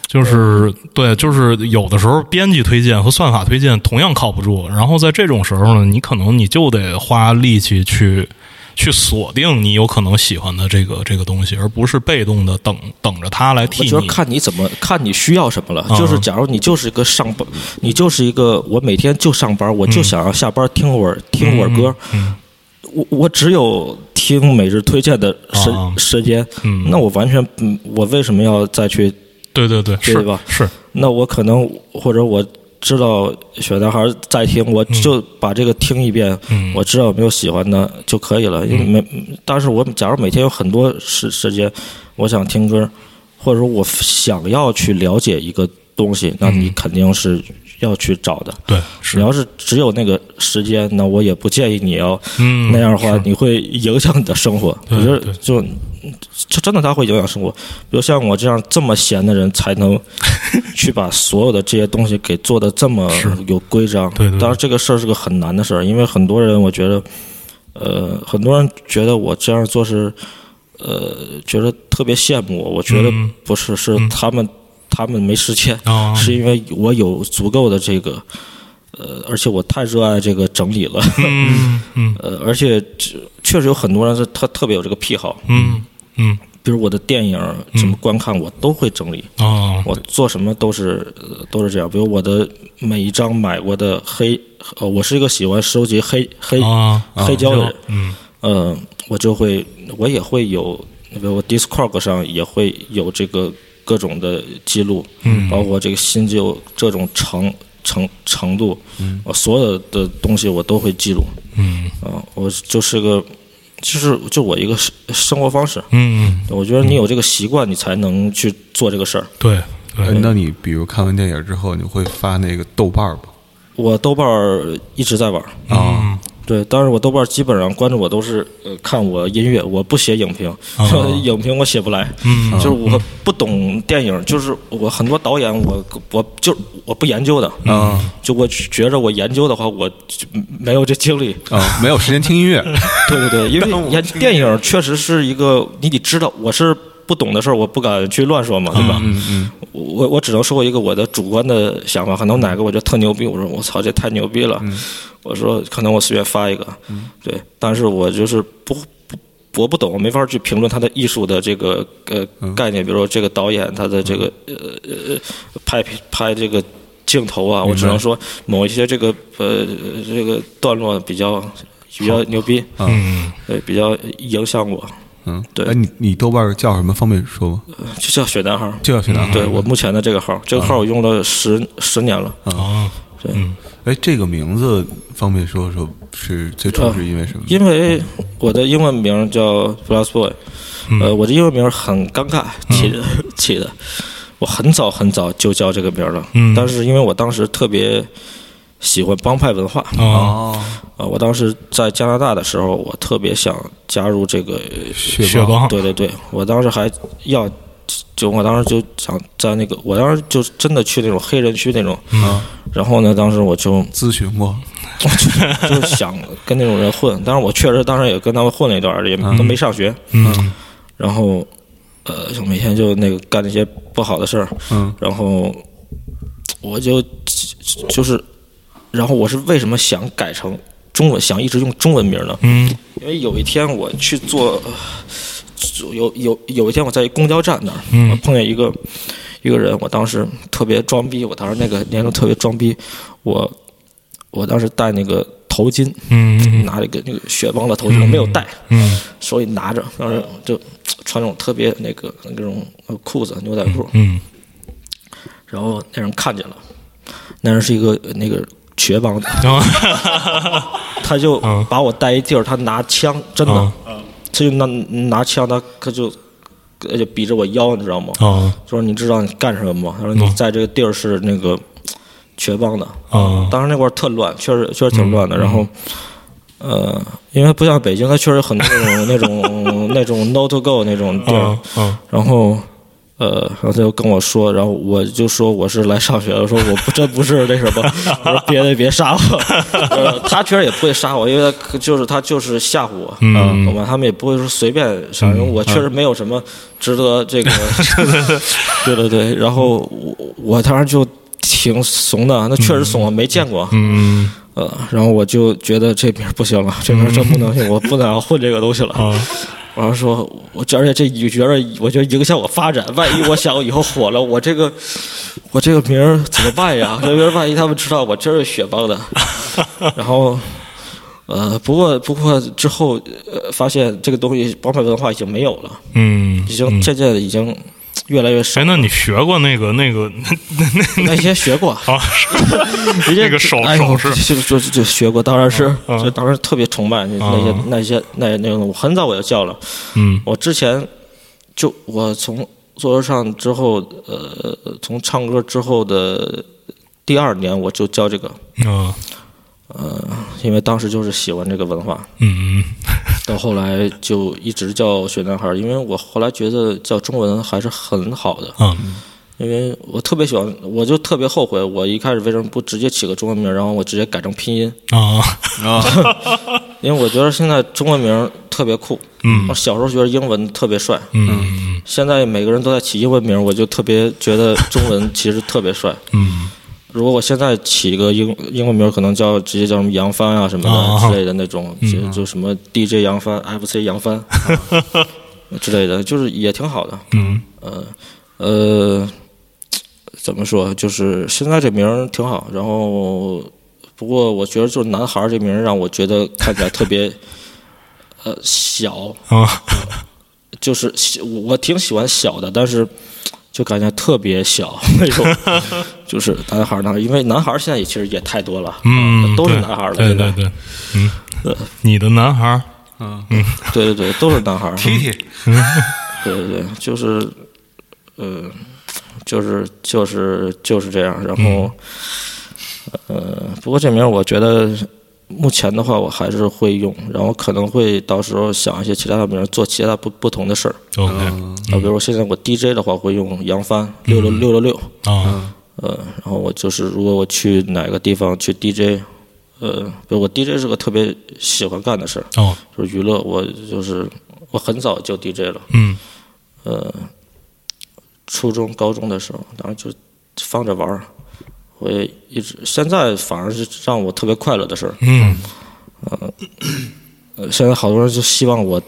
[SPEAKER 2] 就是对，就是有的时候编辑推荐和算法推荐同样靠不住，然后在这种时候呢，你可能你就得花力气去去锁定你有可能喜欢的这个这个东西，而不是被动的等等着它来替
[SPEAKER 3] 我
[SPEAKER 2] 你。啊
[SPEAKER 3] 觉得看你怎么看你需要什么了。就是假如你就是一个上班，你就是一个我每天就上班，我就想要下班听
[SPEAKER 2] 嗯
[SPEAKER 3] 会儿听会儿歌。我我只有听每日推荐的时
[SPEAKER 2] 啊
[SPEAKER 3] 时间，
[SPEAKER 2] 嗯
[SPEAKER 3] 那我完全嗯，我为什么要再去？
[SPEAKER 2] 对对对，
[SPEAKER 3] 对
[SPEAKER 2] 是
[SPEAKER 3] 吧
[SPEAKER 2] 是，
[SPEAKER 3] 那我可能或者我知道雪男孩在听，我就把这个听一遍，
[SPEAKER 2] 嗯
[SPEAKER 3] 我知道有没有喜欢的就可以了。因为每，但是我假如每天有很多时时间，我想听歌，或者说我想要去了解一个东西，那你肯定是要去找的。
[SPEAKER 2] 对
[SPEAKER 3] 你
[SPEAKER 2] 嗯是，
[SPEAKER 3] 要是只有那个时间，那我也不建议你要
[SPEAKER 2] 嗯，
[SPEAKER 3] 那样的话
[SPEAKER 2] 是，
[SPEAKER 3] 你会影响你的生活。
[SPEAKER 2] 对
[SPEAKER 3] 我觉得
[SPEAKER 2] 对
[SPEAKER 3] 就这真的它会影响生活。比如像我这样这么闲的人，
[SPEAKER 2] [laughs]
[SPEAKER 3] 才能去把所有的这些东西给做的这么
[SPEAKER 2] 是
[SPEAKER 3] 有规章。
[SPEAKER 2] 对对对
[SPEAKER 3] 当然这个事儿是个很难的事儿，因为很多人我觉得，呃，很多人觉得我这样做是，呃，觉得特别羡慕我。我觉得
[SPEAKER 2] 嗯
[SPEAKER 3] 不是，是他们他们没时间。
[SPEAKER 2] 啊，
[SPEAKER 3] 是因为我有足够的这个，呃，而且我太热爱这个整理了，
[SPEAKER 2] 嗯嗯
[SPEAKER 3] [laughs] 呃，而且这确实有很多人是他特别有这个癖好，
[SPEAKER 2] 嗯嗯
[SPEAKER 3] 比如我的电影什么观看我都会整理，
[SPEAKER 2] 啊，
[SPEAKER 3] 我做什么都是、呃都是这样，比如我的每一张买过的黑，呃，我是一个喜欢收集黑黑、
[SPEAKER 2] 啊
[SPEAKER 3] 黑胶的人，
[SPEAKER 2] 嗯
[SPEAKER 3] 呃，我就会我也会有那个我 Discog 上也会有这个各种的记录，嗯，包括这个新旧这种程程程度，嗯，我所有的东西我都会记录，
[SPEAKER 2] 嗯
[SPEAKER 3] 啊，我就是个，就是就我一个生生活方式，
[SPEAKER 2] 嗯，
[SPEAKER 3] 我觉得你有这个习惯，你才能去做这个事儿。
[SPEAKER 2] 对
[SPEAKER 1] 哎
[SPEAKER 2] 对，
[SPEAKER 1] 那你比如看完电影之后，你会发那个豆瓣儿吧？
[SPEAKER 3] 我豆瓣儿一直在玩儿，
[SPEAKER 2] 啊，
[SPEAKER 3] 对，但是我豆瓣儿基本上关注我都是呃看我音乐，我不写影评， [laughs] 影评我写不来，
[SPEAKER 2] 啊嗯
[SPEAKER 3] 就是我不懂电影，就是我很多导演我我就我不研究的，
[SPEAKER 1] 啊
[SPEAKER 3] 就我觉着我研究的话，我就没有这
[SPEAKER 2] [laughs]
[SPEAKER 3] 精力。
[SPEAKER 1] 啊，没有时间听音 [laughs] 乐
[SPEAKER 3] 对对对，因为研电影确实是一个你得知道，我是不懂的事儿，我不敢去乱说嘛，对吧？嗯嗯，我我只能说一个我的主观的想法，可能哪个我觉得特牛逼，我说我操这太牛逼了，我说可能我随便发一个，对，但是我就是不不。我不懂，我没法去评论他的艺术的这个呃概念，比如说这个导演他的这个呃呃呃拍拍这个镜头啊，我只能说某一些这个呃这个段落比较比较牛逼，
[SPEAKER 2] 嗯
[SPEAKER 3] 对，比较影响我，
[SPEAKER 1] 嗯，
[SPEAKER 3] 对
[SPEAKER 1] 哎，你你豆瓣儿叫什么？方便说吗？
[SPEAKER 3] 呃就叫雪男孩儿。
[SPEAKER 1] 就叫雪男孩。
[SPEAKER 3] 对我目前的这个号，这个号我用了十、十年了。
[SPEAKER 2] 啊，
[SPEAKER 3] 对，
[SPEAKER 1] 哎，这个名字方便说说是最初是因为什么？
[SPEAKER 3] 因为我的英文名叫 Blast Boy，、呃，我的英文名很尴尬起的、起的，我很早很早就叫这个名儿了，
[SPEAKER 2] 嗯
[SPEAKER 3] 但是因为我当时特别喜欢帮派文化，
[SPEAKER 2] 啊，
[SPEAKER 1] 哦，
[SPEAKER 3] 啊，我当时在加拿大的时候，我特别想加入这个
[SPEAKER 1] 雪
[SPEAKER 2] 雪
[SPEAKER 1] 豹
[SPEAKER 2] 豹，
[SPEAKER 3] 啊对对对，我当时还要，就我当时就想在那个，我当时就真的去那种黑人区那种，
[SPEAKER 1] 啊，
[SPEAKER 3] 然后呢，当时我就
[SPEAKER 1] 咨询过，
[SPEAKER 3] 我就就想跟那种人混，当然我确实当时也跟他们混了一段儿，也都没上学，
[SPEAKER 2] 嗯
[SPEAKER 3] 然后呃，就每天就那个干那些不好的事儿，
[SPEAKER 1] 嗯
[SPEAKER 3] 然后我就就是，然后我是为什么想改成中文，想一直用中文名呢？
[SPEAKER 2] 嗯
[SPEAKER 3] 因为有一天我去坐，呃坐有有有一天我在公交站那儿，
[SPEAKER 2] 嗯
[SPEAKER 3] 我碰见一个一个人，我当时特别装逼，我当时那个年龄特别装逼，我我当时戴那个头巾，
[SPEAKER 2] 嗯
[SPEAKER 3] 拿了一个那个雪崩的头巾，我没有戴，
[SPEAKER 2] 嗯
[SPEAKER 3] 手里拿着，当时就嘖穿那种特别那个那种呃裤子牛仔裤，
[SPEAKER 2] 嗯
[SPEAKER 3] 然后那人看见了，那人是一个呃那个瘸帮的，他就
[SPEAKER 2] 嗯
[SPEAKER 3] 把我带一地儿，他拿枪，真的，
[SPEAKER 2] 嗯
[SPEAKER 3] 他就拿拿枪，他他就他就比着我腰，你知道吗？
[SPEAKER 2] 啊
[SPEAKER 3] 就说你知道你干什么吗？他说你
[SPEAKER 2] 嗯
[SPEAKER 3] 在这个地儿是那个瘸帮的，
[SPEAKER 2] 啊
[SPEAKER 3] 当时那块儿特乱，确实确实挺乱的。
[SPEAKER 2] 嗯
[SPEAKER 3] 然后，呃，因为不像北京，它确实很多那种那种那种 no to go 那种地儿。
[SPEAKER 2] 啊啊
[SPEAKER 3] 然后，呃，然后他就跟我说，然后我就说我是来上学的，我说我不真不是那什么，我说别的别杀我。呃他确实也不会杀我，因为他就是他就是吓唬我，啊
[SPEAKER 2] 嗯
[SPEAKER 3] 懂吗？他们也不会说随便杀人，我确实没有什么值得这个， [laughs] 对对对。然后我我当时就挺怂的，那确实怂啊，没见过，
[SPEAKER 2] 嗯
[SPEAKER 3] 呃，然后我就觉得这名儿不行了，这名儿真不能行，我不能混这个东西了。
[SPEAKER 2] 嗯啊
[SPEAKER 3] [laughs] 我要说，我这而且这觉着，我觉得影响我发展。万一我想以后火了，我这个我这个名儿怎么办呀？那名儿万一他们知道我真是雪帮的，然后呃，不过不过之后呃，发现这个东西帮派文化已经没有了，
[SPEAKER 2] 嗯
[SPEAKER 3] 已经渐渐地已经越来越少
[SPEAKER 2] 哎，。那你学过那个那个
[SPEAKER 3] 那些学过，
[SPEAKER 2] [laughs] 啊？
[SPEAKER 3] 人家
[SPEAKER 2] 那个手
[SPEAKER 3] 哎呦
[SPEAKER 2] 手势
[SPEAKER 3] 就就就就学过，当然是
[SPEAKER 2] 嗯
[SPEAKER 3] 就当时特别崇拜那那些
[SPEAKER 2] 嗯
[SPEAKER 3] 那些那那种，我很早我就叫了。
[SPEAKER 2] 嗯
[SPEAKER 3] 我之前就我从做说唱之后，呃，从唱歌之后的第二年我就教这个，
[SPEAKER 2] 啊
[SPEAKER 3] 呃，因为当时就是喜欢这个文化，
[SPEAKER 2] 嗯
[SPEAKER 3] 到后来就一直叫雪男孩，因为我后来觉得叫中文还是很好的，
[SPEAKER 2] 啊
[SPEAKER 3] 因为我特别喜欢，我就特别后悔，我一开始为什么不直接起个中文名，然后我直接改成拼音，
[SPEAKER 2] 啊
[SPEAKER 1] 啊，
[SPEAKER 3] 因为我觉得现在中文名特别酷，
[SPEAKER 2] 嗯
[SPEAKER 3] 我小时候觉得英文特别帅，
[SPEAKER 2] 嗯
[SPEAKER 3] 现在每个人都在起英文名，我就特别觉得中文其实特别帅。
[SPEAKER 2] [laughs] 嗯
[SPEAKER 3] 如果我现在起一个英英文名，可能叫直接叫什么杨帆啊什么
[SPEAKER 2] 啊
[SPEAKER 3] 的之类的那种，就就什么 DJ 杨帆、FC
[SPEAKER 2] [laughs]
[SPEAKER 3] 杨帆、啊之类的，就是也挺好的。
[SPEAKER 2] 嗯
[SPEAKER 3] 呃呃，怎么说？就是现在这名儿挺好，然后不过我觉得就是男孩儿 [laughs]
[SPEAKER 2] 哦
[SPEAKER 3] 这名儿让我觉得看起来特别呃小，
[SPEAKER 2] 啊
[SPEAKER 3] 就是喜我挺喜欢小的，但是就感觉特别小 [laughs] 那种，就是男孩儿男孩儿，因为男孩儿现在也其实也太多了，
[SPEAKER 2] 嗯，
[SPEAKER 3] 啊都是
[SPEAKER 2] 对
[SPEAKER 3] 男孩儿了，
[SPEAKER 2] 对
[SPEAKER 3] 现在呃
[SPEAKER 2] 对对，嗯，你的男孩儿，
[SPEAKER 3] 对对对，都是男孩儿，
[SPEAKER 1] 踢踢，
[SPEAKER 3] 对对对，就是，呃，就是就是就是这样。然后，呃，不过这名儿我觉得目前的话我还是会用，然后可能会到时候想一些其他的名儿做其他不不同的事儿。
[SPEAKER 2] OK
[SPEAKER 3] 啊，比如说现在我 DJ 的话会用杨帆六六六六六，
[SPEAKER 2] 啊，
[SPEAKER 3] 呃，然后我就是如果我去哪个地方去 DJ，呃，比如我 DJ 是个特别喜欢干的事儿，
[SPEAKER 2] 哦，
[SPEAKER 3] 就是娱乐，我就是我很早就 DJ 了。
[SPEAKER 2] 嗯
[SPEAKER 3] 呃，初中、高中的时候，当然就放着玩儿。我也一直，现在反而是让我特别快乐的事儿。
[SPEAKER 2] 嗯
[SPEAKER 3] 呃，现在好多人就希望我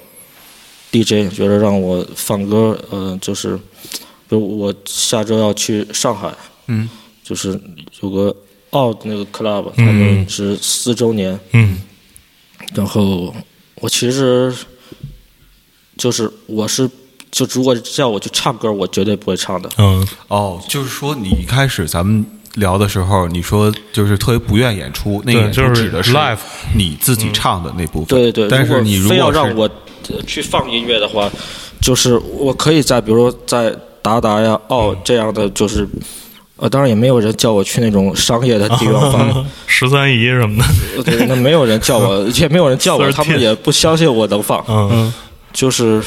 [SPEAKER 3] DJ，觉得让我放歌，呃，就是，比如我下周要去上海，
[SPEAKER 1] 嗯，
[SPEAKER 3] 就是有个 out 那个 club，他们是四周年，
[SPEAKER 2] 嗯
[SPEAKER 3] 嗯然后我其实就是我是就如果叫我去唱歌，我绝对不会唱的。
[SPEAKER 2] 嗯
[SPEAKER 1] 哦，就是说你一开始咱们聊的时候，你说就是特别不愿演出，那个
[SPEAKER 2] 对
[SPEAKER 1] 演出
[SPEAKER 2] 就是
[SPEAKER 1] 指的是
[SPEAKER 2] live
[SPEAKER 1] 你自己唱的那部分。
[SPEAKER 3] 对对，
[SPEAKER 1] 但是你
[SPEAKER 3] 如
[SPEAKER 1] 如果
[SPEAKER 3] 果非要让
[SPEAKER 1] 是
[SPEAKER 3] 我呃去放音乐的话，就是我可以在比如说在达达呀、奥
[SPEAKER 1] 嗯
[SPEAKER 3] 这样的，就是呃，当然也没有人叫我去那种商业的嗯地
[SPEAKER 2] [laughs]
[SPEAKER 3] 方
[SPEAKER 1] [laughs]
[SPEAKER 3] 放，
[SPEAKER 2] 十三姨什么的，
[SPEAKER 3] 呃对，那没有人叫我，也没有人
[SPEAKER 1] [laughs]
[SPEAKER 3] 叫我，他们也不相信我能放，
[SPEAKER 2] 嗯
[SPEAKER 3] 就是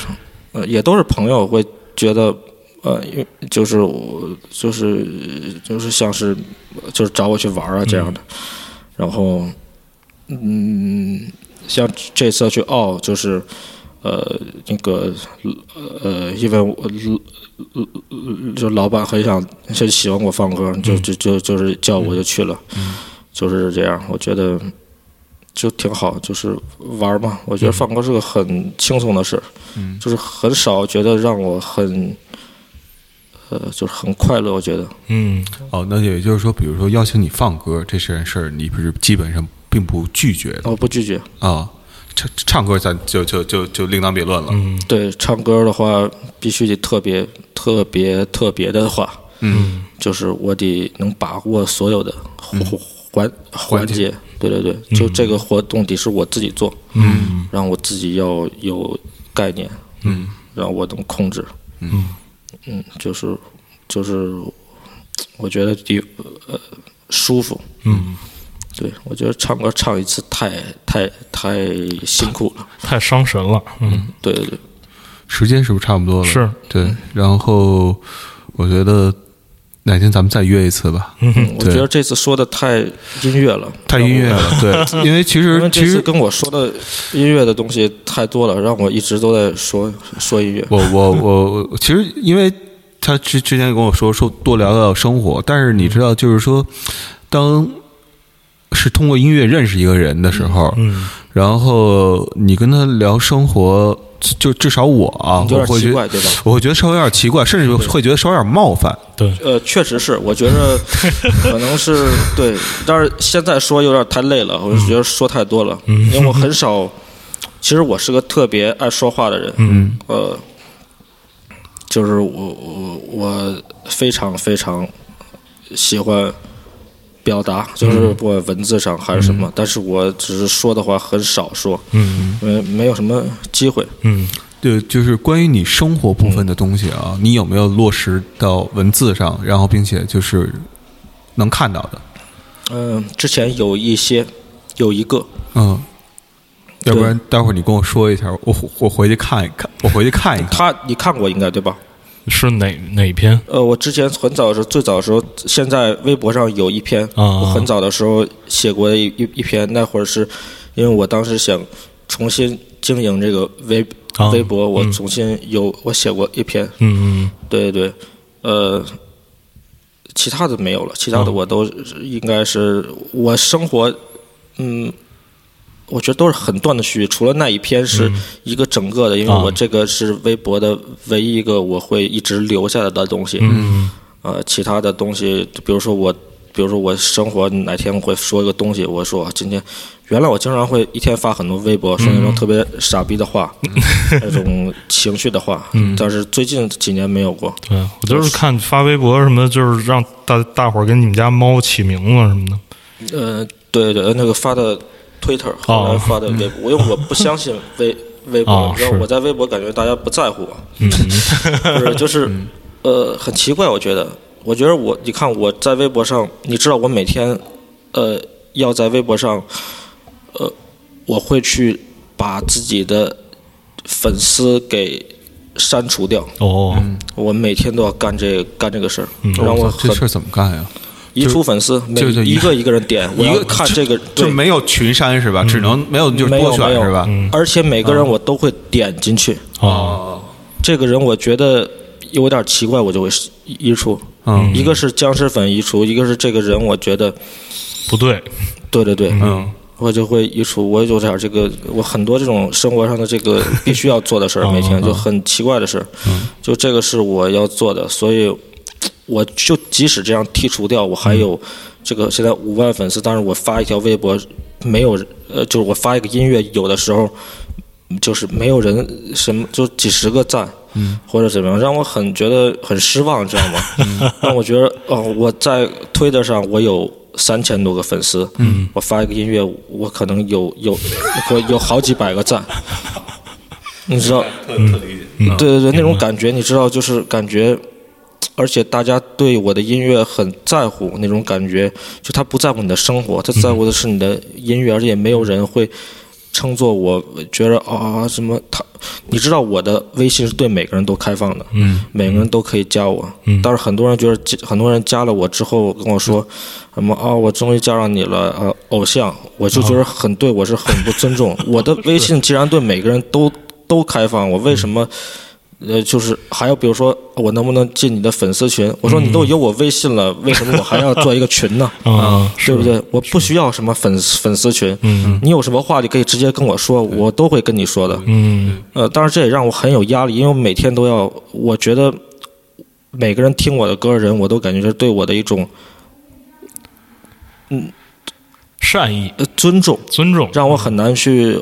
[SPEAKER 3] 呃，也都是朋友会觉得。呃，因为就是我，就是就是像是，就是找我去玩儿啊这样的，然后，嗯，像这次去澳就是，呃，那个呃，因为我就老板很想很喜欢我放歌，就就就就是叫我就去了，就是这样，我觉得就挺好，就是玩儿嘛。我觉得放歌是个很轻松的事儿，就是很少觉得让我很。呃，就是很快乐，我觉得，
[SPEAKER 2] 嗯
[SPEAKER 1] 哦，那也就是说，比如说邀请你放歌这件事儿，你不是基本上并不拒绝的
[SPEAKER 3] 我不拒绝。
[SPEAKER 1] 啊、唱唱歌咱就就就就另当别论了。
[SPEAKER 2] 嗯
[SPEAKER 3] 对，唱歌的话，必须得特别、特别、特别的话，
[SPEAKER 1] 嗯
[SPEAKER 3] 就是我得能把握所有的环环环
[SPEAKER 1] 环节嗯
[SPEAKER 3] 节。对对对，就这个活动得是我自己做，
[SPEAKER 2] 嗯
[SPEAKER 3] 让我自己要有概念，
[SPEAKER 1] 嗯，
[SPEAKER 3] 让我能控制。
[SPEAKER 2] 嗯
[SPEAKER 3] 嗯，就是就是，我觉得得呃舒服。
[SPEAKER 2] 嗯，
[SPEAKER 3] 对，我觉得唱歌唱一次太太太辛苦了。
[SPEAKER 2] 太伤神了，嗯
[SPEAKER 3] 对对对，
[SPEAKER 1] 时间是不是差不多了？
[SPEAKER 2] 是，
[SPEAKER 3] 嗯
[SPEAKER 1] 对。然后我觉得哪天咱们再约一次吧，
[SPEAKER 3] 嗯我觉得这次说的太音乐了，
[SPEAKER 1] 太音乐
[SPEAKER 3] 让我。
[SPEAKER 1] 了。对，因为其
[SPEAKER 3] 因为
[SPEAKER 1] 实
[SPEAKER 3] 这
[SPEAKER 1] 其
[SPEAKER 3] 次
[SPEAKER 1] 实
[SPEAKER 3] 跟我说的音乐的东西太多了，让我一直都在说说音乐。
[SPEAKER 1] 我我我我其实因为他之之前跟我说说多聊聊生活，但
[SPEAKER 3] 嗯
[SPEAKER 1] 是你知道，就是说当。是通过音乐认识一个人的时候，
[SPEAKER 2] 嗯
[SPEAKER 1] 然后你跟他聊生活，就至少我啊，
[SPEAKER 3] 有
[SPEAKER 1] 我
[SPEAKER 3] 点
[SPEAKER 1] 会
[SPEAKER 3] 奇
[SPEAKER 1] 觉
[SPEAKER 3] 怪，
[SPEAKER 1] 得，
[SPEAKER 3] 对吧？
[SPEAKER 1] 我会觉得稍微有点奇怪，甚至会觉得稍微有点冒犯。
[SPEAKER 2] 对，
[SPEAKER 3] 呃，确实是，我觉得可能是对，但是现在说有点太累了，我就觉得说太多了，
[SPEAKER 2] 嗯
[SPEAKER 3] 因为我很少。其实我是个特别爱说话的人，
[SPEAKER 2] 嗯
[SPEAKER 3] 呃，就是我我我非常非常喜欢表达，
[SPEAKER 2] 嗯
[SPEAKER 3] 就是不管文字上还是什么，但是我只是说的话很少说，
[SPEAKER 2] 嗯
[SPEAKER 3] 因为没有什么机会。
[SPEAKER 2] 嗯
[SPEAKER 1] 对，就是关于你生活部分的东西啊，
[SPEAKER 3] 嗯
[SPEAKER 1] 你有没有落实到文字上，然后并且就是能看到的？
[SPEAKER 3] 嗯、之前有一些有一个，
[SPEAKER 1] 嗯，要不然待会儿你跟我说一下，我我回去看一看，我回去看一看。
[SPEAKER 3] 他你看过应该对吧？
[SPEAKER 2] 是哪哪篇？
[SPEAKER 3] 呃，我之前很早的时候，最早的时候，现在微博上有一篇，
[SPEAKER 2] 啊
[SPEAKER 3] 我很早的时候写过一一一篇，那会儿是因为我当时想重新经营这个微、
[SPEAKER 2] 啊
[SPEAKER 3] 微博，我重新有、我写过一篇，
[SPEAKER 2] 嗯
[SPEAKER 3] 对对对，呃，其他的没有了，其他的
[SPEAKER 2] 嗯
[SPEAKER 3] 我都是应该是我生活，嗯，我觉得都是很断断续续，除了那一篇是一个整个的，因
[SPEAKER 2] 嗯
[SPEAKER 3] 为
[SPEAKER 2] 啊
[SPEAKER 3] 我这个是微博的唯一一个我会一直留下来的东西，
[SPEAKER 2] 嗯嗯
[SPEAKER 3] 呃，其他的东西，比如说我比如说我生活哪天会说一个东西，我说啊今天原来我经常会一天发很多微博，说那
[SPEAKER 2] 嗯
[SPEAKER 3] 种特别傻逼
[SPEAKER 2] [laughs]
[SPEAKER 3] 的话，那种情绪的话，
[SPEAKER 2] 嗯
[SPEAKER 3] 但是最近几年没有过。
[SPEAKER 2] 对我就是看发微博什么，就是让大大伙儿给你们家猫起名字什么的。
[SPEAKER 3] 呃，对对，那个发的 Twitter，后
[SPEAKER 1] 哦
[SPEAKER 3] 来发的微博，因为我不相信
[SPEAKER 1] [laughs]
[SPEAKER 3] 微微
[SPEAKER 2] 哦
[SPEAKER 3] 博，然后
[SPEAKER 2] 是
[SPEAKER 3] 我在微博感觉大家不在乎我，
[SPEAKER 1] 嗯
[SPEAKER 3] [laughs] 不是就是呃很奇怪，我觉得，我觉得我你看我在微博上，你知道我每天呃要在微博上，呃我会去把自己的粉丝给删除掉，
[SPEAKER 2] 哦，
[SPEAKER 3] 我每天都要干这干这个事儿，然后
[SPEAKER 1] 嗯我
[SPEAKER 3] 我
[SPEAKER 1] 操这
[SPEAKER 3] 很
[SPEAKER 1] 事儿怎么干呀？
[SPEAKER 3] 移除粉丝，每
[SPEAKER 1] 就就一
[SPEAKER 3] 一个一个人点，我
[SPEAKER 1] 一
[SPEAKER 3] 要
[SPEAKER 1] 个
[SPEAKER 3] 看这个
[SPEAKER 1] 就
[SPEAKER 3] 对。嗯
[SPEAKER 1] 没有群删是吧？只能没有就是
[SPEAKER 3] 没有
[SPEAKER 1] 多选
[SPEAKER 3] 没有嗯
[SPEAKER 1] 是吧？
[SPEAKER 3] 而且每个人我都会点进去，
[SPEAKER 2] 哦，
[SPEAKER 3] 这个人我觉得有点奇怪，我就会移除。
[SPEAKER 1] 嗯
[SPEAKER 3] 一个是僵尸粉移除，一个是这个人，我觉得
[SPEAKER 2] 不对，
[SPEAKER 3] 对对对，
[SPEAKER 1] 嗯，
[SPEAKER 3] 我就会移除。我有点这个，我很多这种生活上的这
[SPEAKER 1] [laughs]
[SPEAKER 3] 个必须要做的事儿，每
[SPEAKER 1] 嗯
[SPEAKER 3] 天就很奇怪的事儿，就这个是我要做的，所以我就即使这样剔除掉，我
[SPEAKER 1] 嗯
[SPEAKER 3] 还有这个现在五万粉丝，但是我发一条微博没有，呃，就是我发一个音乐，有的时候就是没有人什么，就几十个赞。或者怎么样，让我很觉得很失望，知道吗？让我觉得，哦，我在推特上我有三千多个粉丝，嗯，我发一个音乐，我可能有有我有好几百个赞，你知道？对对对，那种感觉，你知道，就是感觉，而且大家对我的音乐很在乎，那种感觉，就他不在乎你的生活，他在乎的是你的音乐，而且也没有人会称作我觉得啊什么他，你知道我的微信是对每个人都开放的，
[SPEAKER 2] 嗯，
[SPEAKER 3] 每个人都可以加我，但是很多人觉得加很多人加了我之后跟我说什么啊，我终于加上你了，呃，偶像，我就觉得很对我是很不尊重。我的微信既然对每个人都都开放，我为什么？呃，就是还有比如说，我能不能进你的粉丝群？我说你都有我微信了，为什么我还要做一个群
[SPEAKER 2] [laughs]
[SPEAKER 3] 呢？
[SPEAKER 2] 嗯，
[SPEAKER 3] 啊对不对？我不需要什么粉丝粉丝群，
[SPEAKER 2] 嗯
[SPEAKER 3] 你有什么话你可以直接跟我说，我都会跟你说的。
[SPEAKER 2] 嗯，
[SPEAKER 3] 呃，当然这也让我很有压力，因为我每天都要，我觉得每个人听我的歌的人，我都感觉是对我的一种
[SPEAKER 2] 善意、
[SPEAKER 3] 呃尊重，
[SPEAKER 2] 尊重，
[SPEAKER 3] 让我很难去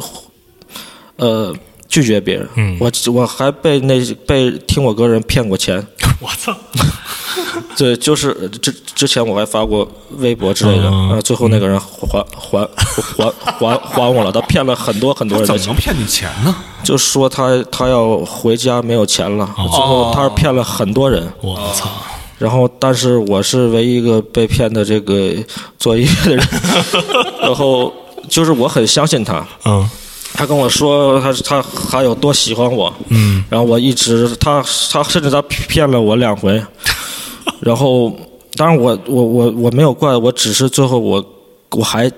[SPEAKER 3] 呃拒绝别人。
[SPEAKER 2] 嗯
[SPEAKER 3] 我我还被那被听我歌的人骗过钱，
[SPEAKER 2] 我操，
[SPEAKER 3] 对，就是呃之之前我还发过微博之类的，
[SPEAKER 2] 嗯
[SPEAKER 3] 呃，最后那个人还还还还还我了，他骗了很多很多人
[SPEAKER 1] 怎
[SPEAKER 3] 的
[SPEAKER 1] 么
[SPEAKER 3] 钱
[SPEAKER 1] 能。骗你钱呢？ [laughs]
[SPEAKER 3] 就说他他要回家没有钱了，最后他是骗了很多人，
[SPEAKER 2] 我操，
[SPEAKER 3] 然后但是我是唯一一个被骗的这个做音乐的人，然后就是我很相信他，
[SPEAKER 2] 嗯
[SPEAKER 3] 他跟我说他他还有多喜欢我，
[SPEAKER 2] 嗯，
[SPEAKER 3] 然后我一直他他甚至他骗了我两
[SPEAKER 2] [laughs]
[SPEAKER 3] 回，然后当然我我我我没有怪，我只是最后我我还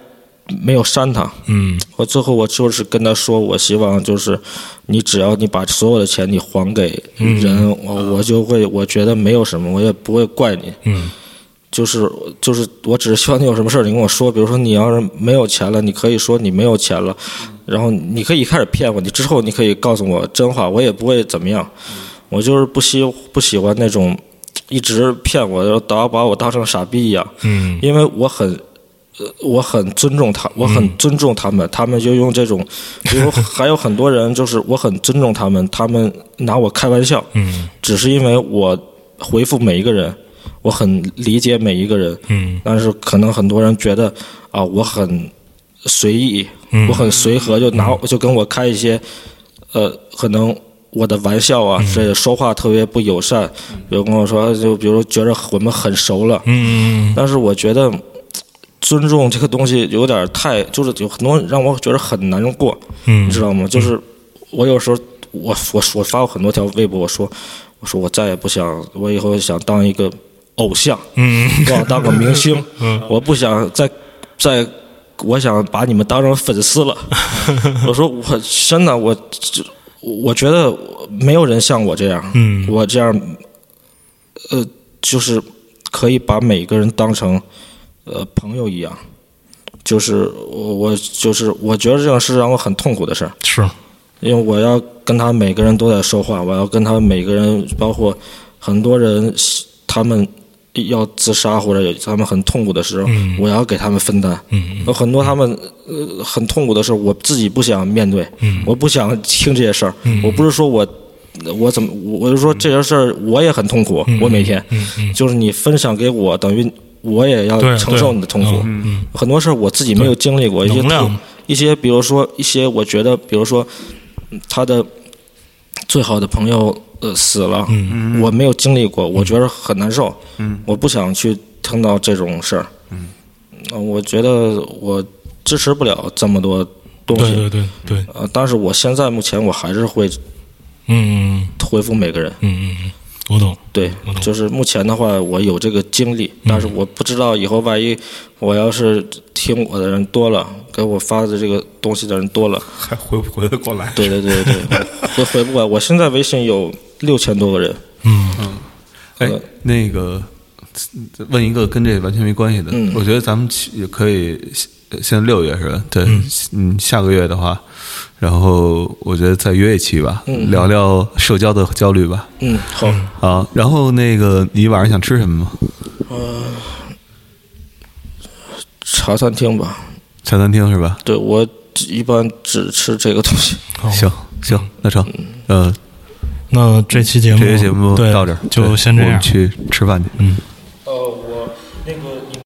[SPEAKER 3] 没有删他，
[SPEAKER 2] 嗯
[SPEAKER 3] 我最后我就是跟他说，我希望就是你只要你把所有的钱你还给人，
[SPEAKER 2] 嗯
[SPEAKER 3] 我我就会我觉得没有什么，我也不会怪你。
[SPEAKER 2] 嗯
[SPEAKER 3] 就是就是，我只是希望你有什么事儿你跟我说，比如说你要是没有钱了，你可以说你没有钱了，然后你可以开始骗我，你之后你可以告诉我真话，我也不会怎么样。我就是不喜不喜欢那种一直骗我，然后打把我当成傻逼一样。
[SPEAKER 2] 嗯
[SPEAKER 3] 因为我很，呃，我很尊重他，我很尊重他们，他们就用这种，比如还有很多人就是我很尊重他们，他们拿我开玩笑，
[SPEAKER 2] 嗯
[SPEAKER 3] 只是因为我回复每一个人，我很理解每一个人，
[SPEAKER 2] 嗯
[SPEAKER 3] 但是可能很多人觉得啊，我很随意，
[SPEAKER 2] 嗯
[SPEAKER 3] 我很随和，就拿就跟我开一些，呃，可能我的玩笑啊，
[SPEAKER 2] 嗯
[SPEAKER 3] 这说话特别不友善，比如跟我说，啊就比如觉得我们很熟了，
[SPEAKER 2] 嗯
[SPEAKER 3] 但是我觉得尊重这个东西有点太，就是有很多让我觉得很难过，你
[SPEAKER 2] 嗯
[SPEAKER 3] 知道吗？就是我有时候我我我发过很多条微博，我说我说我再也不想，我以后想当一个偶像，
[SPEAKER 2] 嗯
[SPEAKER 3] 我想当个明星，我不想再再。我想把你们当成粉丝了，我说我真的我，这我觉得没有人像我这样，
[SPEAKER 2] 嗯
[SPEAKER 3] 我这样，呃，就是可以把每个人当成呃朋友一样，就是我我就是我觉得这样是让我很痛苦的事儿，
[SPEAKER 2] 是，
[SPEAKER 3] 因为我要跟他每个人都在说话，我要跟他每个人，包括很多人，他们要自杀或者有他们很痛苦的时候，
[SPEAKER 2] 嗯
[SPEAKER 3] 我要给他们分担。
[SPEAKER 2] 嗯
[SPEAKER 3] 有很多他们呃很痛苦的事儿，我自己不想面对，
[SPEAKER 2] 嗯
[SPEAKER 3] 我不想听这些事儿。我不是说我我怎么，我就说这些事儿我也很痛苦，我每天、
[SPEAKER 2] 嗯嗯，
[SPEAKER 3] 就是你分享给我，等于我也要
[SPEAKER 2] 对
[SPEAKER 3] 承受你的痛苦。
[SPEAKER 2] 嗯
[SPEAKER 3] 很多事儿我自己没有经历过，一些
[SPEAKER 2] 能量
[SPEAKER 3] 痛一些比如说一些我觉得，比如说嗯他的最好的朋友呃死了，
[SPEAKER 2] 嗯
[SPEAKER 3] 我没有经历过，我觉得很难受，我不想去听到这种事儿，
[SPEAKER 2] 嗯
[SPEAKER 3] 呃我觉得我支持不了这么多东
[SPEAKER 2] 对
[SPEAKER 3] 西，
[SPEAKER 2] 对对对，
[SPEAKER 3] 呃，但是我现在目前我还是会
[SPEAKER 2] 嗯嗯
[SPEAKER 3] 回复每个人，
[SPEAKER 2] 嗯嗯，我懂。
[SPEAKER 3] 对
[SPEAKER 2] 我，懂
[SPEAKER 3] 就是目前的话，我有这个经历，
[SPEAKER 2] 嗯
[SPEAKER 3] 但是我不知道以后万一我要是听我的人多了，给我发的这个东西的人多了，
[SPEAKER 1] 还回不回得过来？
[SPEAKER 3] 对对对对对， [laughs] 回回不过来。我现在微信有六千多个人，
[SPEAKER 2] 嗯
[SPEAKER 1] 哎，那个问一个跟这完全没关系的，
[SPEAKER 3] 嗯
[SPEAKER 1] 我觉得咱们去也可以，呃现在六月是吧？对，嗯，下个月的话，然后我觉得再约一期吧，聊聊社交的焦虑吧。
[SPEAKER 3] 嗯，好，
[SPEAKER 1] 啊，然后那个你晚上想吃什么吗？
[SPEAKER 3] 茶餐厅吧，
[SPEAKER 1] 茶餐厅是吧？
[SPEAKER 3] 对我一般只吃这个东西。
[SPEAKER 2] 好
[SPEAKER 1] 行行，那成，呃，
[SPEAKER 2] 那这期节目
[SPEAKER 1] 这期节目
[SPEAKER 2] 对
[SPEAKER 1] 到这儿，
[SPEAKER 2] 就
[SPEAKER 1] 对
[SPEAKER 2] 先这
[SPEAKER 1] 我们
[SPEAKER 2] 样。
[SPEAKER 1] 去吃饭去。
[SPEAKER 2] 嗯。
[SPEAKER 3] 呃，我那个你。